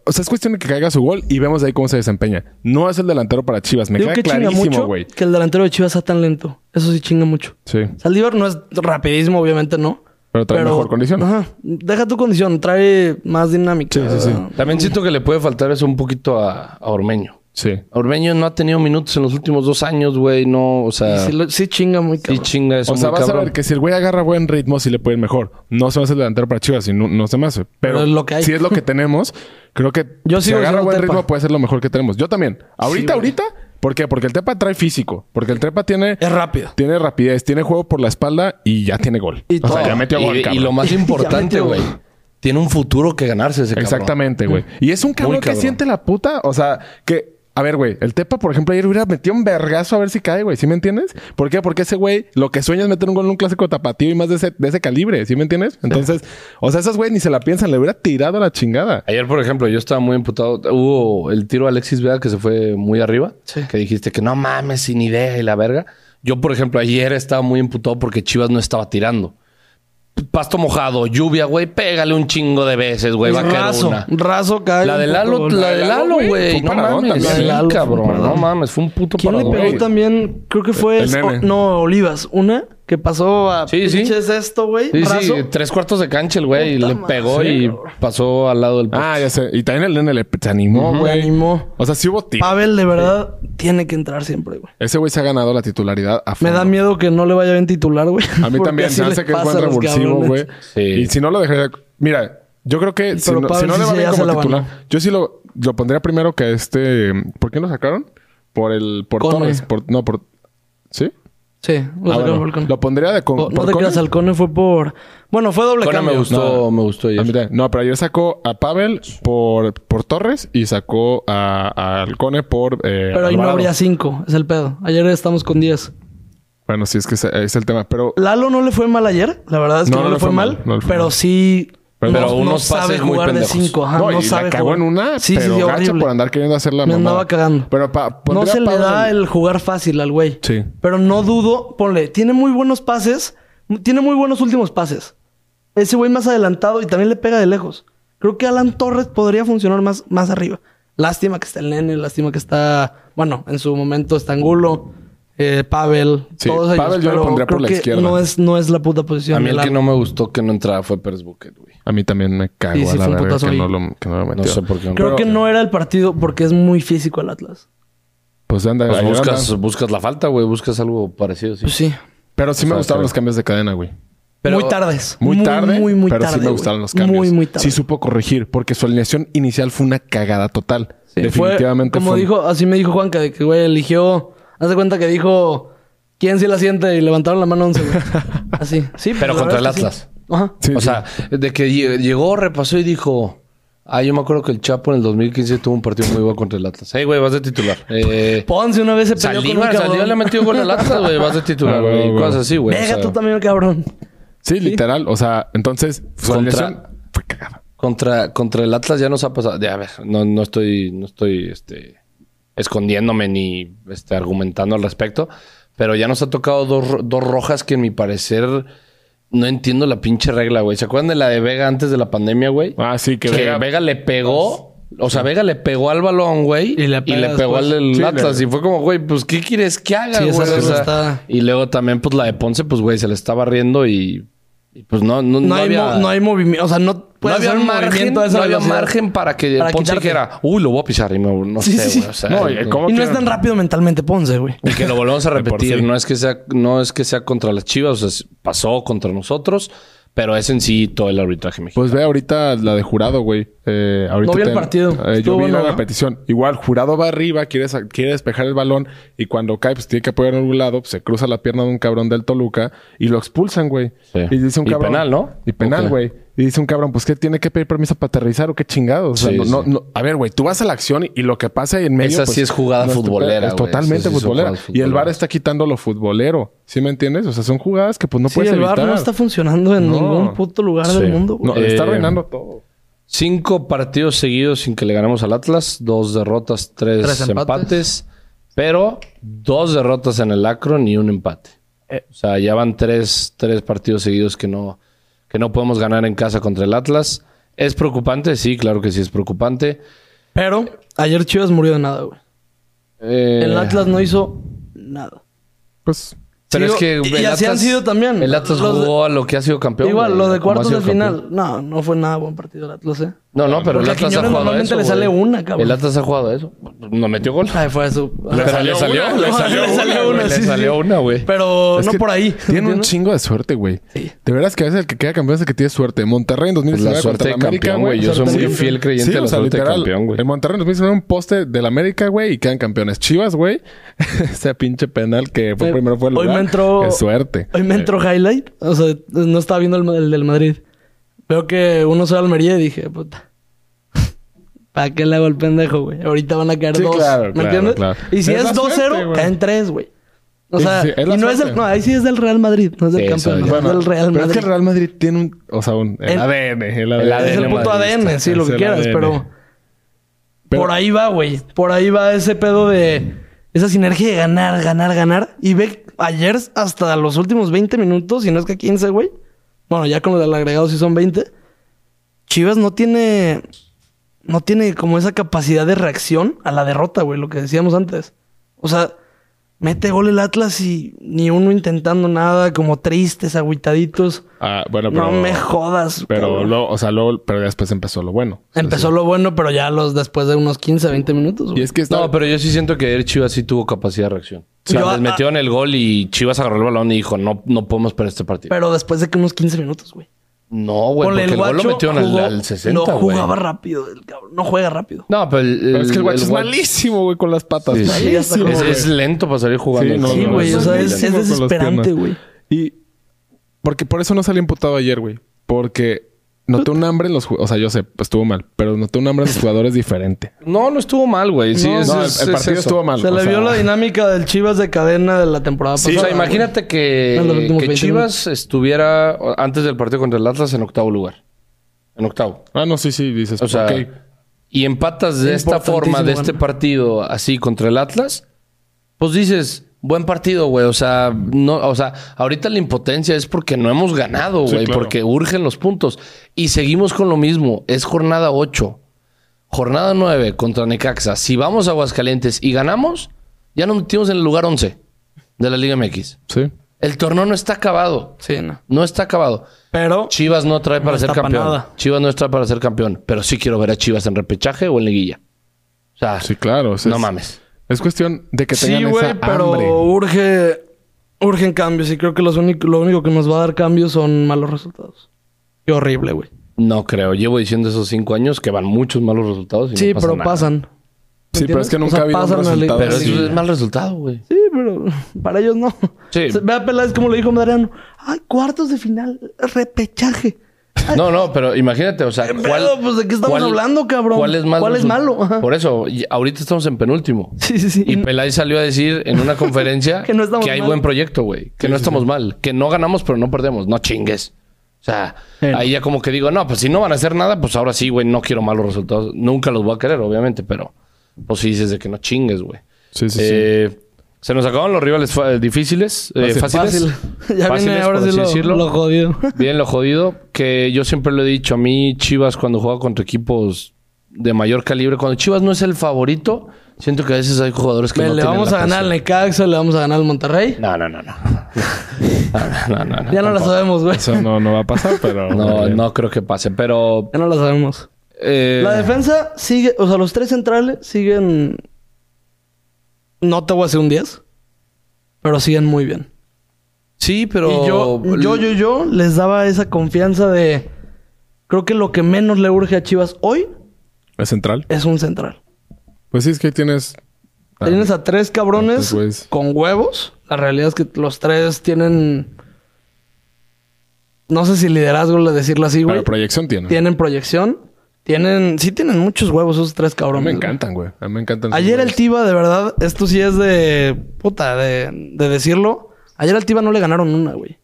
Speaker 2: o sea, es cuestión de que caiga su gol y vemos ahí cómo se desempeña. No es el delantero para Chivas. Me
Speaker 1: Digo
Speaker 2: queda
Speaker 1: que chinga
Speaker 2: clarísimo,
Speaker 1: mucho
Speaker 2: güey.
Speaker 1: que el delantero de Chivas sea tan lento. Eso sí chinga mucho.
Speaker 2: Sí.
Speaker 1: Saldívar no es rapidísimo, obviamente no.
Speaker 2: Pero trae mejor condición.
Speaker 1: Ajá. Deja tu condición, trae más dinámica.
Speaker 2: Sí, sí, sí.
Speaker 3: También siento que le puede faltar eso un poquito a, a Ormeño.
Speaker 2: Sí.
Speaker 3: Ormeño no ha tenido minutos en los últimos dos años, güey. No, o sea,
Speaker 1: Y sí,
Speaker 3: sí,
Speaker 1: lo- sí chinga muy cabrón.
Speaker 3: chinga eso.
Speaker 2: O sea,
Speaker 3: muy
Speaker 2: vas a
Speaker 3: cabrón.
Speaker 2: ver que si el güey agarra buen ritmo, sí le puede ir mejor. No se me hace el delantero para Chivas y no, no se me hace. Pero,
Speaker 1: Pero es lo que hay.
Speaker 2: si es lo que tenemos, creo que
Speaker 1: Yo
Speaker 2: si
Speaker 1: sigo
Speaker 2: agarra
Speaker 1: diciendo
Speaker 2: buen
Speaker 1: Tepa.
Speaker 2: ritmo puede ser lo mejor que tenemos. Yo también. Ahorita, ahorita. ¿Por qué? Porque el Tepa trae físico. Porque el Tepa tiene,
Speaker 1: Es rápido.
Speaker 2: tiene rapidez, tiene juego por la espalda y ya tiene gol.
Speaker 1: Y
Speaker 2: o sea,
Speaker 1: todo.
Speaker 2: ya metió
Speaker 3: y,
Speaker 2: gol,
Speaker 3: y
Speaker 2: cabrón.
Speaker 3: lo más importante,
Speaker 1: metió
Speaker 3: güey,
Speaker 1: gol.
Speaker 3: tiene un futuro que ganarse ese cabrón.
Speaker 2: Exactamente, güey. Y es un cabrón,
Speaker 3: Muy cabrón.
Speaker 2: que siente la puta. O sea, que. A ver, güey, el Tepa, por ejemplo, ayer hubiera metido un vergazo a ver si cae, güey. ¿Sí me entiendes? ¿Por qué? Porque ese güey lo que sueña es meter un gol en un clásico tapatío y más de ese, de ese calibre. ¿Sí me entiendes? Entonces, o sea, esos güey ni se la piensan, le hubiera tirado a la chingada.
Speaker 3: Ayer, por ejemplo, yo estaba muy emputado. Hubo el tiro a Alexis Vega que se fue muy arriba.
Speaker 1: Sí.
Speaker 3: Que dijiste que no mames, sin idea y la verga. Yo, por ejemplo, ayer estaba muy emputado porque Chivas no estaba tirando. Pasto mojado, lluvia, güey. Pégale un chingo de veces, güey. Va a caer
Speaker 1: raso,
Speaker 3: una.
Speaker 1: raso cae.
Speaker 3: La de
Speaker 1: un puto
Speaker 3: Lalo,
Speaker 1: gol.
Speaker 3: la de Lalo, güey.
Speaker 2: Fue un
Speaker 3: No
Speaker 2: paradón
Speaker 3: mames,
Speaker 2: también.
Speaker 1: La
Speaker 3: sí,
Speaker 1: de Lalo fue un
Speaker 3: cabrón. No
Speaker 1: paradón.
Speaker 3: mames, fue un puto
Speaker 1: ¿Quién le
Speaker 3: paradón.
Speaker 1: pegó
Speaker 3: güey.
Speaker 1: también? Creo que fue...
Speaker 2: El nene.
Speaker 1: o- no, Olivas. Una que pasó a
Speaker 3: Sí, sí.
Speaker 1: pinches esto, güey.
Speaker 3: Sí,
Speaker 1: raso.
Speaker 3: sí, tres cuartos de cancha el güey. y
Speaker 1: Puta
Speaker 3: Le
Speaker 1: madre,
Speaker 3: pegó y
Speaker 1: cabrón.
Speaker 3: pasó al lado del poste.
Speaker 2: Ah, ya sé. Y también el nene le se animó,
Speaker 1: Ujú.
Speaker 2: güey.
Speaker 1: Le animó.
Speaker 2: O sea, sí hubo tiro.
Speaker 1: Pavel, de verdad, tiene que entrar siempre, güey.
Speaker 2: Ese güey se ha ganado la titularidad a
Speaker 1: Me
Speaker 2: fondo.
Speaker 1: da miedo que no le vaya bien titular, güey.
Speaker 2: A mí
Speaker 1: Porque
Speaker 2: también
Speaker 1: así
Speaker 2: se me
Speaker 1: les
Speaker 2: hace que es
Speaker 1: pasa
Speaker 2: buen
Speaker 1: a los
Speaker 2: revulsivo,
Speaker 1: cabrones.
Speaker 2: güey.
Speaker 3: Sí.
Speaker 2: Y si no lo dejaría. Mira, yo creo que si
Speaker 1: Pero
Speaker 2: no,
Speaker 1: Pablo
Speaker 2: si no
Speaker 1: sí
Speaker 2: le va
Speaker 1: se-
Speaker 2: bien
Speaker 1: ya se
Speaker 2: como
Speaker 1: la
Speaker 2: titular,
Speaker 1: ganó.
Speaker 2: yo sí lo, lo pondría primero que este. ¿Por qué lo sacaron? Por el. Por
Speaker 1: Conway.
Speaker 2: Torres. Por, no, por. ¿Sí?
Speaker 1: Sí, lo
Speaker 2: Ah,
Speaker 1: sacaron
Speaker 2: bueno.
Speaker 1: por el Cone.
Speaker 2: Lo pondría de. Con,
Speaker 1: O- Oh, no
Speaker 2: por
Speaker 1: te creas,
Speaker 2: Conway.
Speaker 1: al Cone fue por... Bueno, fue doble
Speaker 3: Cone
Speaker 1: cambio.
Speaker 3: me gustó,
Speaker 2: No.
Speaker 3: me gustó
Speaker 2: Ah,
Speaker 3: ayer.
Speaker 2: mira, no, pero ayer sacó a Pavel por, por Torres y sacó a, a Alcone por. eh,
Speaker 1: Pero ahí no
Speaker 2: Alvarado.
Speaker 1: habría cinco. Es el pedo. Ayer estamos con 10.
Speaker 2: Bueno, sí, es que ese- es el tema. Pero
Speaker 1: Lalo no le fue mal ayer. La verdad es que
Speaker 2: No,
Speaker 1: no, le fue, mal.
Speaker 2: no le fue
Speaker 1: pero
Speaker 2: mal.
Speaker 1: sí...
Speaker 2: Pero-
Speaker 1: no-
Speaker 3: pero
Speaker 1: no
Speaker 3: unos
Speaker 1: sabe
Speaker 3: pases muy
Speaker 1: jugar de
Speaker 3: pendejos.
Speaker 1: cinco. Ajá,
Speaker 2: no,
Speaker 1: no,
Speaker 2: y
Speaker 1: sabe
Speaker 2: la cagó
Speaker 1: jugar.
Speaker 2: en una,
Speaker 1: Sí, sí,
Speaker 2: pero
Speaker 1: sí,
Speaker 2: gacha
Speaker 1: horrible.
Speaker 2: por andar queriendo hacer la
Speaker 1: Me
Speaker 2: mamada.
Speaker 1: andaba cagando.
Speaker 2: Pero pa-
Speaker 1: no
Speaker 2: pondría
Speaker 1: se
Speaker 2: a
Speaker 1: le
Speaker 2: Pavel-
Speaker 1: da el jugar fácil al güey.
Speaker 2: Sí.
Speaker 1: Pero no dudo, ponle, tiene muy buenos pases, Tiene muy buenos últimos pases. Ese güey más adelantado y también le pega de lejos. Creo que Alan Torres podría funcionar más, más arriba. Lástima que está el nene, lástima que está. Bueno, en su momento está Angulo, eh, Pavel.
Speaker 2: Sí,
Speaker 1: todos ellos,
Speaker 2: Pavel yo lo
Speaker 1: pero
Speaker 2: pondría por
Speaker 1: creo
Speaker 2: la
Speaker 1: que
Speaker 2: izquierda.
Speaker 1: No es, no es la puta posición.
Speaker 3: A mí
Speaker 1: del
Speaker 3: el que
Speaker 1: Alan.
Speaker 3: no me gustó que no entraba fue Pérez Buquet, güey.
Speaker 2: A mí también me cago
Speaker 1: Sí, sí,
Speaker 2: a
Speaker 1: fue
Speaker 2: la
Speaker 1: un
Speaker 2: verga
Speaker 1: putazo
Speaker 2: que
Speaker 1: ahí.
Speaker 2: no, lo, que no lo metió.
Speaker 3: No sé por qué.
Speaker 1: Creo
Speaker 2: Pero-
Speaker 1: que no era el partido porque es muy físico el Atlas.
Speaker 2: Pues anda,
Speaker 3: Pues
Speaker 2: ahí anda.
Speaker 3: buscas, buscas la falta, güey. Buscas algo parecido, sí.
Speaker 1: Pues sí.
Speaker 2: Pero sí me
Speaker 3: Exacto.
Speaker 2: gustaron los cambios de cadena, güey.
Speaker 3: Pero-
Speaker 1: muy tardes.
Speaker 2: Muy tarde,
Speaker 1: Muy, muy
Speaker 2: pero
Speaker 1: tarde.
Speaker 2: sí me
Speaker 1: güey.
Speaker 2: gustaron los cambios.
Speaker 1: Muy, muy tarde.
Speaker 2: Sí supo corregir, porque su alineación inicial fue una cagada total.
Speaker 1: Sí,
Speaker 2: Definitivamente
Speaker 1: fue- como
Speaker 2: fue-
Speaker 1: dijo, así me dijo Juanca, de que güey eligió. Haz de cuenta que dijo. ¿Quién sí la siente? Y levantaron la mano 11, güey. Así. Sí,
Speaker 3: Pero
Speaker 1: la
Speaker 3: contra
Speaker 1: verdad
Speaker 3: el
Speaker 1: es que sí.
Speaker 3: Atlas.
Speaker 1: Ajá.
Speaker 2: Sí,
Speaker 3: o
Speaker 2: sí.
Speaker 3: sea, de que lle- llegó, repasó y dijo... Ah, yo me acuerdo que el Chapo en el 2015 tuvo un partido muy bueno contra el Atlas. Ey, güey, vas de titular. Eh,
Speaker 1: Ponce una vez se peleó con un
Speaker 3: Saliva,
Speaker 1: cabrón.
Speaker 3: Saliva le ha metido gol al Atlas, güey. Vas de
Speaker 2: Ah,
Speaker 3: titular,
Speaker 2: güey,
Speaker 3: güey.
Speaker 2: güey.
Speaker 3: Cosas así, güey. o
Speaker 1: Venga,
Speaker 3: sea,
Speaker 1: tú también, cabrón.
Speaker 2: Sí, literal. O sea, entonces su
Speaker 3: Contra-
Speaker 2: alineación fue cagada.
Speaker 3: Contra, contra el Atlas ya nos ha pasado. Ya, a ver, no, no estoy, no estoy este, escondiéndome ni este, argumentando al respecto, pero ya nos ha tocado dos, ro- dos rojas que en mi parecer no entiendo la pinche regla, güey. ¿Se acuerdan de la de Vega antes de la pandemia, güey?
Speaker 2: Ah, sí, que
Speaker 3: que
Speaker 2: Vega-
Speaker 3: Vega, le pegó. O sea, Vega le pegó al balón, güey.
Speaker 1: Y le
Speaker 3: Y le,
Speaker 1: pega
Speaker 3: pegó al
Speaker 1: después.
Speaker 3: del
Speaker 2: Sí,
Speaker 3: Atlas.
Speaker 2: le-
Speaker 3: Y fue como, güey, pues, ¿qué quieres que haga,
Speaker 1: Sí,
Speaker 3: güey?
Speaker 1: esa
Speaker 3: O
Speaker 1: regla
Speaker 3: sea,
Speaker 1: está-
Speaker 3: Y luego también, pues, la de Ponce, pues, güey, se le estaba riendo y, y, pues, no, no,
Speaker 1: No,
Speaker 3: no
Speaker 1: hay,
Speaker 3: había...
Speaker 1: mo- no hay movimiento. O sea, no
Speaker 3: No
Speaker 1: puede
Speaker 3: había,
Speaker 1: hacer un
Speaker 3: margen,
Speaker 1: movimiento a esa
Speaker 3: no había
Speaker 1: velocidad.
Speaker 3: margen para que
Speaker 1: Para
Speaker 3: Ponce
Speaker 1: quitarte.
Speaker 3: dijera, uy, lo voy a pisar y no, no
Speaker 1: Sí, sí,
Speaker 3: sé,
Speaker 1: sí.
Speaker 3: güey. O sea,
Speaker 2: No, y ¿cómo
Speaker 1: Y no
Speaker 2: que-
Speaker 1: es tan rápido mentalmente Ponce, güey.
Speaker 3: y que lo volvamos a
Speaker 2: por
Speaker 3: repetir.
Speaker 2: sí.
Speaker 3: No es que sea, no es que sea contra las Chivas, o sea, pasó contra nosotros, pero es en sí todo el arbitraje mexicano.
Speaker 2: Pues ve ahorita la de jurado, güey. Eh, ahorita
Speaker 1: No vi el
Speaker 2: te-
Speaker 1: partido.
Speaker 2: eh,
Speaker 1: Estuvo
Speaker 2: yo vi
Speaker 1: bueno,
Speaker 2: la
Speaker 1: ¿no?
Speaker 2: repetición. Igual, jurado va arriba, quiere, sa- quiere despejar el balón y cuando cae, pues tiene que apoyar en algún lado. pues, se cruza la pierna de un cabrón del Toluca y lo expulsan, güey.
Speaker 3: Sí.
Speaker 2: Y dice un
Speaker 3: Y
Speaker 2: cabrón.
Speaker 3: penal, ¿no?
Speaker 2: Y penal,
Speaker 3: Ok.
Speaker 2: güey. Y dice un cabrón, pues que tiene que pedir permiso para aterrizar o qué chingados. O sea,
Speaker 3: Sí,
Speaker 2: no- no-
Speaker 3: sí.
Speaker 2: no- a ver, güey, tú vas a la acción y, y lo que pasa ahí en medio.
Speaker 3: Esa sí es jugada
Speaker 2: tu pe-
Speaker 3: futbolera,
Speaker 2: Es
Speaker 3: güey.
Speaker 2: totalmente
Speaker 3: Esas sí son
Speaker 2: futbolera.
Speaker 3: jugadas
Speaker 2: Y el bar
Speaker 3: futboleras.
Speaker 2: está quitando lo futbolero. ¿Sí me entiendes? O sea, son jugadas que pues no
Speaker 1: Sí,
Speaker 2: puedes
Speaker 1: el
Speaker 2: evitar.
Speaker 1: bar no está funcionando en
Speaker 2: No.
Speaker 1: ningún puto lugar del
Speaker 3: Sí.
Speaker 1: mundo, güey.
Speaker 2: No, le está
Speaker 3: Eh,
Speaker 2: reinando todo.
Speaker 3: Cinco partidos seguidos sin que le ganamos al Atlas, dos derrotas, tres,
Speaker 1: Tres empates.
Speaker 3: empates. pero dos derrotas en el Akron y un empate.
Speaker 1: Eh.
Speaker 3: O sea, ya van tres, tres partidos seguidos que no, que no podemos ganar en casa contra el Atlas. ¿Es preocupante? Sí, claro que sí es preocupante.
Speaker 1: Pero ayer Chivas murió de nada, güey.
Speaker 3: Eh,
Speaker 1: El Atlas no hizo nada.
Speaker 2: Pues
Speaker 3: Pero
Speaker 1: Sigo-
Speaker 3: es que
Speaker 1: y
Speaker 3: el
Speaker 1: así han
Speaker 3: Atlas-
Speaker 1: sido también.
Speaker 3: El Atlas
Speaker 1: Los de-
Speaker 3: jugó a lo que ha sido campeón.
Speaker 1: Igual,
Speaker 3: güey,
Speaker 1: lo
Speaker 3: como
Speaker 1: de
Speaker 3: ha
Speaker 1: cuartos
Speaker 3: sido
Speaker 1: de
Speaker 3: campeón.
Speaker 1: final. No, no fue nada buen partido el Atlas, ¿eh?
Speaker 3: No, no, pero el
Speaker 1: Porque a
Speaker 3: Atlas ha
Speaker 1: Quiñones
Speaker 3: jugado a
Speaker 1: normalmente
Speaker 3: eso.
Speaker 1: le sale
Speaker 3: güey.
Speaker 1: una, cabrón.
Speaker 3: El Atlas ha jugado a eso. No metió gol.
Speaker 1: Ay, fue su...
Speaker 3: Pero
Speaker 2: salió una,
Speaker 3: le
Speaker 1: No, le
Speaker 3: salió una,
Speaker 1: salió
Speaker 3: güey,
Speaker 1: una,
Speaker 3: le
Speaker 1: sí, sí,
Speaker 3: salió
Speaker 1: sí.
Speaker 3: una, güey.
Speaker 1: Pero
Speaker 2: Es
Speaker 1: no
Speaker 2: que
Speaker 1: por ahí.
Speaker 2: Tiene un
Speaker 1: ¿entiendes?
Speaker 2: chingo de suerte, güey.
Speaker 1: Sí.
Speaker 2: De veras que a veces el que queda campeón es el que tiene suerte. Monterrey en
Speaker 3: Pues
Speaker 2: 2019
Speaker 3: la suerte de
Speaker 2: contra la América,
Speaker 3: campeón, güey. Yo soy
Speaker 1: Suerte de
Speaker 3: muy
Speaker 1: campeón.
Speaker 3: fiel creyente
Speaker 2: Sí,
Speaker 3: de
Speaker 2: o
Speaker 3: la
Speaker 2: sea,
Speaker 3: suerte de
Speaker 2: literal.
Speaker 3: campeón, güey.
Speaker 2: El Monterrey en 2019 un poste del América, güey, y quedan campeones. Chivas, güey. Ese pinche penal que fue
Speaker 1: Eh,
Speaker 2: primero fue el
Speaker 1: hoy
Speaker 2: lugar.
Speaker 1: me entró-
Speaker 2: Es suerte.
Speaker 1: Hoy me entró highlight. O sea, no estaba viendo el, el del Madrid. Veo que uno se va al Almería y dije, puta. ¿Para qué le hago el pendejo, güey? Ahorita van a caer
Speaker 2: Sí,
Speaker 1: dos.
Speaker 2: claro,
Speaker 1: ¿Me
Speaker 2: claro,
Speaker 1: entiendes?
Speaker 2: claro.
Speaker 1: Y si
Speaker 2: Es
Speaker 1: es,
Speaker 2: la suerte,
Speaker 1: 2-0,
Speaker 2: güey.
Speaker 1: caen tres, güey. O
Speaker 2: Sí,
Speaker 1: sea,
Speaker 2: sí, es la
Speaker 1: y no es
Speaker 2: suerte.
Speaker 1: del. No, ahí sí es del Real Madrid, no es del
Speaker 3: Sí, eso
Speaker 1: campeón.
Speaker 3: es.
Speaker 1: Es del Real
Speaker 2: Eh, pero
Speaker 1: Madrid.
Speaker 2: es que el Real Madrid tiene un... O sea, un... El,
Speaker 1: El-
Speaker 2: ADN. El ADN.
Speaker 1: Es el
Speaker 3: ADN
Speaker 1: puto
Speaker 3: madridista.
Speaker 1: ADN, sí, lo
Speaker 2: Es
Speaker 1: que
Speaker 2: el
Speaker 1: quieras,
Speaker 2: ADN.
Speaker 1: pero,
Speaker 2: Pero-
Speaker 1: Por ahí va, güey. Por ahí va ese pedo de. Esa sinergia de ganar, ganar, ganar. Y ve ayer hasta los últimos 20 minutos, si no es que 15, güey. Bueno, ya con lo del agregado sí son 20. Chivas no tiene. No tiene como esa capacidad de reacción a la derrota, güey, lo que decíamos antes. O sea, mete gol el Atlas y ni uno intentando nada, como tristes, agüitaditos.
Speaker 2: Ah, bueno, pero...
Speaker 1: no me jodas.
Speaker 2: Pero
Speaker 1: cabrón.
Speaker 2: luego... O sea, luego... Pero después empezó lo bueno. O sea,
Speaker 1: Empezó lo bueno, pero ya los después de unos 15, 20 minutos. güey.
Speaker 2: Y es que está...
Speaker 3: No, pero yo sí siento que ayer Chivas sí tuvo capacidad de reacción. O sea,
Speaker 1: Yo-
Speaker 3: les metieron el gol y Chivas agarró el balón y dijo, no, no podemos perder este partido.
Speaker 1: Pero después de que unos 15 minutos, güey.
Speaker 3: no, güey,
Speaker 1: Ponle,
Speaker 3: porque el, gol lo
Speaker 1: guacho
Speaker 3: metieron al,
Speaker 1: jugó-
Speaker 3: al 60,
Speaker 1: No
Speaker 3: güey.
Speaker 1: jugaba rápido, el cabrón. No juega rápido.
Speaker 3: No, pero el,
Speaker 2: Pero es que el guacho es
Speaker 3: guacho-
Speaker 2: malísimo, güey, con las patas.
Speaker 3: Sí, sí.
Speaker 2: malísimo,
Speaker 3: Es,
Speaker 2: güey.
Speaker 3: es lento para salir jugando.
Speaker 2: Sí, no,
Speaker 1: sí,
Speaker 2: no,
Speaker 1: güey.
Speaker 2: no,
Speaker 1: o sea,
Speaker 2: no,
Speaker 1: es, es
Speaker 2: no, no, no,
Speaker 1: desesperante,
Speaker 2: no, no, no,
Speaker 1: güey.
Speaker 2: Y porque por eso no salí imputado ayer, güey. Porque noté un hambre en los jugadores. O sea, yo sé, pues, estuvo mal, pero noté un hambre en los jugadores diferente.
Speaker 3: No, no estuvo mal, güey. Sí,
Speaker 1: No,
Speaker 3: es-
Speaker 2: No, el,
Speaker 3: es-
Speaker 2: el
Speaker 3: es
Speaker 2: partido
Speaker 3: eso.
Speaker 2: estuvo mal.
Speaker 1: Se
Speaker 2: o
Speaker 1: le
Speaker 2: sea,
Speaker 1: vio la dinámica del Chivas de cadena de la temporada
Speaker 3: o
Speaker 1: pasada.
Speaker 3: sea, imagínate
Speaker 1: En los
Speaker 3: que,
Speaker 1: últimos
Speaker 3: que
Speaker 1: 20
Speaker 3: Chivas estuviera o, antes del partido contra el Atlas en octavo lugar. En octavo.
Speaker 2: Ah, no, sí, sí, dices.
Speaker 3: O sea,
Speaker 2: ok.
Speaker 3: y empatas de esta
Speaker 1: Importantísimo
Speaker 3: forma, de este
Speaker 1: ganar.
Speaker 3: partido así contra el Atlas, pues dices, Buen partido, güey. O sea, no, o sea, ahorita la impotencia es porque no hemos ganado,
Speaker 2: Sí,
Speaker 3: güey,
Speaker 2: claro.
Speaker 3: porque urgen los puntos. Y seguimos con lo mismo. Es jornada 8. Jornada 9 contra Necaxa. Si vamos a Aguascalientes y ganamos, ya nos metimos en el lugar 11 de la Liga MX.
Speaker 2: Sí.
Speaker 3: El torneo no está acabado.
Speaker 1: Sí, no.
Speaker 3: No está acabado.
Speaker 1: Pero
Speaker 3: Chivas no trae para
Speaker 1: No
Speaker 3: ser
Speaker 1: está pa'
Speaker 3: campeón.
Speaker 1: nada.
Speaker 3: Chivas no trae para ser campeón. Pero sí quiero ver a Chivas en repechaje o en liguilla. O sea,
Speaker 2: Sí, claro. o sea,
Speaker 3: no
Speaker 2: es-
Speaker 3: mames.
Speaker 2: Es cuestión de que tengan
Speaker 1: sí,
Speaker 2: esa
Speaker 1: güey, pero
Speaker 2: hambre.
Speaker 1: urge urgen cambios y creo que los único, lo único que nos va a dar cambios son malos resultados. Qué horrible, güey.
Speaker 3: No creo. Llevo diciendo esos cinco años que van muchos malos resultados. Y no
Speaker 1: Sí,
Speaker 3: pasa
Speaker 1: pero
Speaker 3: nada.
Speaker 1: pasan.
Speaker 2: Sí, pero es que
Speaker 1: ¿Me
Speaker 2: nunca ha habido un
Speaker 1: pasan a la-
Speaker 2: resultado
Speaker 3: Pero
Speaker 2: Sí.
Speaker 3: eso es mal resultado, güey.
Speaker 1: Sí, pero para ellos no.
Speaker 3: Sí.
Speaker 1: Se- Ve a Peláez como le dijo Madariano. Ay, cuartos de final, repechaje. Ay,
Speaker 3: No, no, pero imagínate, o sea,
Speaker 1: ¿Qué pedo? Pues, ¿de qué estamos hablando, cabrón?
Speaker 3: ¿Cuál es, más
Speaker 1: ¿Cuál es
Speaker 3: resu-
Speaker 1: malo? Ajá.
Speaker 3: Por eso, y ahorita estamos en penúltimo.
Speaker 1: Sí, sí, sí.
Speaker 3: Y Peláez salió a decir en una conferencia que,
Speaker 1: Que no estamos
Speaker 3: hay
Speaker 1: mal.
Speaker 3: buen proyecto, güey. Que no estamos mal. Que no ganamos, pero no perdemos. No chingues. O sea,
Speaker 1: Sí, no.
Speaker 3: ahí ya como que digo, no, pues si no van a hacer nada, pues ahora sí, güey, no quiero malos resultados. Nunca los voy a querer, obviamente, pero pues sí dices de que no chingues, güey.
Speaker 2: Sí, sí, sí.
Speaker 3: Eh, Se nos acabaron los rivales fa- difíciles, eh,
Speaker 2: Fácil.
Speaker 3: fáciles.
Speaker 1: Fácil. Ya viene
Speaker 3: Fáciles,
Speaker 1: ahora
Speaker 3: por así
Speaker 1: sí
Speaker 3: decirlo.
Speaker 1: lo, lo jodido.
Speaker 3: Bien, lo jodido, que yo siempre lo he dicho, a mí Chivas cuando juega contra equipos de mayor calibre, cuando Chivas no es el favorito, siento que a veces hay jugadores que
Speaker 1: Ve,
Speaker 3: no
Speaker 1: le
Speaker 3: tienen
Speaker 1: vamos
Speaker 3: la
Speaker 1: a ganar al
Speaker 3: pasión.
Speaker 1: Necaxa, le vamos a ganar al Monterrey.
Speaker 3: No, no, no, no. No, no, no, no,
Speaker 1: ya no la
Speaker 3: tampoco.
Speaker 1: sabemos, güey.
Speaker 2: Eso no, no va a pasar, pero...
Speaker 3: No, no creo que pase, pero...
Speaker 1: Ya no la sabemos.
Speaker 3: eh,
Speaker 1: La defensa sigue, o sea, los tres centrales siguen. No te voy a hacer un 10, pero siguen muy bien.
Speaker 3: Sí, pero...
Speaker 1: Y yo,
Speaker 3: Oh,
Speaker 1: yo, yo, yo les daba esa confianza de. Creo que lo que menos le urge a Chivas hoy
Speaker 2: ¿Es central?
Speaker 1: es un central.
Speaker 2: Pues sí, es que ahí tienes... Ah,
Speaker 1: Tienes a tres cabrones
Speaker 2: Tantos güeyes.
Speaker 1: con huevos. La realidad es que los tres tienen. No sé si liderazgo le decirlo así,
Speaker 2: Pero
Speaker 1: güey.
Speaker 2: proyección tiene.
Speaker 1: Tienen proyección. Tienen. Sí, tienen muchos huevos esos tres
Speaker 2: A
Speaker 1: cabrones.
Speaker 2: mí me
Speaker 1: güey.
Speaker 2: encantan, güey. A mí me encantan. sus
Speaker 1: Ayer el
Speaker 2: goles.
Speaker 1: Tiva, de verdad, esto sí es de. puta, de, de decirlo. Ayer al Tiva no le ganaron una, güey.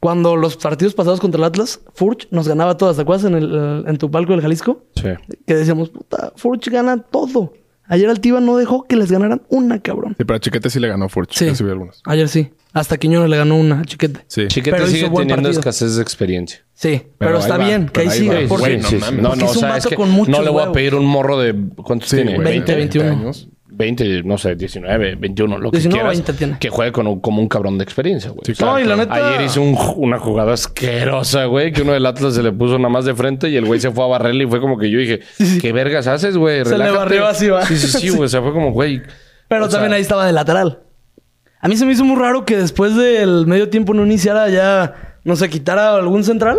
Speaker 1: Cuando los partidos pasados contra el Atlas, Furch nos ganaba todas. ¿Te acuerdas en, el, en tu palco del Jalisco?
Speaker 3: Sí.
Speaker 1: Que decíamos, puta, Furch gana todo. Ayer al Tiva no dejó que les ganaran una, cabrón.
Speaker 2: Sí, pero a Chiquete sí le ganó Furch.
Speaker 1: Sí.
Speaker 2: Sí. subí algunos.
Speaker 1: Ayer sí. Hasta Quiñones le ganó una a Chiquete.
Speaker 2: Sí.
Speaker 3: Chiquete
Speaker 1: Pero hizo
Speaker 3: sigue
Speaker 1: buen
Speaker 3: teniendo
Speaker 1: partido.
Speaker 3: escasez de experiencia.
Speaker 1: Sí, pero,
Speaker 2: Pero ahí
Speaker 1: está
Speaker 2: va,
Speaker 1: bien, que ahí
Speaker 2: pero ahí
Speaker 1: sigue.
Speaker 2: va.
Speaker 1: porque-
Speaker 2: Güey, no
Speaker 3: sí, sí.
Speaker 2: mames.
Speaker 3: no,
Speaker 2: Es
Speaker 1: que es
Speaker 3: no, o
Speaker 1: un
Speaker 3: sea, es
Speaker 1: vato
Speaker 3: que
Speaker 1: con muchos
Speaker 3: no le voy a
Speaker 1: huevos.
Speaker 3: pedir un morro de ¿cuántos
Speaker 2: Sí,
Speaker 3: tiene?
Speaker 2: güey.
Speaker 1: 20, 21.
Speaker 2: años.
Speaker 3: 20, no sé, 19, 21,
Speaker 1: 19
Speaker 3: lo
Speaker 1: o
Speaker 3: que quieras.
Speaker 1: 20 tiene.
Speaker 3: Que juegue con un- como un cabrón de experiencia, güey.
Speaker 2: Sí,
Speaker 3: O sea,
Speaker 1: No, y la neta-
Speaker 3: Ayer hizo un ju- una jugada asquerosa, güey, que uno del Atlas se le puso nada más de frente y el güey se fue a barrerle y fue como que yo dije, ¿qué vergas haces, güey?
Speaker 1: Se le
Speaker 3: Relájate".
Speaker 1: barrió así, ¿va?
Speaker 3: Sí, sí, sí, güey. O sea, fue como, güey.
Speaker 1: Pero
Speaker 3: o sea,
Speaker 1: también ahí estaba de lateral. A mí se me hizo muy raro que después del medio tiempo no iniciara ya, no sé, quitara algún central.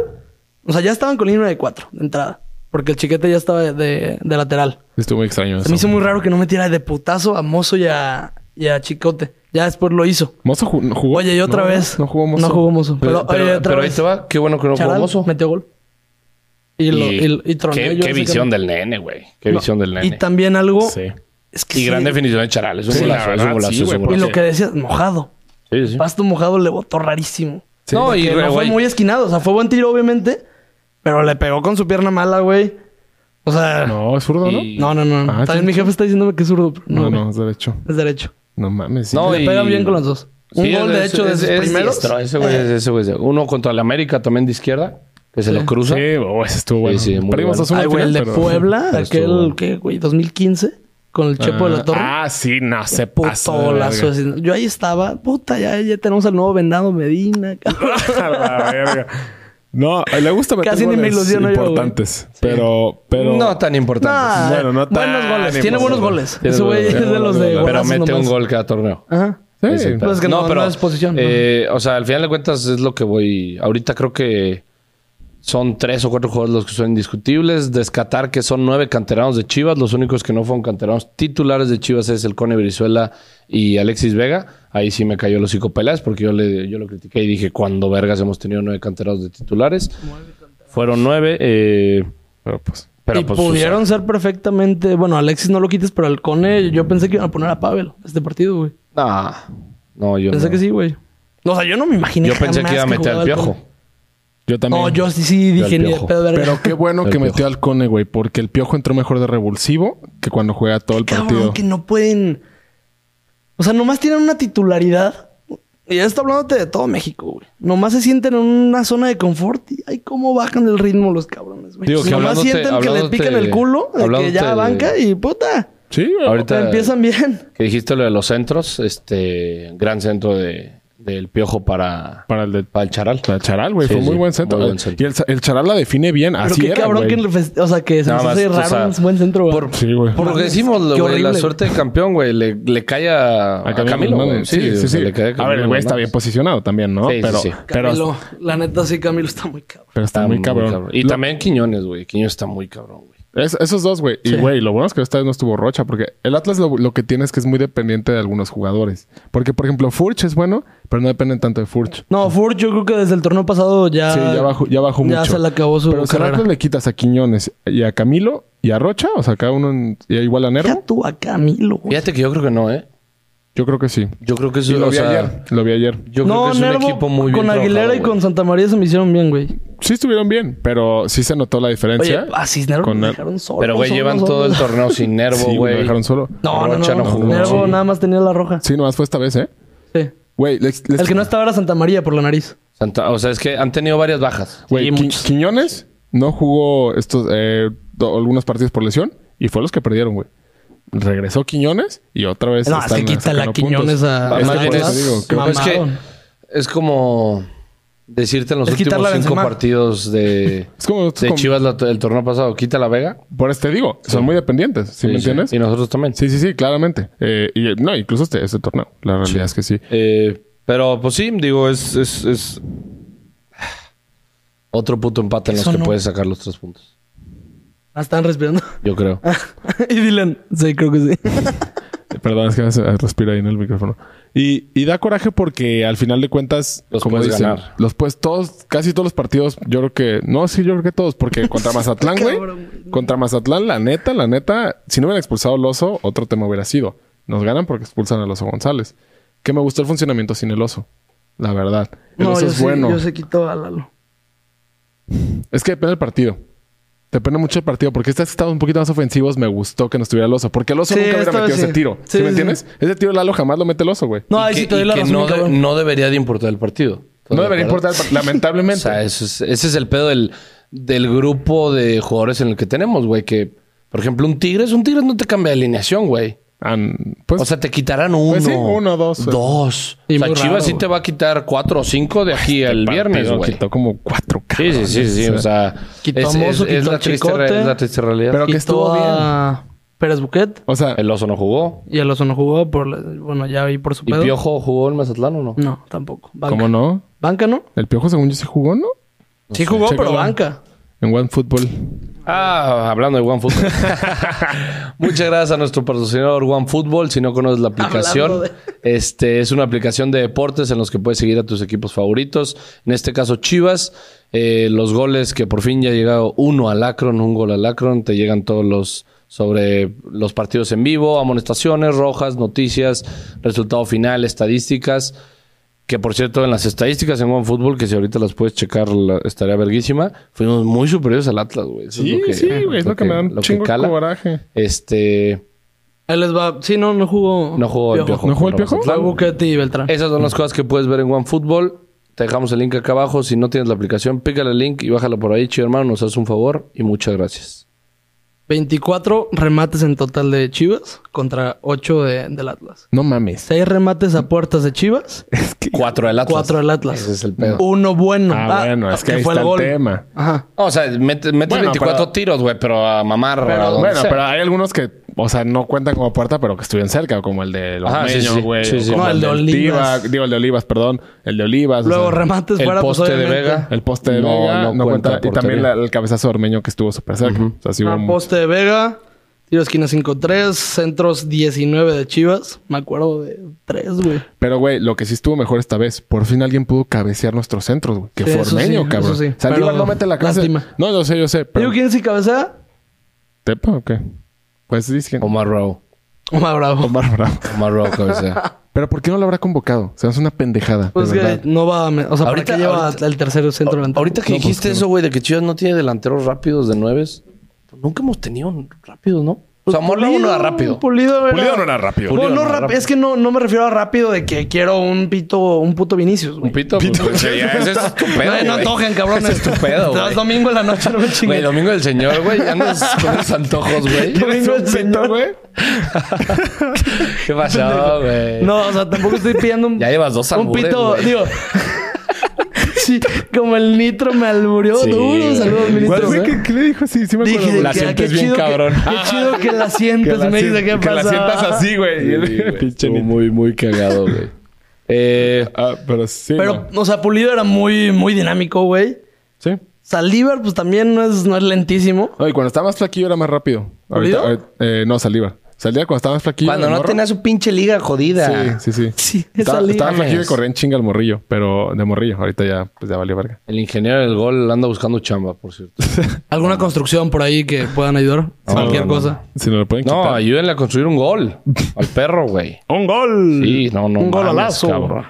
Speaker 1: O sea, ya estaban con línea de cuatro de entrada. Porque el chiquete ya estaba de, de- de lateral.
Speaker 2: Estuvo muy extraño
Speaker 1: Se me hizo
Speaker 2: eso.
Speaker 1: muy raro que no metiera de putazo a Mozo y a, y a Chicote. Ya después lo hizo.
Speaker 2: ¿Mozo ju- jugó?
Speaker 1: Oye, y otra
Speaker 2: No,
Speaker 1: vez.
Speaker 2: No jugó Mozo.
Speaker 1: No jugó Mozo.
Speaker 3: Pero,
Speaker 1: Pero,
Speaker 3: pero,
Speaker 1: oye, otra
Speaker 3: pero ahí
Speaker 1: vez.
Speaker 3: te va, qué bueno que no jugó
Speaker 1: Charal
Speaker 3: Mozo.
Speaker 1: metió gol. Y, lo, y, y tronó.
Speaker 3: Qué,
Speaker 1: Yo
Speaker 3: qué
Speaker 1: no sé
Speaker 3: visión
Speaker 1: qué-
Speaker 3: del nene, güey. Qué
Speaker 1: No,
Speaker 3: visión del nene.
Speaker 1: Y también algo.
Speaker 2: Sí.
Speaker 1: Es que
Speaker 3: Y gran
Speaker 1: sí,
Speaker 3: definición de Charal. Es un
Speaker 2: Sí, la
Speaker 3: golazo, es un
Speaker 2: verdad,
Speaker 3: golazo,
Speaker 2: sí,
Speaker 3: es un
Speaker 2: güey,
Speaker 1: Y
Speaker 3: golazo.
Speaker 1: lo que decías, mojado.
Speaker 3: Sí, sí.
Speaker 1: Pasto mojado le botó rarísimo.
Speaker 2: Sí.
Speaker 3: No, y
Speaker 1: Que no fue
Speaker 3: güey,
Speaker 1: muy esquinado. O sea, fue buen tiro, obviamente. Pero le pegó con su pierna mala, güey. O sea... No,
Speaker 2: No, es zurdo, ¿no?
Speaker 3: Y-
Speaker 1: no, no. no.
Speaker 2: Ah,
Speaker 1: También mi
Speaker 2: ¿sí?
Speaker 1: jefe está diciéndome que es zurdo. pero
Speaker 2: No,
Speaker 1: no,
Speaker 2: no,
Speaker 1: güey.
Speaker 2: es derecho.
Speaker 1: Es derecho.
Speaker 2: No mames. sí.
Speaker 3: No,
Speaker 1: Le
Speaker 3: y-
Speaker 1: pegan bien con los dos. Un
Speaker 3: Sí,
Speaker 1: gol,
Speaker 3: es-
Speaker 1: de hecho, de
Speaker 3: es-
Speaker 1: sus
Speaker 3: es
Speaker 1: primeros.
Speaker 3: diestro, ese güey es- ese güey es- Uno contra el América también de izquierda, que se lo cruza.
Speaker 2: Sí, oh, ese estuvo bueno.
Speaker 3: Sí, sí, muy
Speaker 2: Perdimos
Speaker 3: bueno.
Speaker 2: dos uno
Speaker 1: Ay,
Speaker 2: al
Speaker 1: güey, el
Speaker 2: final,
Speaker 1: de
Speaker 2: pero-
Speaker 1: Puebla.
Speaker 3: pero estuvo
Speaker 1: Aquel,
Speaker 3: bueno.
Speaker 1: ¿qué, güey? 2015. Con el Chepo de la Torre.
Speaker 2: Ah, sí, no, se pasó.
Speaker 1: Puto
Speaker 2: de
Speaker 1: golazo.
Speaker 2: verga.
Speaker 1: Yo ahí estaba. Puta, ya, ya tenemos al nuevo vendado Medina. cabrón.
Speaker 2: A la verga. No, le gusta meter
Speaker 1: Casi ni me
Speaker 2: goles
Speaker 1: ilusiono yo, güey.
Speaker 2: importantes, pero, pero...
Speaker 3: No tan importante.
Speaker 1: Nah,
Speaker 2: Bueno, no tan
Speaker 1: buenos goles. Tiene
Speaker 2: emocionante.
Speaker 1: buenos goles.
Speaker 3: Tiene
Speaker 1: Ese güey
Speaker 3: buenos
Speaker 1: es de
Speaker 2: goles.
Speaker 1: los de
Speaker 3: Pero
Speaker 1: golazos
Speaker 3: mete un
Speaker 1: nomás.
Speaker 3: gol cada torneo.
Speaker 1: Ajá.
Speaker 2: Sí,
Speaker 3: Exacto.
Speaker 1: Pues que no- no es posición, ¿no?
Speaker 3: eh, o sea, al final de cuentas es lo que voy. Ahorita creo que son tres o cuatro jugadores los que son indiscutibles. Descatar que son nueve canteranos de Chivas. Los únicos que no fueron canteranos titulares de Chivas es el Cone Brizuela y Alexis Vega. Ahí sí me cayó los hocico Peláez porque yo, le, yo lo critiqué y dije: ¿Cuándo vergas hemos tenido nueve canteranos de titulares? Fueron nueve. eh,
Speaker 2: pero pues...
Speaker 3: pero
Speaker 1: y
Speaker 3: pues,
Speaker 1: pudieron ser perfectamente. Bueno, Alexis no lo quites, pero al Cone yo pensé que iban a poner a Pavel este partido, güey.
Speaker 3: o sea, no, no, yo
Speaker 1: Pensé
Speaker 3: no.
Speaker 1: que sí, güey. O sea, yo no me imaginé.
Speaker 3: Yo pensé
Speaker 1: jamás
Speaker 3: que iba a meter
Speaker 1: jugaba
Speaker 3: al
Speaker 1: el
Speaker 3: piojo.
Speaker 1: Cone.
Speaker 2: Yo también.
Speaker 1: No, yo sí, sí
Speaker 3: Yo al
Speaker 1: dije ni de
Speaker 3: Piojo.
Speaker 1: pedo, verga.
Speaker 2: Pero qué bueno
Speaker 3: El
Speaker 2: que
Speaker 3: Piojo.
Speaker 2: metió al Cone, güey, porque el Piojo entró mejor de revulsivo que cuando juega todo el
Speaker 1: Cabrón,
Speaker 2: partido.
Speaker 1: que no pueden. O sea, nomás tienen una titularidad. Y ya está hablándote de todo México, güey. Nomás se sienten en una zona de confort y ay, cómo bajan el ritmo los cabrones, güey.
Speaker 3: Digo que
Speaker 1: nomás
Speaker 3: hablándote-
Speaker 1: sienten que le
Speaker 3: hablándote-
Speaker 1: pican el culo, de que
Speaker 3: hablándote
Speaker 1: ya
Speaker 3: de-
Speaker 1: banca y puta.
Speaker 2: Sí,
Speaker 3: Ahorita
Speaker 1: Empiezan bien.
Speaker 3: que dijiste lo de los centros, este gran centro de, del piojo para,
Speaker 2: Para el de
Speaker 3: para el charal.
Speaker 2: para el Charal, güey.
Speaker 3: Sí,
Speaker 2: fue muy
Speaker 3: sí,
Speaker 2: buen centro.
Speaker 3: muy buen centro.
Speaker 2: Y el, el Charal la define bien.
Speaker 1: Pero
Speaker 2: Así
Speaker 1: qué
Speaker 2: era,
Speaker 1: cabrón
Speaker 2: güey.
Speaker 1: que... enrife- O sea, que se
Speaker 3: Nada
Speaker 1: nos
Speaker 3: más,
Speaker 1: hace
Speaker 3: o
Speaker 1: raro
Speaker 3: sea,
Speaker 1: un buen centro, güey.
Speaker 3: por-
Speaker 2: Sí, güey.
Speaker 3: Por lo que decimos,
Speaker 1: Qué
Speaker 3: güey, la
Speaker 1: horrible.
Speaker 3: suerte de campeón, güey, le, le cae a, a
Speaker 2: Hernández.
Speaker 3: Camilo. güey.
Speaker 2: Sí, sí,
Speaker 3: o
Speaker 2: sí.
Speaker 3: sea, le cae
Speaker 2: A ver, el
Speaker 3: Camilo
Speaker 2: güey está bien
Speaker 3: Hernández.
Speaker 2: posicionado también, ¿no?
Speaker 3: Sí, sí,
Speaker 2: pero,
Speaker 3: sí.
Speaker 2: Pero,
Speaker 1: Camilo, la neta sí, Camilo está muy cabrón.
Speaker 2: pero está, muy cabrón.
Speaker 3: Y
Speaker 2: Lo-
Speaker 3: también Quiñones, güey. Quiñones está muy cabrón, güey.
Speaker 2: es- esos dos, güey. Y,
Speaker 1: Sí.
Speaker 2: güey, lo bueno es que esta vez no estuvo Rocha, porque el Atlas lo, lo que tiene es que es muy dependiente de algunos jugadores. Porque, por ejemplo, Furch es bueno, pero no dependen tanto de Furch.
Speaker 1: No, Furch, yo creo que desde el torneo pasado ya.
Speaker 2: Sí, ya bajó, ya bajó
Speaker 1: ya
Speaker 2: mucho.
Speaker 1: se le acabó su
Speaker 2: Pero si al
Speaker 1: carrera.
Speaker 2: Atlas le quitas a Quiñones y a Camilo y a Rocha, o sea, cada uno en- y igual a
Speaker 1: Deja
Speaker 2: Nervo,
Speaker 1: tú a Camilo, güey.
Speaker 3: Fíjate que yo creo que no, ¿eh?
Speaker 2: yo creo que sí.
Speaker 3: Yo creo que es,
Speaker 2: Y lo
Speaker 3: o
Speaker 2: vi
Speaker 3: sea,
Speaker 2: ayer. Lo vi ayer.
Speaker 3: yo creo
Speaker 1: no,
Speaker 3: que es
Speaker 1: Nervo,
Speaker 3: un equipo muy bien
Speaker 1: con Aguilera
Speaker 3: trabajado,
Speaker 1: y
Speaker 3: güey.
Speaker 1: con Santa María se me hicieron bien, güey.
Speaker 2: Sí estuvieron bien, pero sí se notó la
Speaker 1: Oye,
Speaker 2: diferencia.
Speaker 1: a Cisneros
Speaker 2: Con
Speaker 1: lo
Speaker 2: el-
Speaker 1: dejaron solo.
Speaker 3: Pero, güey,
Speaker 1: solo,
Speaker 3: llevan
Speaker 1: solo.
Speaker 3: todo el torneo sin
Speaker 2: Sí,
Speaker 3: nervo,
Speaker 2: güey,
Speaker 3: güey.
Speaker 2: lo dejaron solo.
Speaker 1: No, no,
Speaker 3: Rocha
Speaker 1: no.
Speaker 3: no
Speaker 1: no,
Speaker 3: jugó.
Speaker 1: Nervo nada más tenía la roja. Sí.
Speaker 2: Sí, nomás fue esta vez, ¿eh? Güey, les- les-
Speaker 1: El que no estaba era Santa María por la nariz.
Speaker 3: Santa- o sea, es que han tenido varias bajas.
Speaker 2: güey,
Speaker 1: sí,
Speaker 2: Qui-
Speaker 1: muchos.
Speaker 2: Quiñones no jugó estos eh, do- algunos partidos por lesión y fue los que perdieron, güey. Regresó Quiñones y otra vez.
Speaker 1: No, es que quita la
Speaker 2: sacando
Speaker 1: Quiñones
Speaker 2: puntos.
Speaker 1: a.
Speaker 3: Ah,
Speaker 2: Es
Speaker 1: a
Speaker 3: más
Speaker 2: que
Speaker 3: bien
Speaker 2: por eso
Speaker 1: Atlas.
Speaker 3: es-
Speaker 2: digo, creo-
Speaker 3: es que
Speaker 1: Mamaron.
Speaker 3: es como decirte en los
Speaker 1: Es
Speaker 3: últimos
Speaker 1: quitarla a
Speaker 3: cinco
Speaker 1: Benzema.
Speaker 3: partidos de,
Speaker 2: Es como,
Speaker 3: de
Speaker 2: como-
Speaker 3: Chivas la- el torneo pasado. Quita la Vega.
Speaker 2: por eso te digo, son muy dependientes, ¿sí, me
Speaker 3: Sí, sí.
Speaker 2: entiendes?
Speaker 3: Y nosotros también.
Speaker 2: Sí, sí, sí, claramente. Eh, y, eh, no, incluso este, este torneo. La realidad es que sí.
Speaker 3: Eh, pero, pues sí, digo, es, es, es- otro puto empate en los
Speaker 1: Eso
Speaker 3: que
Speaker 1: no.
Speaker 3: puedes sacar los tres puntos.
Speaker 1: Ah, estaban respirando.
Speaker 3: Yo creo.
Speaker 1: y Dylan, sí, creo que sí.
Speaker 2: Eh, Perdón, es que se- eh, respira ahí en el micrófono. Y, y da coraje porque al final de cuentas,
Speaker 3: Los
Speaker 2: como
Speaker 3: puedes
Speaker 2: dicen,
Speaker 3: ganar.
Speaker 2: los pues todos, casi todos los partidos, yo creo que, no, sí, yo creo que todos, porque contra Mazatlán, güey,
Speaker 1: Cabrón, güey.
Speaker 2: contra Mazatlán, la neta, la neta, si no hubieran expulsado al oso, otro tema hubiera sido. Nos ganan porque expulsan al oso González. Que me gustó el funcionamiento sin el oso, la verdad. El
Speaker 1: No,
Speaker 2: oso
Speaker 1: yo
Speaker 2: es
Speaker 1: sí,
Speaker 2: bueno.
Speaker 1: yo se quitó a Lalo.
Speaker 2: Es que depende del partido. Depende mucho del partido, porque estas que estaban un poquito más ofensivos, me gustó que no estuviera el oso, porque el oso
Speaker 1: Sí,
Speaker 2: nunca hubiera
Speaker 1: esta
Speaker 2: metido
Speaker 1: vez
Speaker 2: ese
Speaker 1: sí.
Speaker 2: tiro.
Speaker 1: Sí,
Speaker 2: ¿Sí,
Speaker 1: sí,
Speaker 2: me
Speaker 1: sí.
Speaker 2: entiendes? Ese tiro Lalo jamás lo mete el oso, güey.
Speaker 1: No,
Speaker 3: Y
Speaker 1: ahí
Speaker 3: que-
Speaker 1: sí te doy
Speaker 3: y
Speaker 1: la
Speaker 3: que
Speaker 1: razón,
Speaker 3: no,
Speaker 1: mi
Speaker 3: de-
Speaker 1: cabrón.
Speaker 3: no debería de importar el partido.
Speaker 2: No debería
Speaker 3: ¿Estás
Speaker 2: importar,
Speaker 3: de acuerdo? O
Speaker 2: lamentablemente.
Speaker 3: sea, eso es- ese es el pedo del, del grupo de jugadores en el que tenemos, güey. Que, por ejemplo, un Tigres, un Tigres no te cambia de alineación, güey.
Speaker 2: An- pues,
Speaker 3: o sea, te quitarán uno.
Speaker 2: sí, uno, dos.
Speaker 3: Dos.
Speaker 1: Y
Speaker 3: o sea,
Speaker 1: muy
Speaker 3: Chivas
Speaker 1: raro,
Speaker 3: sí
Speaker 1: güey.
Speaker 3: te va a quitar cuatro o cinco de aquí
Speaker 2: Pues
Speaker 3: al
Speaker 2: este partido
Speaker 3: viernes, este güey.
Speaker 2: Quitó como cuatro
Speaker 3: Sí, sí,
Speaker 2: cabrones.
Speaker 3: sí, sí. O sea,
Speaker 1: Quitó
Speaker 3: es,
Speaker 1: a Mozo,
Speaker 3: es- es
Speaker 1: quitó
Speaker 3: la
Speaker 1: a
Speaker 3: triste,
Speaker 1: Chicote.
Speaker 3: re- es la triste realidad.
Speaker 2: Pero que
Speaker 1: Quitó
Speaker 2: estuvo
Speaker 1: a Pérez Buquet
Speaker 2: O sea,
Speaker 3: El oso no jugó.
Speaker 1: y el oso no jugó por... la- Bueno, ya vi por su
Speaker 3: ¿Y
Speaker 1: pedo.
Speaker 3: Piojo jugó en Mazatlán o no?
Speaker 1: No, tampoco. Banca.
Speaker 2: ¿cómo no?
Speaker 1: ¿Banca no?
Speaker 2: El piojo, según yo, sí jugó, ¿no?
Speaker 1: sí jugó,
Speaker 2: Chécalo.
Speaker 1: pero banca.
Speaker 2: En One Football.
Speaker 3: Ah, hablando de OneFootball. Muchas gracias a nuestro patrocinador OneFootball. Si no conoces la aplicación,
Speaker 1: Hablando de-
Speaker 3: este es una aplicación de deportes en los que puedes seguir a tus equipos favoritos. En este caso, Chivas. Eh, los goles que por fin ya ha llegado uno al Akron, un gol al Akron. Te llegan todos los sobre los partidos en vivo, amonestaciones, rojas, noticias, resultado final, estadísticas. Que por cierto, en las estadísticas en OneFootball, que si ahorita las puedes checar, la- estaría verguísima. Fuimos muy superiores al Atlas, güey. Eso es
Speaker 2: Sí,
Speaker 3: lo que-
Speaker 2: sí, güey. Es lo que me da un
Speaker 3: lo
Speaker 2: chingo de
Speaker 3: cala.
Speaker 2: coraje.
Speaker 3: Este.
Speaker 1: Él les va... Sí, no, no jugó...
Speaker 3: No jugó el piojo.
Speaker 2: ¿No jugó el Piojo?
Speaker 3: Mazatlán.
Speaker 1: Fue Buquet y Beltrán.
Speaker 3: Esas son las cosas que puedes ver en OneFootball. Te dejamos el link acá abajo. Si no tienes la aplicación, pícale el link y bájala por ahí, chido hermano. Nos haces un favor y muchas gracias.
Speaker 1: 24 remates en total de Chivas contra 8 de- del Atlas.
Speaker 2: No mames.
Speaker 1: 6 remates a puertas de Chivas,
Speaker 3: Cuatro del Atlas.
Speaker 1: 4 del Atlas.
Speaker 3: Ese es el pedo.
Speaker 1: Uno bueno.
Speaker 2: Ah, bueno, es que ahí
Speaker 1: fue
Speaker 2: está
Speaker 1: el
Speaker 2: el
Speaker 1: gol.
Speaker 2: tema.
Speaker 1: Ajá.
Speaker 3: No, o sea, metes, metes
Speaker 2: Bueno,
Speaker 3: 24
Speaker 2: pero-
Speaker 3: tiros, güey, pero a mamar. a
Speaker 2: Pero,
Speaker 3: donde
Speaker 2: bueno,
Speaker 3: sea.
Speaker 2: pero hay algunos que, o sea, no cuentan como puerta, pero que estuvieron cerca, como el de los
Speaker 3: Ajá, sí, sí, sí.
Speaker 2: güey.
Speaker 3: Sí,
Speaker 2: o
Speaker 3: sí.
Speaker 2: como
Speaker 1: No, el de
Speaker 2: del
Speaker 1: Olivas.
Speaker 2: Tiva- digo, el de Olivas, perdón. El de Olivas. o
Speaker 1: Luego
Speaker 2: sea,
Speaker 1: remates
Speaker 3: el
Speaker 1: fuera, pues,
Speaker 3: poste de
Speaker 1: obviamente.
Speaker 3: Vega.
Speaker 2: El poste de
Speaker 3: No,
Speaker 2: Vega
Speaker 3: no
Speaker 2: no
Speaker 3: cuenta
Speaker 2: cuenta.
Speaker 3: la
Speaker 2: Y también
Speaker 3: portería.
Speaker 2: la- el cabezazo de Ormeño que estuvo súper cerca. O sea, sí hubo
Speaker 1: Ah,
Speaker 2: un-
Speaker 1: poste de Vega, tiro de esquina 5-3, centros 19 de Chivas. Me acuerdo de 3, güey.
Speaker 2: Pero, güey, lo que sí estuvo mejor esta vez, por fin alguien pudo cabecear nuestros centros, güey. Que
Speaker 1: Sí,
Speaker 2: fue
Speaker 1: eso
Speaker 2: Ormeño,
Speaker 1: sí,
Speaker 2: cabrón.
Speaker 1: eso sí.
Speaker 2: Saldívar
Speaker 1: Pero
Speaker 2: no mete la clase.
Speaker 1: lástima.
Speaker 2: No, yo sé, yo sé. Pero...
Speaker 1: ¿Digo quién sí cabecea?
Speaker 2: ¿Tepa o qué? Pues dicen.
Speaker 1: Oh,
Speaker 3: Omar Bravo.
Speaker 1: Omar Bravo.
Speaker 2: Omar Bravo.
Speaker 3: Omar Bravo, cabecea.
Speaker 2: Pero ¿por qué no lo habrá convocado? Se hace una pendejada.
Speaker 1: Pues
Speaker 2: de
Speaker 1: que
Speaker 2: verdad.
Speaker 1: no va a... me- O sea,
Speaker 3: Ahorita-
Speaker 1: ¿para qué lleva
Speaker 3: ahorita-
Speaker 1: el tercero centro delantero?
Speaker 3: Ahorita que dijiste eso, güey, de que Chivas no tiene delanteros rápidos de nueves, pues nunca hemos tenido rápidos, ¿no? O sea, Morla uno era rápido.
Speaker 1: Pulido era...
Speaker 2: Pulido no era rápido.
Speaker 1: Bueno,
Speaker 3: Pulido
Speaker 1: no
Speaker 3: no era
Speaker 1: rap-
Speaker 3: rápido.
Speaker 1: Es que no, no me refiero a rápido de que quiero un pito, un puto Vinicius, güey.
Speaker 3: Un pito.
Speaker 2: Pito.
Speaker 3: pues, güey, ya, ese es estupendo.
Speaker 1: No, no antojen, cabrón.
Speaker 3: Es estupendo,
Speaker 1: Tras
Speaker 3: güey.
Speaker 1: domingo en la noche no me chinguen.
Speaker 3: Güey, domingo del señor, güey. Ya andas con esos antojos, güey.
Speaker 1: Domingo el señor.
Speaker 3: ¿Qué pasó, güey?
Speaker 1: No, o sea, tampoco estoy pidiendo un...
Speaker 3: Ya llevas dos
Speaker 1: Un
Speaker 3: albures,
Speaker 1: pito,
Speaker 3: güey.
Speaker 1: digo... sí, como el nitro me alburió
Speaker 3: Sí,
Speaker 1: duro.
Speaker 3: güey.
Speaker 1: Saludos, mi
Speaker 2: ¿Cuál
Speaker 1: nitro.
Speaker 2: fue?
Speaker 1: güey.
Speaker 2: ¿Qué, qué le dijo? Sí, sí me acuerdo.
Speaker 1: Dije,
Speaker 2: güey.
Speaker 1: de
Speaker 3: La
Speaker 1: que, ah, qué
Speaker 3: sientes bien
Speaker 1: chido que-
Speaker 3: cabrón.
Speaker 1: Qué chido que la
Speaker 2: Que
Speaker 1: sientas.
Speaker 2: la
Speaker 1: Me dice,
Speaker 2: sien-
Speaker 1: ¿qué
Speaker 2: que la
Speaker 1: pasa?
Speaker 2: sientas así, güey. Y el
Speaker 3: Sí, güey,
Speaker 2: pinche
Speaker 3: estuvo
Speaker 2: nitro.
Speaker 3: muy, muy cagado, güey. Eh,
Speaker 2: Ah, pero sí.
Speaker 1: Pero,
Speaker 2: no.
Speaker 1: o sea, Pulido era muy, muy dinámico, güey.
Speaker 2: Sí.
Speaker 1: Saldívar, pues también no es, no es lentísimo.
Speaker 2: Oye, cuando estaba más flaquillo era más rápido.
Speaker 1: ¿Pulido?
Speaker 2: Ahorita, ahorita- eh, no, saliva. Salía cuando estaba más flaquillo.
Speaker 3: cuando
Speaker 2: el
Speaker 3: no
Speaker 2: morro-
Speaker 3: tenía su pinche liga jodida.
Speaker 2: Sí, sí, sí.
Speaker 1: Sí, es
Speaker 2: Estaba,
Speaker 1: Saldívar.
Speaker 2: estaba flaquillo y
Speaker 3: Mames.
Speaker 2: corría en chinga al morrillo, pero de morrillo. Ahorita ya, pues ya valió verga.
Speaker 3: El ingeniero del gol anda buscando chamba, por cierto.
Speaker 1: ¿Alguna construcción por ahí que puedan ayudar? Cualquier
Speaker 2: No, no,
Speaker 1: cosa.
Speaker 2: no. Si no lo pueden quitar.
Speaker 3: No, ayúdenle a construir un gol al perro, güey.
Speaker 2: ¡Un gol!
Speaker 3: Sí, no, no.
Speaker 2: Un gol
Speaker 3: mames,
Speaker 2: al lazo.
Speaker 3: cabrón.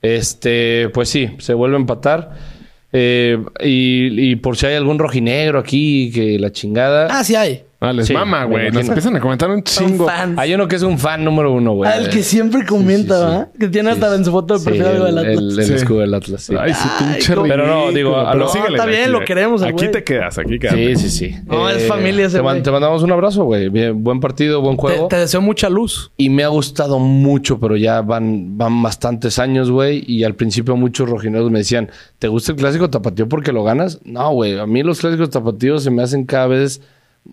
Speaker 3: Este, pues sí, se vuelve a empatar. Eh, y, y por si hay algún rojinegro aquí, que la chingada.
Speaker 1: Ah, sí hay.
Speaker 2: Ah, les
Speaker 3: Sí,
Speaker 2: mama,
Speaker 3: me
Speaker 2: güey. Nos
Speaker 3: imagino.
Speaker 2: empiezan a comentar un
Speaker 1: Son
Speaker 2: chingo.
Speaker 1: fans.
Speaker 3: hay uno Ah, que es un fan número uno, güey.
Speaker 1: Ah, el que siempre comenta,
Speaker 3: sí, sí.
Speaker 1: ¿verdad? Que tiene hasta
Speaker 3: Sí,
Speaker 1: en su foto de pues.
Speaker 3: sí,
Speaker 1: perfil algo del
Speaker 3: el-
Speaker 1: Atlas.
Speaker 3: El, el
Speaker 2: Sí.
Speaker 3: escudo del Atlas, sí.
Speaker 2: Ay, sí, pinche
Speaker 1: cómo-
Speaker 3: Pero no,
Speaker 2: ridículo,
Speaker 3: digo, a
Speaker 2: pero
Speaker 3: lo-
Speaker 2: síguele,
Speaker 1: Está bien,
Speaker 2: aquí,
Speaker 1: lo
Speaker 2: eh.
Speaker 1: queremos al
Speaker 2: Aquí
Speaker 1: güey.
Speaker 2: te quedas, aquí quedas.
Speaker 3: Sí, sí, sí. Eh,
Speaker 1: No, es familia ese
Speaker 3: te, man-
Speaker 1: güey.
Speaker 3: te mandamos un abrazo, güey. Bien, buen partido, buen
Speaker 1: Te,
Speaker 3: juego.
Speaker 1: te deseo mucha luz.
Speaker 3: Y me ha gustado mucho, pero ya van, van bastantes años, güey. Y al principio muchos rojineros me decían, ¿te gusta el clásico tapatío porque lo ganas? No, güey. A mí los clásicos tapatíos se me hacen cada vez...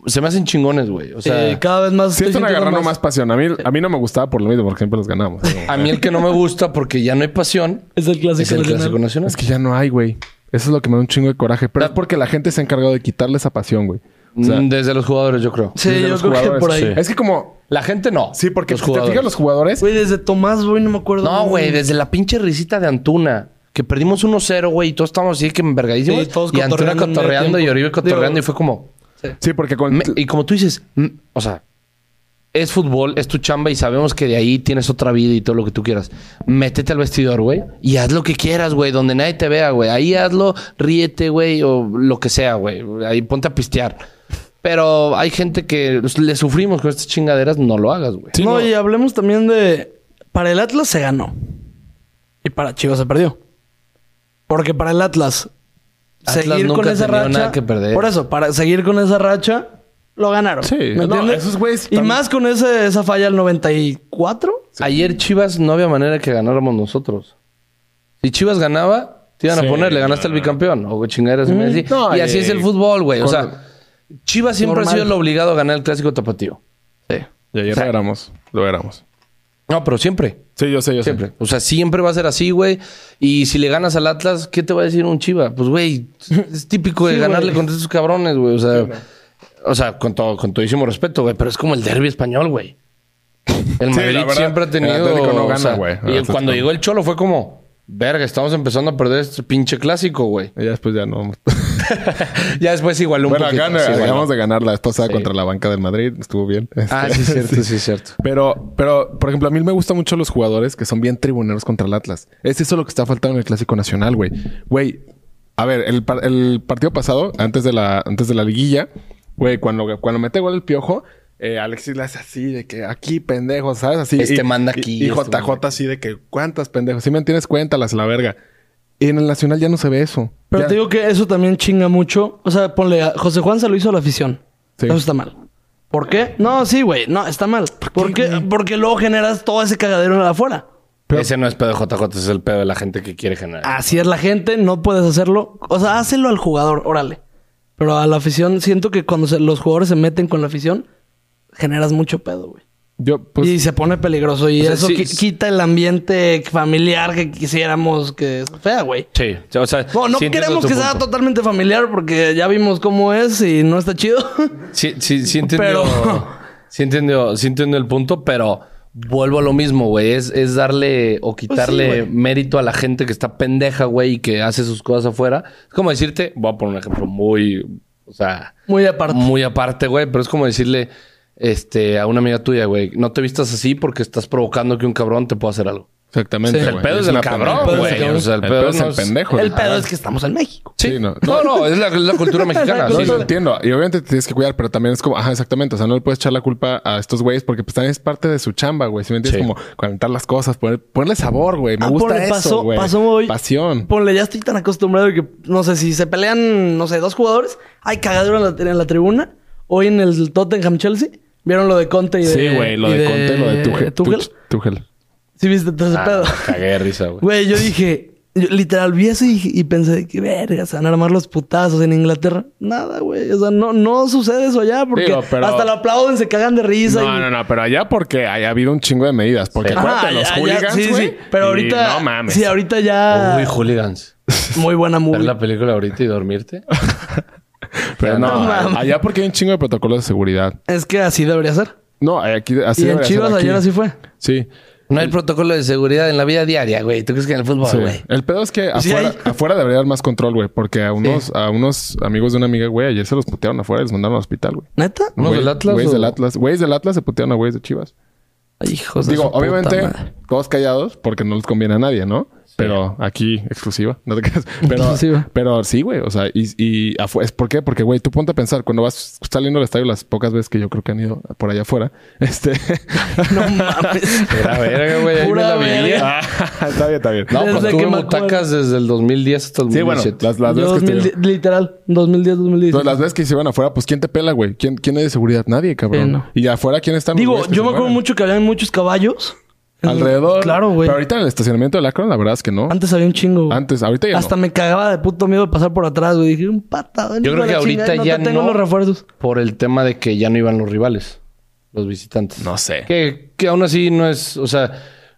Speaker 3: Se me hacen chingones, güey. O sea...
Speaker 1: Eh, cada vez más.
Speaker 2: Siento
Speaker 1: estoy sintiendo
Speaker 2: agarrando más pasión. A mí, a mí no me gustaba por lo mismo, porque siempre los ganamos.
Speaker 3: a mí el que no me gusta porque ya no hay pasión
Speaker 1: Es el clásico.
Speaker 3: es el clásico
Speaker 1: nacional.
Speaker 3: nacional.
Speaker 2: Es que ya no hay, güey. Eso es lo que me da un chingo de coraje. Pero es porque la gente se ha encargado de quitarle esa pasión, güey. O sea,
Speaker 3: Mm, Desde los jugadores, yo creo.
Speaker 1: Sí,
Speaker 2: desde
Speaker 1: yo
Speaker 2: los
Speaker 1: creo que
Speaker 2: jugadores,
Speaker 1: por ahí.
Speaker 3: sí.
Speaker 2: Es que como...
Speaker 3: La gente no.
Speaker 2: Sí, porque
Speaker 3: los
Speaker 2: si te
Speaker 3: jugadores.
Speaker 2: fijas los jugadores...
Speaker 1: Güey, desde Tomás, güey, no me acuerdo.
Speaker 3: No, güey, desde la pinche risita de Antuna. Que perdimos 1-0, güey, y todos estábamos así que envergadísimos.
Speaker 1: Sí, todos
Speaker 3: y Antuna
Speaker 1: cotorreando en medio
Speaker 3: cotorreando y
Speaker 1: tiempo.
Speaker 3: Oribe cotorreando
Speaker 1: Digo-
Speaker 3: y fue como...
Speaker 2: Sí, porque con...
Speaker 3: me- y como tú dices, mm, o sea, es fútbol, es tu chamba y sabemos que de ahí tienes otra vida y todo lo que tú quieras. Métete al vestidor, güey, y haz lo que quieras, güey, donde nadie te vea, güey. Ahí hazlo, ríete, güey, o lo que sea, güey. Ahí ponte a pistear. Pero hay gente que le sufrimos con estas chingaderas, no lo hagas, güey.
Speaker 2: Sí,
Speaker 1: no,
Speaker 2: no.
Speaker 1: y hablemos también de. Para el Atlas se ganó. Y para Chivas se perdió. Porque para el Atlas.
Speaker 3: Atlas
Speaker 1: seguir
Speaker 3: nunca
Speaker 1: con esa
Speaker 3: tenía
Speaker 1: racha.
Speaker 3: nada que perder.
Speaker 1: Por eso, para seguir con esa racha, lo ganaron.
Speaker 2: Sí,
Speaker 1: ¿Me
Speaker 2: no,
Speaker 1: entiendes?
Speaker 2: esos güeyes
Speaker 1: Y
Speaker 2: tam-
Speaker 1: más con ese, esa falla al 94.
Speaker 3: Ayer Chivas no había manera que ganáramos nosotros. Si Chivas ganaba, te iban
Speaker 2: Sí,
Speaker 3: a poner, le ganaste al bicampeón. O chingaderas. y me decís.
Speaker 2: no,
Speaker 3: y así
Speaker 2: eh,
Speaker 3: es el fútbol, güey. O
Speaker 2: con-
Speaker 3: sea, Chivas siempre
Speaker 1: Normal.
Speaker 3: ha sido el obligado a ganar el clásico tapatío.
Speaker 2: Y ayer
Speaker 3: O sea-
Speaker 2: lo éramos. Lo éramos.
Speaker 3: No, pero siempre.
Speaker 2: Sí, yo sé, yo
Speaker 3: Siempre. O sea, siempre va a ser así, güey. Y si le ganas al Atlas, ¿qué te va a decir un Chiva? Pues, güey, es típico de
Speaker 1: Sí,
Speaker 3: ganarle
Speaker 1: güey.
Speaker 3: contra esos cabrones, güey. O sea, o sea, con todo, con todísimo respeto, güey. Pero es como el derby español, güey. El
Speaker 2: Sí,
Speaker 3: Madrid
Speaker 2: la verdad,
Speaker 3: siempre ha
Speaker 2: el
Speaker 3: tenido.
Speaker 2: Atlético no
Speaker 3: o
Speaker 2: gana,
Speaker 3: sea,
Speaker 2: güey. El
Speaker 3: Y
Speaker 2: Atlético
Speaker 3: cuando
Speaker 2: no.
Speaker 3: llegó el Cholo fue como, verga, estamos empezando a perder este pinche clásico, güey.
Speaker 2: sé. Y ya después ya no...
Speaker 3: ya después igualó un
Speaker 2: bueno,
Speaker 3: poquito.
Speaker 2: acá
Speaker 3: se igualó.
Speaker 2: acabamos de ganar la vez pasada
Speaker 3: Sí.
Speaker 2: contra la banca del Madrid. Estuvo bien.
Speaker 3: Ah,
Speaker 2: Este-
Speaker 3: sí, cierto, sí, cierto.
Speaker 2: Pero, pero, por ejemplo, a mí me gustan mucho los jugadores que son bien tribuneros contra el Atlas. Es eso lo que está faltando en el Clásico Nacional, güey. Güey, a ver, el, par- el partido pasado, antes de la, antes de la liguilla, güey, cuando, cuando mete gol el piojo, eh, Alexis le hace así de que aquí, pendejo, ¿sabes? Así.
Speaker 3: Este
Speaker 2: y-
Speaker 3: manda
Speaker 2: y-
Speaker 3: aquí,
Speaker 2: Y,
Speaker 3: este
Speaker 2: JJ
Speaker 3: manda
Speaker 2: así de que, ¿cuántas pendejos? Si me tienes cuéntalas, la verga. Y en el Nacional ya no se ve eso.
Speaker 1: Pero
Speaker 2: Ya-
Speaker 1: te digo que eso también chinga mucho. O sea, ponle a José Juan se lo hizo a la afición.
Speaker 2: Sí.
Speaker 1: Eso está mal. ¿Por qué? No, sí, güey. No, está mal. ¿Por,
Speaker 2: qué,
Speaker 1: qué?
Speaker 2: güey?
Speaker 1: Porque luego generas todo ese cagadero en afuera.
Speaker 2: Pero-
Speaker 3: Ese no es pedo de JJ, ese es el pedo de la gente que quiere generar.
Speaker 1: Así es la gente, no puedes hacerlo. O sea, hácelo al jugador, órale. Pero a la afición, siento que cuando se- los jugadores se meten con la afición, generas mucho pedo, güey.
Speaker 2: Yo, pues,
Speaker 1: y se pone peligroso. Y
Speaker 3: o sea,
Speaker 1: eso
Speaker 3: sí,
Speaker 1: qui-
Speaker 3: sí.
Speaker 1: quita el ambiente familiar que quisiéramos que sea, güey.
Speaker 3: Sí, o sea,
Speaker 1: No, no
Speaker 3: sí entiendo
Speaker 1: queremos
Speaker 3: tu
Speaker 1: que sea
Speaker 3: punto.
Speaker 1: totalmente familiar porque ya vimos cómo es y no está chido.
Speaker 3: Sí, sí, sí entendió.
Speaker 1: Pero-
Speaker 3: Sí entendió, sí entendió el punto, pero vuelvo a lo mismo, güey. Es, es darle o quitarle
Speaker 1: güey.
Speaker 3: mérito a la gente que está pendeja, güey, y que hace sus cosas afuera. Es como decirte, voy a poner un ejemplo muy, o sea,
Speaker 1: Muy aparte.
Speaker 3: muy aparte, güey, pero es como decirle este, a una amiga tuya, güey, no te vistas así porque estás provocando que un cabrón te pueda hacer algo.
Speaker 2: Exactamente.
Speaker 1: Sí.
Speaker 2: güey.
Speaker 3: El pedo es
Speaker 2: una
Speaker 3: del
Speaker 2: pendeja.
Speaker 3: cabrón,
Speaker 1: pendeja.
Speaker 3: güey. O sea, el pedo
Speaker 2: es
Speaker 3: no
Speaker 2: el pendejo. güey.
Speaker 1: El pedo es que estamos en México.
Speaker 3: Sí,
Speaker 2: Sí,
Speaker 3: no.
Speaker 2: no.
Speaker 3: No, es la, es la cultura mexicana.
Speaker 2: No,
Speaker 3: sí.
Speaker 2: lo Ah, entiendo. Y obviamente te tienes que cuidar, pero también es como, ajá, exactamente. O sea, no le puedes echar la culpa a estos güeyes porque pues también es parte de su chamba, güey. Si me entiendes,
Speaker 3: Sí.
Speaker 2: como calentar las cosas, poner- ponerle sabor, güey. Me
Speaker 1: Ah,
Speaker 2: gusta
Speaker 1: ponle,
Speaker 2: eso,
Speaker 1: pasó-
Speaker 2: güey.
Speaker 1: pasó hoy.
Speaker 2: Pasión.
Speaker 1: Ponle, ya estoy tan acostumbrado que, no sé, si se pelean, no sé, dos jugadores, hay cagadura en la, en la tribuna. Hoy en el Tottenham Chelsea, ¿vieron lo de Conte y de.
Speaker 2: sí, güey. Lo
Speaker 1: y
Speaker 2: de Conte, lo de Tuchel.
Speaker 1: Tuchel?
Speaker 2: Tuch- Tuchel.
Speaker 1: Sí, viste todo ese
Speaker 3: Ah,
Speaker 1: pedo.
Speaker 3: me cagué de risa, güey.
Speaker 1: Güey, yo dije, yo literal, vi eso y, dije- y pensé, de que verga, se van a armar los putazos en Inglaterra. Nada, güey. O sea, no, no sucede eso allá porque
Speaker 2: Digo, pero-
Speaker 1: hasta lo aplauden, se cagan de risa.
Speaker 2: No,
Speaker 1: y-
Speaker 2: no, no, pero allá porque haya habido un chingo de medidas. Porque
Speaker 3: Sí.
Speaker 2: acuérdate,
Speaker 1: Ajá,
Speaker 2: los
Speaker 1: allá-
Speaker 2: hooligans,
Speaker 1: sí,
Speaker 2: güey.
Speaker 1: sí. Pero
Speaker 2: y
Speaker 1: ahorita.
Speaker 2: No mames. Oh,
Speaker 1: Sí, ahorita ya.
Speaker 3: Uy, hooligans.
Speaker 1: Muy buena
Speaker 3: ¿Ver
Speaker 1: movie.
Speaker 3: la película ahorita y dormirte?
Speaker 2: Pero no,
Speaker 1: No mames.
Speaker 2: allá porque hay un chingo de protocolos de seguridad.
Speaker 1: Es que así debería ser.
Speaker 2: No, aquí así
Speaker 1: y en
Speaker 2: debería ser
Speaker 1: Chivas
Speaker 2: aquí.
Speaker 1: ayer así fue.
Speaker 2: Sí.
Speaker 3: No hay protocolo de seguridad en la vida diaria, güey. ¿Tú crees que en el fútbol,
Speaker 2: Sí.
Speaker 3: güey?
Speaker 2: El pedo es que
Speaker 1: Sí,
Speaker 2: afuera,
Speaker 1: hay.
Speaker 2: afuera debería haber más control, güey. Porque a unos, a unos amigos de una amiga, güey, ayer se los putearon afuera y los mandaron al hospital, güey.
Speaker 1: ¿Neta?
Speaker 3: ¿Unos
Speaker 2: Güey-
Speaker 3: del Atlas
Speaker 2: Güeyes
Speaker 3: o-
Speaker 2: del Atlas. Güeyes del Atlas se putearon a güeyes de Chivas.
Speaker 1: Ay, hijos de
Speaker 2: Digo,
Speaker 1: Pues su puta
Speaker 2: obviamente,
Speaker 1: madre.
Speaker 2: todos callados porque no les conviene a nadie, ¿no? Pero aquí, exclusiva. No te creas. Pero,
Speaker 1: Exclusiva.
Speaker 2: pero sí, güey. O sea, y, y afu- es ¿por qué? Porque, güey, tú ponte a pensar, cuando vas saliendo del estadio, las pocas veces que yo creo que han ido por allá afuera, este.
Speaker 1: No mames.
Speaker 3: Era verga, güey. Ahí me
Speaker 1: Pura
Speaker 3: la vivía.
Speaker 1: verga.
Speaker 2: Ah, está bien, está bien.
Speaker 3: No,
Speaker 1: Desde
Speaker 3: pues
Speaker 1: que
Speaker 3: tuve
Speaker 1: me acuerdo.
Speaker 3: butacas desde el 2010 hasta el
Speaker 2: Sí, bueno,
Speaker 3: 2017.
Speaker 2: las, las veces que
Speaker 1: 2010
Speaker 2: estuvieron-
Speaker 1: literal, 2010, 2010.
Speaker 2: Entonces, las veces que se iban afuera, pues ¿quién te pela, güey? ¿Quién, ¿Quién es de seguridad? Nadie, cabrón.
Speaker 1: Sí, no.
Speaker 2: Y afuera, ¿quién están? los
Speaker 1: Digo,
Speaker 2: güeyes que
Speaker 1: yo
Speaker 2: se
Speaker 1: me acuerdo
Speaker 2: mueven?
Speaker 1: mucho que habían muchos caballos.
Speaker 2: Alrededor.
Speaker 1: Claro, güey.
Speaker 2: Pero ahorita en el estacionamiento del Akron, la verdad es que no. Antes,
Speaker 1: Antes había un chingo. güey.
Speaker 2: ahorita ya
Speaker 1: Hasta
Speaker 2: no.
Speaker 1: me cagaba de puto miedo de pasar por atrás, güey. Dije, un patado.
Speaker 3: Yo creo que ahorita ya
Speaker 1: no. te tengo
Speaker 3: no.
Speaker 1: los refuerzos.
Speaker 3: Por el tema de que ya no iban los rivales, los visitantes.
Speaker 2: No sé.
Speaker 3: Que, que aún así no es, o sea,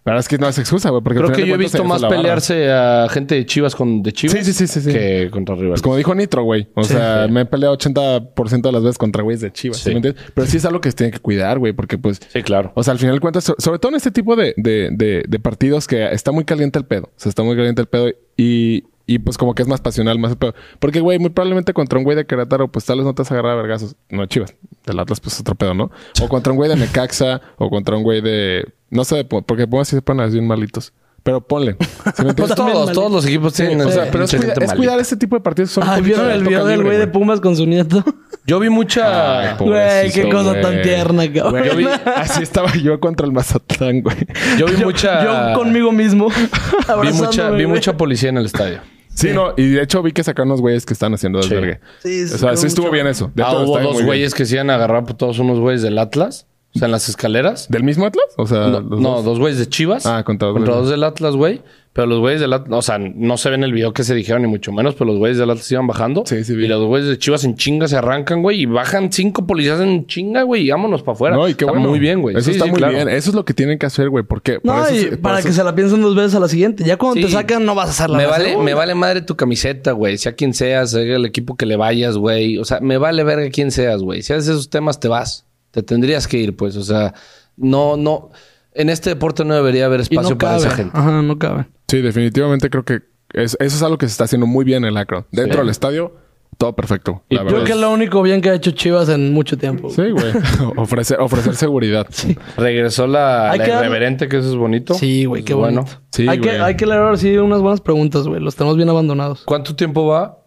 Speaker 2: La verdad es que no es excusa, güey. Porque al
Speaker 3: creo
Speaker 2: final
Speaker 3: que
Speaker 2: de
Speaker 3: yo he
Speaker 2: cuentas
Speaker 3: visto
Speaker 2: se
Speaker 3: más
Speaker 2: la barra.
Speaker 3: pelearse a gente de Chivas con de Chivas
Speaker 2: Sí, sí, sí, sí, sí.
Speaker 3: que contra rivales.
Speaker 2: Pues como dijo Nitro, güey. O sea, me he peleado 80% de las veces contra güeyes de Chivas.
Speaker 3: Sí.
Speaker 2: ¿sí me entiendes? Pero sí es algo que se tiene que cuidar, güey. Porque pues
Speaker 3: Sí, claro.
Speaker 2: O sea, al final de cuentas, so- sobre todo en este tipo de, de- de- de partidos que está muy caliente el pedo. O sea, está muy caliente el pedo y, y pues como que es más pasional, más el pedo. Porque, güey, muy probablemente contra un güey de Querétaro, pues tal vez no te vas a agarrar a vergazos. No, chivas. Del Atlas, pues otro pedo, ¿no? O contra un güey de Necaxa, o contra un güey de... No sé, de po- porque pongo si se ponen así malitos. Pero ponle. ¿Sí me entiendes?
Speaker 3: Pues
Speaker 1: también
Speaker 3: todos,
Speaker 1: malito.
Speaker 3: todos los equipos tienen.
Speaker 2: o sea, pero es,
Speaker 3: mucha
Speaker 2: cuida-
Speaker 3: gente
Speaker 2: es
Speaker 3: malita.
Speaker 2: cuidar este tipo de partidos que son... un
Speaker 1: Ah,
Speaker 2: poquito
Speaker 1: ¿vieron
Speaker 2: de
Speaker 1: el
Speaker 2: alto
Speaker 1: video del
Speaker 2: calibre,
Speaker 1: güey de Pumas con su nieto?
Speaker 3: Yo vi mucha.
Speaker 2: Ay,
Speaker 1: Güey,
Speaker 2: pobrecito,
Speaker 1: qué cosa tan
Speaker 2: güey.
Speaker 1: tierna, cabrón.
Speaker 2: Güey, yo vi- así estaba yo contra el Mazatlán, güey.
Speaker 3: yo vi mucha.
Speaker 1: Yo conmigo mismo.
Speaker 3: Vi
Speaker 1: abrazándome,
Speaker 3: mucha, vi
Speaker 1: güey.
Speaker 3: mucha policía en el estadio.
Speaker 2: Sí, no, y de hecho vi que sacaron unos güeyes que están haciendo desvergue.
Speaker 1: Sí, sí,
Speaker 2: o sea,
Speaker 1: estuvo
Speaker 2: sí estuvo
Speaker 1: mucho.
Speaker 2: bien eso. De
Speaker 3: Ah,
Speaker 2: todo,
Speaker 3: hubo
Speaker 2: está
Speaker 3: dos
Speaker 2: muy bien.
Speaker 3: güeyes que se iban a agarrar por pues, todos unos güeyes del Atlas. O sea, en las escaleras.
Speaker 2: ¿Del mismo Atlas? O sea,
Speaker 3: No,
Speaker 2: los
Speaker 3: no,
Speaker 2: dos.
Speaker 3: dos güeyes de Chivas.
Speaker 2: Ah, contra dos
Speaker 3: Contra
Speaker 2: güeyes.
Speaker 3: dos del Atlas, güey. Pero los güeyes del Atlas, o sea, no se ve en el video que se dijeron, ni mucho menos, pero los güeyes del Atlas iban bajando.
Speaker 2: Sí, sí vi.
Speaker 3: Y los güeyes de Chivas en chinga se arrancan, güey, y bajan cinco policías en chinga, güey, y vámonos para afuera.
Speaker 2: No, y qué
Speaker 3: está
Speaker 2: bueno.
Speaker 3: muy bien, güey.
Speaker 2: Eso
Speaker 3: Sí,
Speaker 2: está
Speaker 3: sí,
Speaker 2: muy
Speaker 3: claro.
Speaker 2: bien. Eso es lo que tienen que hacer, güey. ¿Por qué? Por
Speaker 1: No,
Speaker 2: eso-
Speaker 1: y
Speaker 2: por
Speaker 1: para
Speaker 2: eso-
Speaker 1: que se la piensen dos veces a la siguiente. Ya cuando
Speaker 3: Sí.
Speaker 1: te sacan, no vas a hacerla.
Speaker 3: Me vale, me vale madre tu camiseta, güey. Sea quien seas, sea el equipo que le vayas, güey. O sea, me vale verga quién seas, güey. Si haces esos temas, te vas. Te tendrías que ir, pues. O sea, no, no. En este deporte no debería haber
Speaker 1: Y
Speaker 3: espacio
Speaker 1: no
Speaker 3: para
Speaker 1: cabe.
Speaker 3: esa gente.
Speaker 1: Ajá, no cabe.
Speaker 2: Sí, definitivamente creo que es- eso es algo que se está haciendo muy bien en el Akron. Dentro del estadio, todo perfecto.
Speaker 3: Y
Speaker 2: La
Speaker 1: Creo
Speaker 2: verdad.
Speaker 1: que es lo único bien que ha hecho Chivas en mucho tiempo. güey.
Speaker 2: Sí, güey. ofrecer, ofrecer seguridad. Sí.
Speaker 3: Regresó la,
Speaker 1: Hay
Speaker 3: la
Speaker 1: que dar-
Speaker 3: irreverente, que eso es bonito.
Speaker 1: Sí, güey, qué
Speaker 3: Bueno.
Speaker 1: Pues bueno.
Speaker 2: Sí,
Speaker 1: hay, que,
Speaker 2: güey.
Speaker 1: hay que leer ahora sí unas buenas preguntas, güey. Los tenemos bien abandonados.
Speaker 3: ¿Cuánto tiempo va?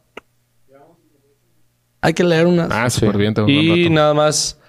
Speaker 1: Hay que leer unas.
Speaker 2: Ah, súper bien. tengo un
Speaker 3: Y
Speaker 2: rato.
Speaker 3: nada más,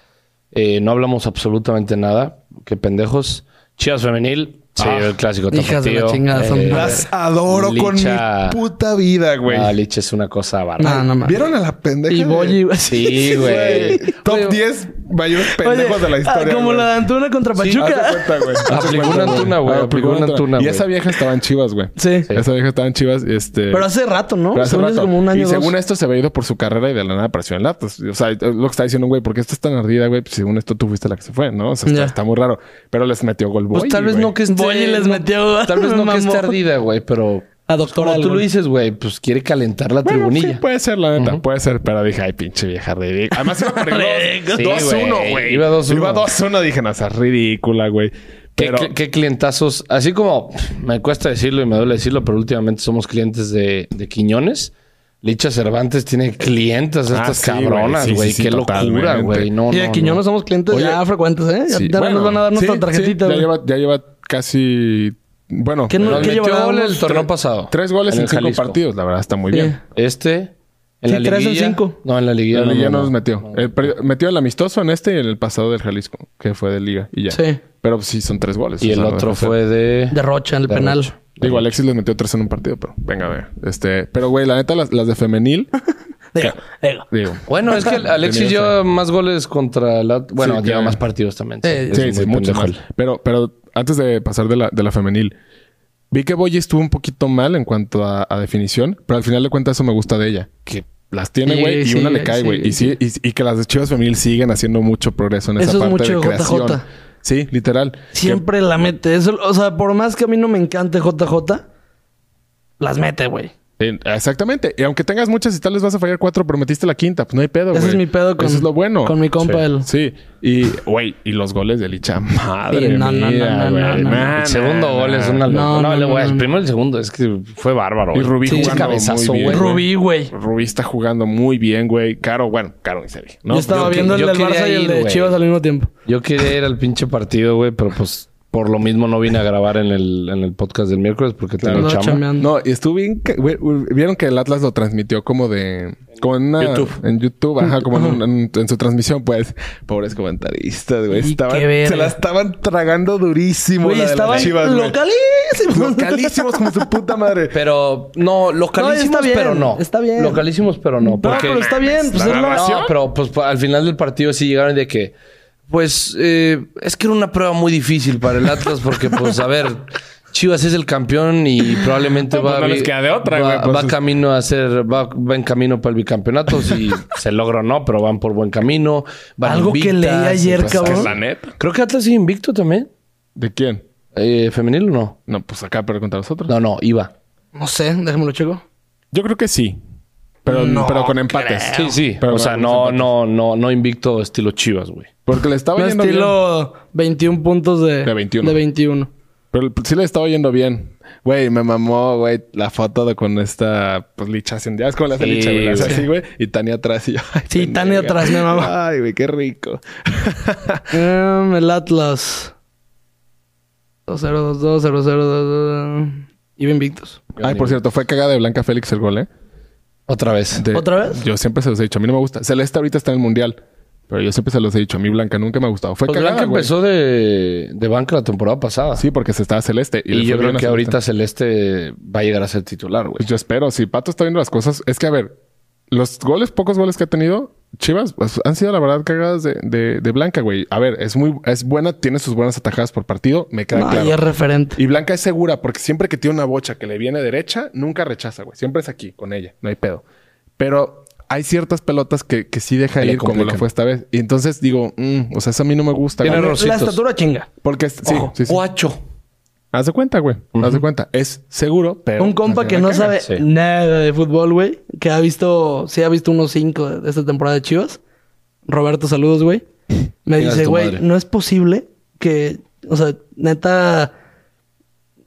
Speaker 3: eh, no hablamos absolutamente nada. Qué pendejos. Chivas femenil. Sí,
Speaker 2: Ah,
Speaker 3: el clásico
Speaker 1: hijas de la
Speaker 3: tapatío. Eh,
Speaker 1: chingada, son bravas.
Speaker 2: Las adoro con
Speaker 3: Licha.
Speaker 2: mi puta vida, güey.
Speaker 3: Ah, Lich es una cosa barata.
Speaker 1: no, no mames.
Speaker 2: ¿Vieron a la pendeja?
Speaker 1: Y
Speaker 2: de-
Speaker 1: Boyi, güey.
Speaker 3: Sí, güey.
Speaker 2: Top 10 mayores pendejos
Speaker 1: Oye,
Speaker 2: de la historia.
Speaker 1: ah, como
Speaker 2: güey.
Speaker 1: la de Antuna contra
Speaker 2: Haz de
Speaker 1: Pachuca.
Speaker 2: cuenta, güey. Haz de
Speaker 3: Aplicó una
Speaker 2: cuenta, güey.
Speaker 3: Antuna, güey.
Speaker 2: Ah,
Speaker 3: Aplicó una Antuna,
Speaker 2: Y
Speaker 3: güey.
Speaker 2: esa vieja estaba en Chivas, güey.
Speaker 1: Sí.
Speaker 2: Esa vieja estaba en Chivas, este...
Speaker 1: Pero hace rato, ¿no?
Speaker 2: pero hace
Speaker 1: Según yo es
Speaker 2: rato.
Speaker 1: como un año.
Speaker 2: y
Speaker 1: dos.
Speaker 2: según esto se había ido por su carrera y de la nada apareció en latas. O sea, lo que está diciendo, un güey, porque esto es tan ardida, güey. Pues según esto tú fuiste la que se fue, ¿no? O sea, está,
Speaker 1: Ya.
Speaker 2: está muy raro. Pero les metió gol
Speaker 3: Pues
Speaker 2: Boyi,
Speaker 3: tal vez
Speaker 2: güey.
Speaker 3: no que esté...
Speaker 1: Boyi les
Speaker 3: no-
Speaker 1: metió-
Speaker 3: Tal vez no que esté
Speaker 1: mamó.
Speaker 3: ardida, güey, pero... pues,
Speaker 1: A doctora
Speaker 3: Como tú
Speaker 1: algo.
Speaker 3: lo dices, güey, pues quiere calentar la
Speaker 2: Bueno, sí,
Speaker 1: pues.
Speaker 3: tribunilla.
Speaker 2: puede ser, la neta. Puede ser. Pero dije, ay, pinche vieja ridícula. Además iba por el
Speaker 3: Sí,
Speaker 2: 2-1, güey.
Speaker 3: Iba 2-1.
Speaker 2: Iba 2-1. Dije, no, o sea, ridícula, güey.
Speaker 3: ¿Qué,
Speaker 2: Pero...
Speaker 3: qué- qué clientazos? Así como me cuesta decirlo y me duele decirlo, pero últimamente somos clientes de, de Quiñones. Licha Cervantes tiene clientes,
Speaker 2: Ah,
Speaker 3: estas
Speaker 2: sí,
Speaker 3: cabronas,
Speaker 2: güey. Sí,
Speaker 3: güey.
Speaker 2: sí, sí,
Speaker 3: qué locura,
Speaker 2: totalmente.
Speaker 3: güey. No,
Speaker 1: Y
Speaker 3: no,
Speaker 1: de
Speaker 3: no.
Speaker 1: Quiñones somos clientes
Speaker 2: Oye,
Speaker 1: ya frecuentes, ¿eh? Ya
Speaker 2: Sí,
Speaker 1: ya
Speaker 2: bueno,
Speaker 1: nos van a dar nuestra
Speaker 2: sí,
Speaker 1: tarjetita.
Speaker 2: sí, ya,
Speaker 1: güey.
Speaker 2: lleva, ya lleva casi Bueno,
Speaker 1: ¿Qué no-
Speaker 3: Nos
Speaker 1: que
Speaker 3: metió
Speaker 1: llevábamos
Speaker 3: gol el torneo
Speaker 2: tre-
Speaker 3: pasado.
Speaker 2: tres goles en,
Speaker 3: el
Speaker 2: cinco
Speaker 3: Jalisco.
Speaker 2: partidos. La verdad, está muy
Speaker 1: Sí.
Speaker 2: bien.
Speaker 3: Este. En
Speaker 1: Sí,
Speaker 3: la
Speaker 1: tres en
Speaker 3: liguilla.
Speaker 1: cinco.
Speaker 3: No, en la liguilla.
Speaker 2: La
Speaker 3: no,
Speaker 2: liga
Speaker 3: no,
Speaker 2: no,
Speaker 3: no.
Speaker 2: nos metió. El pri- metió el amistoso en este y en el pasado del Jalisco, que fue de liga y ya.
Speaker 1: Sí.
Speaker 2: Pero pues, sí, son tres goles.
Speaker 3: Y
Speaker 2: o
Speaker 3: el
Speaker 2: sea, no deja
Speaker 3: otro
Speaker 2: de ser.
Speaker 3: fue de.
Speaker 1: Derrocha en el
Speaker 3: De
Speaker 1: penal.
Speaker 3: Rocha.
Speaker 2: Digo, Alexis les metió tres en un partido, pero venga a ver. Este, pero güey, la neta, las, las de femenil,
Speaker 1: Digo, digo.
Speaker 2: digo.
Speaker 3: Bueno, es que Alexis
Speaker 2: Bienvenido,
Speaker 3: lleva más goles contra la. Bueno,
Speaker 2: Sí,
Speaker 3: lleva
Speaker 2: que-
Speaker 3: más partidos también.
Speaker 1: Eh,
Speaker 3: Es
Speaker 2: Sí,
Speaker 3: muy
Speaker 2: sí, mucho
Speaker 3: pendejo.
Speaker 2: más. Pero, pero antes de pasar de la, de la femenil, vi que Boyi estuvo un poquito mal en cuanto a, a definición, pero al final de cuentas eso me gusta de ella. Que las tiene,
Speaker 1: Sí,
Speaker 2: güey, y
Speaker 1: sí,
Speaker 2: una le cae,
Speaker 1: sí,
Speaker 2: güey. y sí, y, y que las de Chivas Femenil siguen haciendo mucho progreso en esa
Speaker 1: Eso es
Speaker 2: parte
Speaker 1: mucho
Speaker 2: de
Speaker 1: de JJ.
Speaker 2: creación. Sí, literal.
Speaker 1: Siempre la mete. Eso, o sea, por más que a mí no me encante JJ, las mete, güey.
Speaker 2: Que- eh, exactamente. Y aunque tengas muchas y tal vez vas a fallar cuatro, pero metiste la quinta, pues no hay pedo, güey.
Speaker 1: Ese es mi pedo con,
Speaker 2: Eso es lo bueno.
Speaker 1: con mi compa.
Speaker 3: Sí.
Speaker 1: El,
Speaker 2: Sí, y güey, y los goles de Licha, madre
Speaker 1: Sí, no, no, no,
Speaker 2: mía,
Speaker 1: no,
Speaker 2: güey.
Speaker 1: no, no, no.
Speaker 2: Nah,
Speaker 3: El segundo
Speaker 2: nah,
Speaker 3: gol es
Speaker 2: nah.
Speaker 3: una locura.
Speaker 1: No,
Speaker 3: No,
Speaker 1: no,
Speaker 3: le voy a-
Speaker 1: no, no.
Speaker 3: El primero y el segundo es que fue bárbaro.
Speaker 2: Y
Speaker 3: güey.
Speaker 2: Rubí
Speaker 1: Sí,
Speaker 2: jugando
Speaker 3: cabezazo,
Speaker 2: muy bien.
Speaker 3: güey.
Speaker 1: Rubí, güey.
Speaker 2: Rubí está jugando muy bien, güey. Caro, bueno, Caro ni se diga, ¿no?
Speaker 1: yo estaba
Speaker 3: yo que-
Speaker 1: viendo
Speaker 3: yo
Speaker 1: el del
Speaker 3: quería
Speaker 1: Barça y el
Speaker 3: ir,
Speaker 1: de
Speaker 3: güey.
Speaker 1: Chivas al mismo tiempo.
Speaker 3: Yo quería ir al pinche partido, güey, pero pues por lo mismo no vine a grabar en el, en el podcast del miércoles porque
Speaker 2: Claro.
Speaker 3: tengo
Speaker 1: Andaba
Speaker 3: chamba.
Speaker 1: chambeando.
Speaker 2: No, y estuvo bien... ca- güey, Vieron que el Atlas lo transmitió como de... Como en una-
Speaker 3: YouTube.
Speaker 2: En YouTube, ajá. Como en, un- en- en su transmisión, pues. Pobres comentaristas, güey.
Speaker 1: Y
Speaker 2: Estaban...
Speaker 1: qué verga.
Speaker 2: Se la estaban tragando durísimo
Speaker 1: Güey,
Speaker 2: la de las
Speaker 1: estaban
Speaker 2: Chivas, güey.
Speaker 1: localísimos.
Speaker 2: Localísimos como su puta madre.
Speaker 3: Pero no, localísimos,
Speaker 1: No, está bien,
Speaker 3: pero no.
Speaker 1: está bien.
Speaker 3: Localísimos, pero no.
Speaker 1: No,
Speaker 3: Porque
Speaker 1: pero está bien. Pues
Speaker 2: la
Speaker 1: es lo-
Speaker 2: grabación.
Speaker 3: No, pero pues pa- al final del partido sí llegaron de que. Pues eh, es que era una prueba muy difícil para el Atlas porque, pues, a ver, Chivas es el campeón y probablemente
Speaker 2: No,
Speaker 3: va,
Speaker 2: pues, no
Speaker 3: a vi-
Speaker 2: les queda de otra,
Speaker 3: va,
Speaker 2: güey, pues,
Speaker 3: va
Speaker 2: es-
Speaker 3: camino a ser, va, va en camino para el bicampeonato. Si se logra o no, pero van por buen camino. van
Speaker 1: Algo que leí
Speaker 3: invictas,
Speaker 1: ayer,
Speaker 3: entonces-
Speaker 1: cabrón.
Speaker 2: la neta.
Speaker 3: Creo que Atlas sigue invicto también.
Speaker 2: ¿De quién?
Speaker 3: Eh, ¿Femenil o no?
Speaker 2: No, pues acá, pero contra nosotros.
Speaker 3: No, no, iba.
Speaker 1: No sé, déjamelo checo.
Speaker 2: Yo creo que sí. Pero,
Speaker 1: No
Speaker 2: pero con empates.
Speaker 3: Sí, sí.
Speaker 2: Pero
Speaker 3: o sea,
Speaker 2: con
Speaker 3: no,
Speaker 2: empates.
Speaker 3: no, no, no invicto estilo Chivas, güey.
Speaker 2: Porque le estaba
Speaker 1: No
Speaker 2: yendo bien.
Speaker 1: estilo 21 puntos de,
Speaker 2: De 21.
Speaker 1: de 21.
Speaker 2: Pero sí le estaba yendo bien. Güey, me mamó, güey, la foto de- con esta, pues, licha haciendo. Ya es como la hace
Speaker 3: Sí,
Speaker 2: licha, güey. La hace
Speaker 3: güey.
Speaker 2: así, güey. Y Tania atrás y yo. ay,
Speaker 1: Sí,
Speaker 2: pendeja.
Speaker 1: Tania atrás, me mamá.
Speaker 2: Ay, güey, qué rico.
Speaker 1: Em, el Atlas. 2-0-2-2, 0-0-2-2. Iba invictos.
Speaker 2: Ay, por cierto, fue cagada de Blanca Félix el gol, ¿eh?
Speaker 3: Otra vez.
Speaker 2: De-
Speaker 1: ¿Otra vez?
Speaker 2: Yo siempre se los he dicho. A mí no me gusta. Celeste ahorita está en el mundial. Pero yo siempre se los he dicho. A mí Blanca nunca me ha gustado. Fue
Speaker 3: Pues
Speaker 2: cagada,
Speaker 3: Blanca
Speaker 2: güey.
Speaker 3: empezó de, de banca la temporada pasada.
Speaker 2: Sí, porque se estaba Celeste.
Speaker 3: Y,
Speaker 2: le fue
Speaker 3: yo creo
Speaker 2: bien a
Speaker 3: que
Speaker 2: Celeste.
Speaker 3: ahorita Celeste va a llegar a ser titular, güey.
Speaker 2: Pues yo espero. Si Pato está viendo las cosas, es que a ver, los goles, pocos goles que ha tenido Chivas, pues, han sido la verdad cagadas de, de- de Blanca, güey. A ver, es muy, es buena, tiene sus buenas atajadas por partido, me queda
Speaker 1: No,
Speaker 2: claro.
Speaker 1: ahí es referente.
Speaker 2: Y Blanca es segura porque siempre que tiene una bocha que le viene derecha, nunca rechaza, güey. Siempre es aquí con ella, no hay pedo. Pero hay ciertas pelotas que, que sí deja
Speaker 3: Que le
Speaker 2: ir como lo
Speaker 3: complican.
Speaker 2: fue esta vez. Y entonces digo, mm, o sea, eso a mí no me gusta.
Speaker 3: Tiene
Speaker 2: güey.
Speaker 3: razón. Rositos.
Speaker 1: La estatura chinga.
Speaker 2: Porque es- sí, sí, sí.
Speaker 3: Guacho.
Speaker 2: Haz de cuenta, güey. Haz de cuenta. Es seguro, pero.
Speaker 1: Un compa que no sabe
Speaker 3: sí.
Speaker 1: nada de fútbol, güey. Que ha visto, sí ha visto unos cinco de esta temporada de Chivas. Roberto, saludos, güey. Me
Speaker 3: Chingas
Speaker 1: dice,
Speaker 3: tu
Speaker 1: güey,
Speaker 3: madre".
Speaker 1: no es posible que, o sea, neta,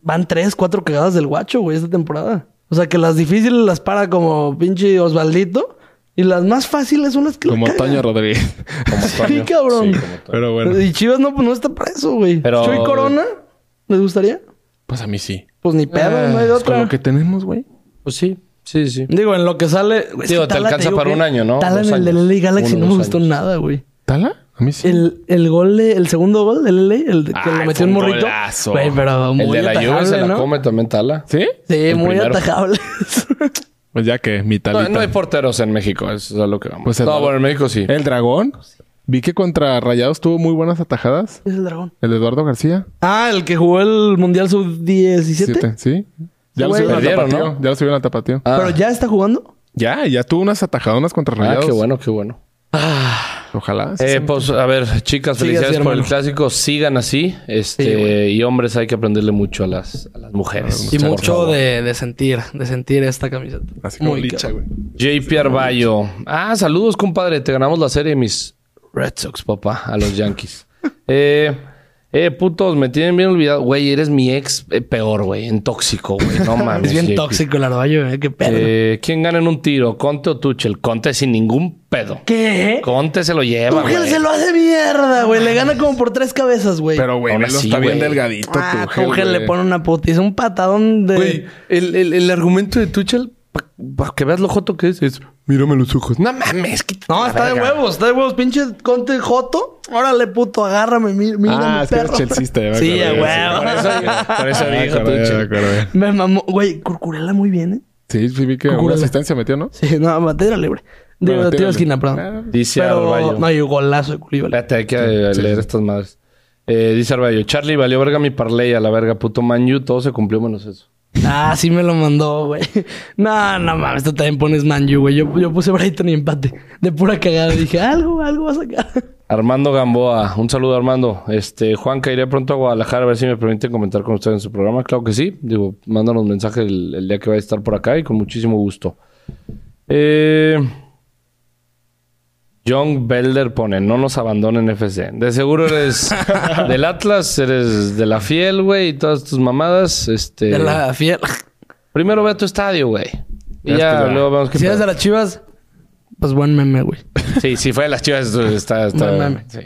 Speaker 1: van tres, cuatro cagadas del guacho, güey, esta temporada. O sea, que las difíciles las para como pinche Osvaldito. Y las más fáciles son las que la
Speaker 2: Como
Speaker 1: caga.
Speaker 2: Toño Rodríguez.
Speaker 3: Como
Speaker 1: Sí,
Speaker 3: Toño.
Speaker 1: cabrón.
Speaker 3: Sí, como Toño.
Speaker 2: Pero bueno.
Speaker 1: Y Chivas no, pues no está preso, güey.
Speaker 3: Pero-
Speaker 1: Chuy Corona, ¿les gustaría?
Speaker 2: Pues a mí sí.
Speaker 1: Pues ni pedo,
Speaker 3: Ah,
Speaker 1: no hay de otra.
Speaker 2: Con lo que tenemos, güey.
Speaker 3: Pues sí, sí, sí.
Speaker 1: Digo, en lo que sale. güey,
Speaker 3: Digo,
Speaker 1: es que
Speaker 3: te
Speaker 1: Tala,
Speaker 3: alcanza
Speaker 1: digo
Speaker 3: para
Speaker 1: que
Speaker 3: un año, ¿no?
Speaker 1: Tala
Speaker 3: Dos
Speaker 1: en el del
Speaker 3: años.
Speaker 1: LA Galaxy
Speaker 3: Uno,
Speaker 1: no me
Speaker 3: dos
Speaker 1: gustó
Speaker 3: años.
Speaker 1: nada, güey.
Speaker 2: ¿Tala? A mí sí.
Speaker 1: El, el gol de, el segundo gol del LA, el
Speaker 3: Ah,
Speaker 1: de- que
Speaker 2: Ay,
Speaker 1: lo
Speaker 2: fue
Speaker 1: metió un
Speaker 2: un
Speaker 1: morrito.
Speaker 2: golazo.
Speaker 1: Güey, pero muy
Speaker 3: El de la Juve
Speaker 1: atajable,
Speaker 3: se la
Speaker 1: ¿no?
Speaker 3: come también Tala.
Speaker 2: ¿Sí?
Speaker 1: Sí, muy
Speaker 3: primero.
Speaker 1: atajable.
Speaker 2: Pues ya que mi
Speaker 3: No,
Speaker 2: talita.
Speaker 3: no hay porteros en México, eso es a lo que vamos.
Speaker 2: Pues
Speaker 3: no,
Speaker 2: Eduardo-
Speaker 3: bueno, en México sí.
Speaker 2: El dragón. Vi que contra Rayados tuvo muy buenas atajadas.
Speaker 1: es el dragón.
Speaker 2: El Eduardo García.
Speaker 1: Ah, el que jugó el Mundial Sub-17.
Speaker 2: Siete, Sí. Ya lo
Speaker 1: Güey.
Speaker 2: subieron al
Speaker 3: Perdieron,
Speaker 2: tapatío.
Speaker 3: ¿no?
Speaker 2: Ya lo subieron al tapatío.
Speaker 3: Ah.
Speaker 1: Pero ya está jugando.
Speaker 2: Ya, ya tuvo unas atajadonas contra
Speaker 3: Ah,
Speaker 2: Rayados.
Speaker 3: qué bueno, qué bueno.
Speaker 2: Ojalá.
Speaker 3: Eh, pues a ver, chicas,
Speaker 1: Sigue
Speaker 3: felicidades
Speaker 1: así,
Speaker 3: por el
Speaker 1: hermano.
Speaker 3: clásico. Sigan así. Este,
Speaker 1: Sí, güey.
Speaker 3: y hombres, hay que aprenderle mucho a las, a las mujeres.
Speaker 1: Y
Speaker 3: Por
Speaker 1: mucho
Speaker 3: favor.
Speaker 1: de, de sentir, de sentir esta camiseta.
Speaker 2: Así como
Speaker 1: Muy
Speaker 2: licha,
Speaker 1: cabrón.
Speaker 2: güey.
Speaker 3: JP Arballo. Ah, saludos, compadre. Te ganamos la serie, mis Red Sox, papá, a los Yankees. Eh, Eh, putos, me tienen bien olvidado. Güey, eres mi ex eh, peor, güey. En tóxico, güey. No mames.
Speaker 1: Es bien
Speaker 3: JP.
Speaker 1: tóxico el arballo, ¿eh? Qué pedo.
Speaker 3: Eh, ¿Quién gana en un tiro? ¿Conte o Tuchel? Conte sin ningún pedo.
Speaker 1: ¿Qué?
Speaker 3: Conte se lo lleva,
Speaker 1: Tuchel
Speaker 3: güey.
Speaker 1: se lo hace mierda, güey. Le gana como por tres cabezas, güey.
Speaker 2: Pero, güey,
Speaker 3: Ahora
Speaker 2: velo,
Speaker 3: sí,
Speaker 2: está bien
Speaker 3: güey.
Speaker 2: delgadito.
Speaker 1: Ah,
Speaker 2: Tuchel,
Speaker 1: Tuchel le
Speaker 2: güey.
Speaker 1: pone una putiza, un patadón de.
Speaker 3: Güey, el, el- el argumento de Tuchel, para que veas lo joto que es, es... Mírame los ojos. No mames. quítate
Speaker 1: No,
Speaker 3: la
Speaker 1: está de
Speaker 3: verga.
Speaker 1: huevos, está de huevos. Pinche Conte Joto. Órale, puto, agárrame, mi- mira,
Speaker 2: Ah,
Speaker 1: mi
Speaker 2: es que eres
Speaker 1: perro.
Speaker 2: chelseaista, ya me
Speaker 1: Sí, a
Speaker 2: acordé, sí,
Speaker 1: huevo.
Speaker 3: Por eso
Speaker 2: Ah,
Speaker 3: dijo
Speaker 2: acordé,
Speaker 3: Tuchel.
Speaker 2: acordé.
Speaker 1: Me mamó. Güey, Curcurela muy bien, ¿eh?
Speaker 2: Sí, sí, vi que una
Speaker 1: Cucurella.
Speaker 2: asistencia metió, ¿no?
Speaker 1: Sí, no, materia libre. Digo,
Speaker 2: Bueno,
Speaker 1: tiro de esquina,
Speaker 2: tírale.
Speaker 1: perdón.
Speaker 2: Ah,
Speaker 3: Dice
Speaker 1: Pero
Speaker 3: Arballo.
Speaker 1: no hay un golazo de Culibal.
Speaker 3: Espérate, hay que eh, leer estas madres. Eh, dice Arballo, Charlie, valió verga mi parlay a la verga, puto Manju, todo se cumplió menos eso.
Speaker 1: Ah, sí me lo mandó, güey. No, no mames, tú también pones Manju, güey. Yo, yo puse Brighton y empate. De pura cagada. Dije, algo, algo va a sacar.
Speaker 3: Armando Gamboa, un saludo Armando. Este, Juanca, iré pronto a Guadalajara a ver si me permiten comentar con ustedes en su programa. Claro que sí. Digo, mándanos mensaje el, el día que vaya a estar por acá y con muchísimo gusto. Eh, John Belder pone, no nos abandonen FC. De seguro eres del Atlas, eres de la Fiel, güey, y todas tus mamadas. Este,
Speaker 1: De la fiel.
Speaker 3: Primero ve a tu estadio, güey. Y
Speaker 2: Ya
Speaker 3: ya,
Speaker 2: estoy-
Speaker 3: luego vemos qué
Speaker 1: Si eres
Speaker 3: pedo.
Speaker 1: de las chivas, pues buen meme, güey.
Speaker 3: Sí, sí, fue de las chivas. Está, está,
Speaker 1: No mames.
Speaker 3: sí.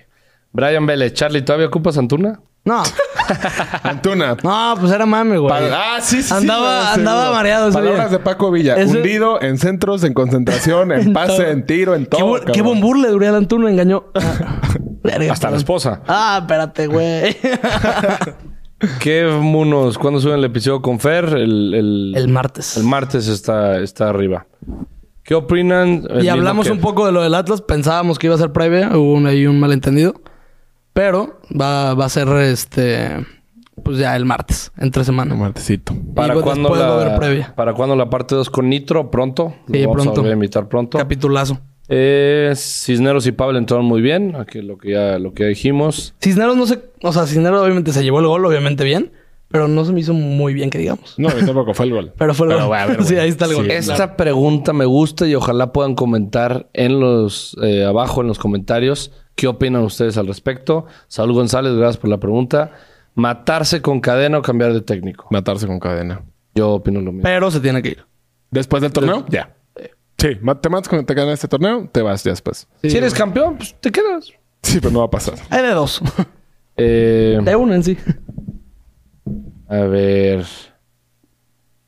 Speaker 3: Brian Vélez, Charlie, ¿todavía ocupas Antuna?
Speaker 1: No,
Speaker 2: Antuna.
Speaker 1: no, pues era mame, güey.
Speaker 2: Pa- ah, sí, sí, sí,
Speaker 1: Andaba-
Speaker 2: no,
Speaker 1: andaba
Speaker 2: seguro.
Speaker 1: mareado ese
Speaker 2: Palabras
Speaker 1: día.
Speaker 2: de Paco Villa.
Speaker 1: Ese-
Speaker 2: Hundido en centros, en concentración, en,
Speaker 1: En
Speaker 2: pase,
Speaker 1: todo.
Speaker 2: en tiro, en
Speaker 1: Qué,
Speaker 2: todo.
Speaker 1: bu- qué
Speaker 2: cabrón.
Speaker 1: buen burle de Uriel Antuna, engañó. Ah, verga,
Speaker 3: Hasta la
Speaker 1: perdón.
Speaker 3: esposa.
Speaker 1: Ah, espérate, güey.
Speaker 3: ¿Qué monos? ¿Cuándo suben el episodio con Fer? El, el,
Speaker 1: El martes.
Speaker 3: el martes está, está arriba. ¿Qué opinan? El
Speaker 1: y
Speaker 3: mismo
Speaker 1: hablamos
Speaker 3: que-
Speaker 1: un poco de lo del Atlas. Pensábamos que iba a ser previa. Hubo un- ahí un malentendido. Pero va, va a ser este. Pues ya el martes, entre semana.
Speaker 2: Martesito.
Speaker 3: ¿Para
Speaker 1: Digo,
Speaker 3: cuándo,
Speaker 1: después va a
Speaker 3: la,
Speaker 1: haber previa.
Speaker 3: ¿Para cuándo la parte 2 con Nitro? ¿Pronto?
Speaker 1: Sí,
Speaker 3: Lo Vamos a
Speaker 1: pronto.
Speaker 3: volver a invitar pronto.
Speaker 1: Capitulazo.
Speaker 3: Eh, Cisneros y Pablo entraron muy bien. Aquí lo que ya, lo que ya dijimos.
Speaker 1: Cisneros no se. O sea, Cisneros obviamente se llevó el gol, obviamente bien. Pero no se me hizo muy bien, que digamos.
Speaker 2: No, tampoco fue el gol.
Speaker 1: Pero fue el
Speaker 3: Pero,
Speaker 1: gol.
Speaker 3: güey, a ver, güey.
Speaker 1: sí, ahí está el gol.
Speaker 3: Esta pregunta me gusta y ojalá puedan comentar en los eh, abajo en los comentarios qué opinan ustedes al respecto. Saúl González, gracias por la pregunta. ¿Matarse con cadena o cambiar de técnico?
Speaker 2: Matarse con cadena.
Speaker 3: Yo opino lo mismo.
Speaker 1: Pero se tiene que ir.
Speaker 2: Después del torneo, ya. Sí, ma- te matas cuando te ganas este torneo, te vas ya después.
Speaker 3: si eres campeón, pues te quedas.
Speaker 2: Sí, pero no va a pasar.
Speaker 1: Hay de dos.
Speaker 3: Eh,
Speaker 1: De uno en sí.
Speaker 3: a ver.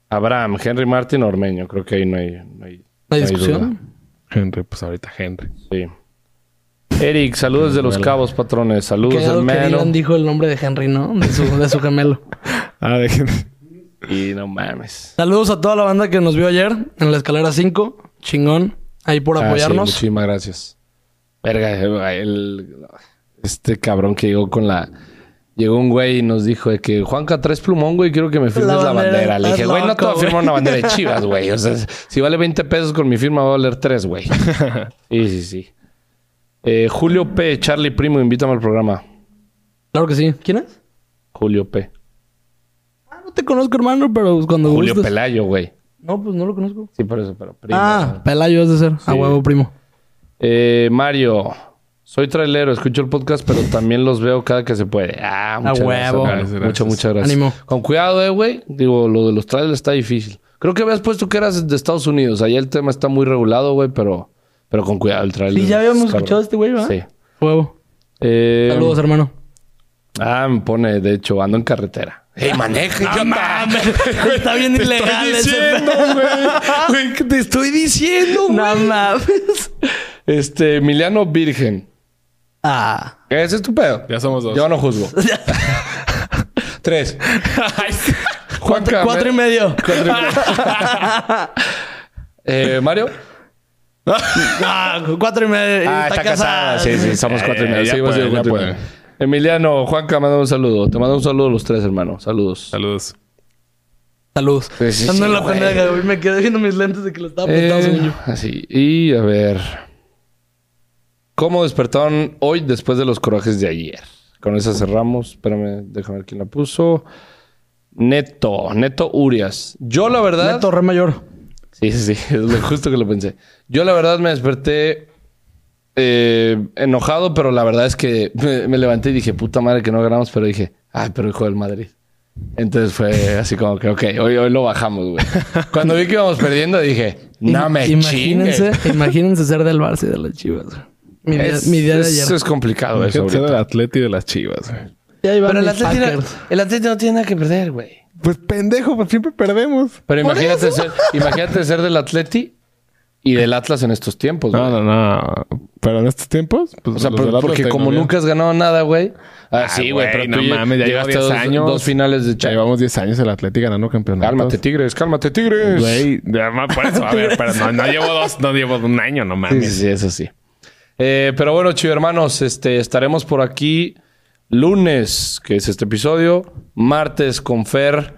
Speaker 3: Abraham, Henry Martin Ormeño. Creo que ahí no hay, no hay,
Speaker 1: No hay
Speaker 3: no hay
Speaker 1: discusión.
Speaker 3: duda.
Speaker 2: Henry, pues ahorita Henry.
Speaker 3: Sí. Eric, saludos de los cabos, patrones. Saludos,
Speaker 1: Quedado que
Speaker 3: hermano.
Speaker 1: Dylan dijo el nombre de Henry, ¿no? De su, de su gemelo.
Speaker 2: Ah, de Henry.
Speaker 3: Y no mames.
Speaker 1: Saludos a toda la banda que nos vio ayer en la escalera 5. Chingón. Ahí por
Speaker 3: Ah,
Speaker 1: apoyarnos.
Speaker 3: sí, muchísimas gracias. Verga, el- este cabrón que llegó con la. Llegó un güey y nos dijo de que Juanca, tres plumón, güey, quiero que me firmes la
Speaker 1: La
Speaker 3: bandera.
Speaker 1: bandera,
Speaker 3: Le
Speaker 1: estás
Speaker 3: dije, güey, no te voy a
Speaker 1: loco,
Speaker 3: firmar
Speaker 1: güey".
Speaker 3: una bandera de chivas, güey. O sea, si vale 20 pesos con mi firma, va a valer tres, güey. Sí, sí, sí. Eh, Julio P., Charlie Primo, invítame al programa.
Speaker 1: Claro que sí. ¿Quién es?
Speaker 3: Julio P.
Speaker 1: Ah, no te conozco, hermano, pero pues, cuando
Speaker 3: Julio
Speaker 1: gustes.
Speaker 3: Pelayo, güey.
Speaker 1: No, pues no lo conozco.
Speaker 3: Sí, por eso, pero primo.
Speaker 1: ah, Pelayo es de ser. A huevo, primo.
Speaker 3: Eh, Mario, soy trailero, escucho el podcast, pero también los veo cada que se puede. Ah, muchas
Speaker 1: huevo.
Speaker 3: gracias. hermano.
Speaker 2: Gracias,
Speaker 3: Muchas, muchas gracias.
Speaker 1: Ánimo.
Speaker 3: Con cuidado, eh, güey. Digo, lo de los trailers está difícil. Creo que habías puesto que eras de Estados Unidos. Allá el tema está muy regulado, güey, pero, pero con cuidado el trailer.
Speaker 1: Sí, ya habíamos escuchado a este güey, ¿verdad?
Speaker 3: Sí.
Speaker 1: A huevo.
Speaker 3: Eh,
Speaker 1: Saludos, hermano.
Speaker 3: Ah, me pone, de hecho, ando en carretera. ¡Ey, maneja, idiota!
Speaker 1: Está bien ilegal
Speaker 3: Te
Speaker 1: ese
Speaker 3: estoy diciendo,
Speaker 1: pe-
Speaker 3: güey. Güey, ¿qué te estoy diciendo, güey?
Speaker 1: No mames.
Speaker 3: Este, Emiliano Virgen.
Speaker 1: Ah.
Speaker 3: Ese es tu pedo.
Speaker 2: Ya somos dos.
Speaker 3: Yo no juzgo. Tres. Juanca.
Speaker 1: Cuatro y
Speaker 3: me-
Speaker 1: medio.
Speaker 3: cuatro y medio. Eh, Mario.
Speaker 1: Ah, cuatro y medio. casada.
Speaker 3: Sí, sí, somos cuatro y
Speaker 2: Eh,
Speaker 3: medio.
Speaker 2: ya
Speaker 3: Sí, hemos
Speaker 2: puede,
Speaker 3: sido
Speaker 2: ya
Speaker 3: cuatro y
Speaker 2: puede.
Speaker 3: medio. Emiliano, Juanca, manda un saludo. Te mando un saludo a los tres, hermano. Saludos.
Speaker 2: Saludos.
Speaker 1: Saludos.
Speaker 3: Sí, sí,
Speaker 1: Ando
Speaker 3: sí,
Speaker 1: en la
Speaker 3: güey.
Speaker 1: pendeja, güey. Me quedé viendo mis lentes de que lo estaba
Speaker 3: Eh,
Speaker 1: apuntando, según yo.
Speaker 3: así. Y a ver. ¿Cómo despertaron hoy después de los corajes de ayer? Con esa cerramos. Espérame, déjame ver quién la puso. Neto, Neto Urias. Yo, la verdad.
Speaker 1: Neto Re mayor.
Speaker 3: Sí, sí, sí, es lo justo que lo pensé. Yo la verdad me desperté eh, enojado, pero la verdad es que me, me levanté y dije, puta madre que no ganamos, pero dije, ay, pero hijo del Madrid. Entonces fue así como que, ok, hoy, hoy lo bajamos, güey. Cuando vi que íbamos perdiendo, dije, no
Speaker 1: Im-
Speaker 3: me
Speaker 1: imagínense,
Speaker 3: chingues.
Speaker 1: imagínense ser del Barça y de las Chivas. güey. Mi, día-
Speaker 3: Es-
Speaker 1: mi día de
Speaker 3: es-
Speaker 1: ayer.
Speaker 3: Eso es complicado, eso.
Speaker 2: Gente
Speaker 3: ahorita.
Speaker 2: del Atleti y de las Chivas, güey.
Speaker 1: Y ahí van
Speaker 3: Pero el
Speaker 1: mis
Speaker 3: Atleti, no,
Speaker 1: Packers.
Speaker 3: el Atleti no tiene nada que perder, güey.
Speaker 2: Pues pendejo, pues siempre perdemos.
Speaker 3: Pero imagínate ser, imagínate ser del Atleti y del Atlas en estos tiempos, güey.
Speaker 2: No, no, no. Pero en estos tiempos, pues.
Speaker 3: O sea,
Speaker 2: los
Speaker 3: por-
Speaker 2: del Atlas
Speaker 3: porque
Speaker 2: tengo
Speaker 3: como
Speaker 2: bien.
Speaker 3: nunca has ganado nada, güey. Ah,
Speaker 2: Ah,
Speaker 3: sí, güey, pero
Speaker 2: no
Speaker 3: tú lle-
Speaker 2: mames, ya llevo
Speaker 3: llegaste
Speaker 2: 10
Speaker 3: a dos,
Speaker 2: años.
Speaker 3: dos finales de
Speaker 2: Ya
Speaker 3: Champions.
Speaker 2: llevamos 10 años el Atleti ganando campeonatos.
Speaker 3: Cálmate, Tigres, cálmate, Tigres.
Speaker 2: Güey, ya, no, por eso, a ver, pero no, no llevo dos, no llevo un año, no
Speaker 3: Sí,
Speaker 2: mames.
Speaker 3: sí, sí, eso sí. Eh, pero bueno, chido hermanos, este, estaremos por aquí lunes, que es este episodio, martes con Fer.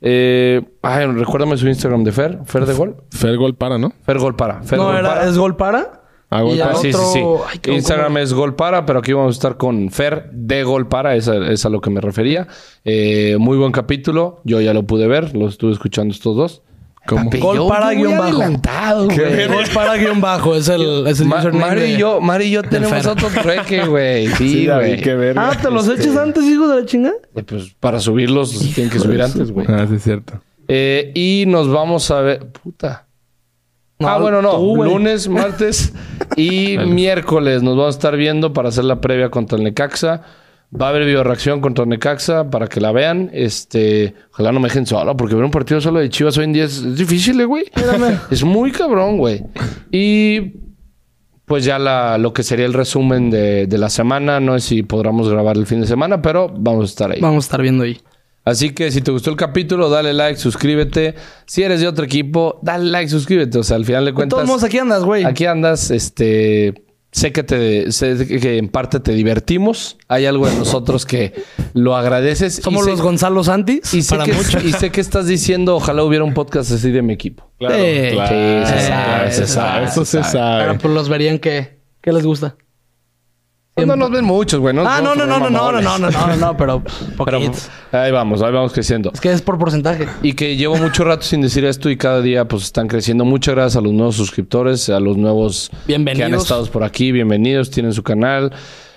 Speaker 3: Eh, ay, recuérdame su Instagram de Fer, Fer de Gol.
Speaker 2: Fer gol para, ¿no?
Speaker 3: Fer Gol para. Fer
Speaker 1: No,
Speaker 3: Gol
Speaker 1: era,
Speaker 3: para.
Speaker 1: es gol para.
Speaker 2: Ah, gol
Speaker 1: Y
Speaker 2: para.
Speaker 1: al
Speaker 3: Ah, sí, sí,
Speaker 1: otro-
Speaker 3: sí.
Speaker 1: Ay, qué-
Speaker 3: Instagram
Speaker 1: ¿cómo?
Speaker 3: es Gol Para, pero aquí vamos a estar con Fer de Gol Para, es a, es a lo que me refería. Eh, muy buen capítulo, yo ya lo pude ver, lo estuve escuchando estos dos.
Speaker 2: ¿Cómo?
Speaker 3: Papi,
Speaker 1: Gol
Speaker 3: yo-
Speaker 1: Para
Speaker 3: yo muy
Speaker 1: guión bajo.
Speaker 3: adelantado,
Speaker 1: Qué
Speaker 3: güey.
Speaker 1: Gol para guión bajo. Es el, es el
Speaker 3: Ma-
Speaker 1: username
Speaker 3: Mario
Speaker 1: de-
Speaker 3: y yo, Mario y yo tenemos
Speaker 1: Fer.
Speaker 3: otro trueque, güey. Sí,
Speaker 2: ya vi,
Speaker 3: güey.
Speaker 2: qué verga.
Speaker 1: Ah, ¿te los
Speaker 3: Este-
Speaker 1: eches antes, hijo de la chingada?
Speaker 3: Eh, pues para subirlos los tienen que subir antes, güey.
Speaker 2: Ah, sí, es cierto.
Speaker 3: Eh, y nos vamos a ver. Puta. ah, bueno, no.
Speaker 1: tú, güey.
Speaker 3: Lunes, martes y miércoles nos vamos a estar viendo para hacer la previa contra el Necaxa. Va a haber videoreacción contra el Necaxa para que la vean. Este, ojalá no me dejen solo, porque ver un partido solo de Chivas hoy en día es, es difícil, eh, güey. es muy cabrón, güey. Y pues ya la, lo que sería el resumen de, de la semana. No sé si podremos grabar el fin de semana, pero vamos a estar ahí.
Speaker 1: Vamos a estar viendo ahí.
Speaker 3: Así que si te gustó el capítulo, dale like, suscríbete. Si eres de otro equipo, dale like, suscríbete. O sea, al final de
Speaker 1: De todos
Speaker 3: cuentas,
Speaker 1: modos, aquí andas, güey.
Speaker 3: aquí andas, este, sé que te, sé que en parte te divertimos. Hay algo en nosotros que lo agradeces. y
Speaker 1: Somos
Speaker 3: sé-
Speaker 1: los Gonzalo Santis.
Speaker 3: y sé,
Speaker 1: para
Speaker 3: que,
Speaker 1: muchos.
Speaker 3: y sé que estás diciendo, ojalá hubiera un podcast así de mi equipo.
Speaker 2: Claro,
Speaker 1: Sí,
Speaker 2: claro.
Speaker 1: sí, se sabe, se sabe,
Speaker 2: Eso
Speaker 3: se
Speaker 2: se
Speaker 1: Pero
Speaker 2: sabe.
Speaker 1: pues los verían que, que les gusta.
Speaker 3: Pues No nos ven muchos, güey.
Speaker 1: Ah, no, no, no, no, no, no, no, no, no, no, pero
Speaker 3: Pero
Speaker 1: poquitos.
Speaker 3: ahí vamos, ahí vamos creciendo.
Speaker 1: Es que es por porcentaje.
Speaker 3: Y que llevo mucho rato sin decir esto y cada día pues están creciendo. Muchas gracias a los nuevos suscriptores, a los nuevos
Speaker 1: Bienvenidos.
Speaker 3: que han estado por aquí. Bienvenidos, tienen su canal.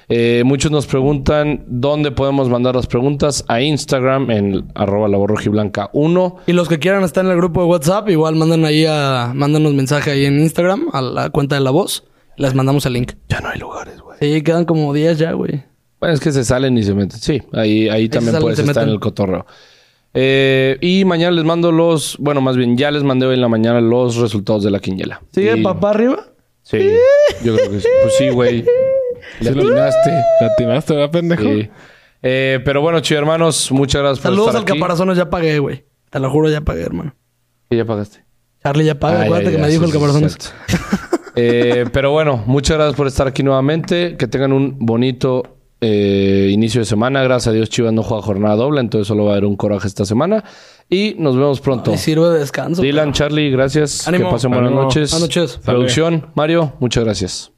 Speaker 3: Eh, muchos nos preguntan dónde podemos mandar las preguntas a Instagram en arroba laborrojiblanca 1.
Speaker 1: Y los que quieran estar en el grupo de WhatsApp, igual manden ahí a, mándanos mensaje ahí en Instagram, a la cuenta de la voz. Les mandamos el link.
Speaker 3: Ya no hay lugares, güey.
Speaker 1: Sí, quedan como 10 ya, güey.
Speaker 3: Bueno, es que se salen y se meten. Sí, ahí, ahí también
Speaker 1: salen,
Speaker 3: puedes
Speaker 1: se
Speaker 3: estar
Speaker 1: meten.
Speaker 3: en el cotorreo. Eh, y mañana les mando los, bueno, más bien ya les mandé hoy en la mañana los resultados de la quiniela.
Speaker 1: ¿Sigue
Speaker 3: Y-
Speaker 1: papá arriba?
Speaker 3: Sí, yo creo que sí. Pues sí, güey. Le
Speaker 2: lo-
Speaker 3: atinaste.
Speaker 2: ¿Te atinaste, verdad, pendejo?
Speaker 3: pues, ¡Ah! Sí. Eh, pero bueno, chido hermanos, muchas gracias
Speaker 1: Saludos
Speaker 3: por
Speaker 1: al
Speaker 3: estar aquí.
Speaker 1: caparazones, ya pagué, güey. Te lo juro, ya pagué, hermano.
Speaker 3: Y ya pagaste.
Speaker 1: Charlie ya paga,
Speaker 3: Ah,
Speaker 1: acuérdate
Speaker 3: ya,
Speaker 1: que
Speaker 3: ya,
Speaker 1: me
Speaker 3: sí,
Speaker 1: dijo el
Speaker 3: sí,
Speaker 1: caparazones.
Speaker 3: sí, cierto. Eh, pero bueno, muchas gracias por estar aquí nuevamente. Que tengan un bonito eh, inicio de semana. Gracias a Dios, Chivas no juega jornada doble, entonces solo va a haber un coraje esta semana. Y nos vemos pronto.
Speaker 1: Y sirve de descanso.
Speaker 3: Dylan, Charlie, gracias.
Speaker 1: Ánimo.
Speaker 3: Que pasen buenas
Speaker 2: Ánimo.
Speaker 3: noches.
Speaker 1: Buenas noches.
Speaker 2: Sale.
Speaker 3: Producción, Mario, muchas gracias.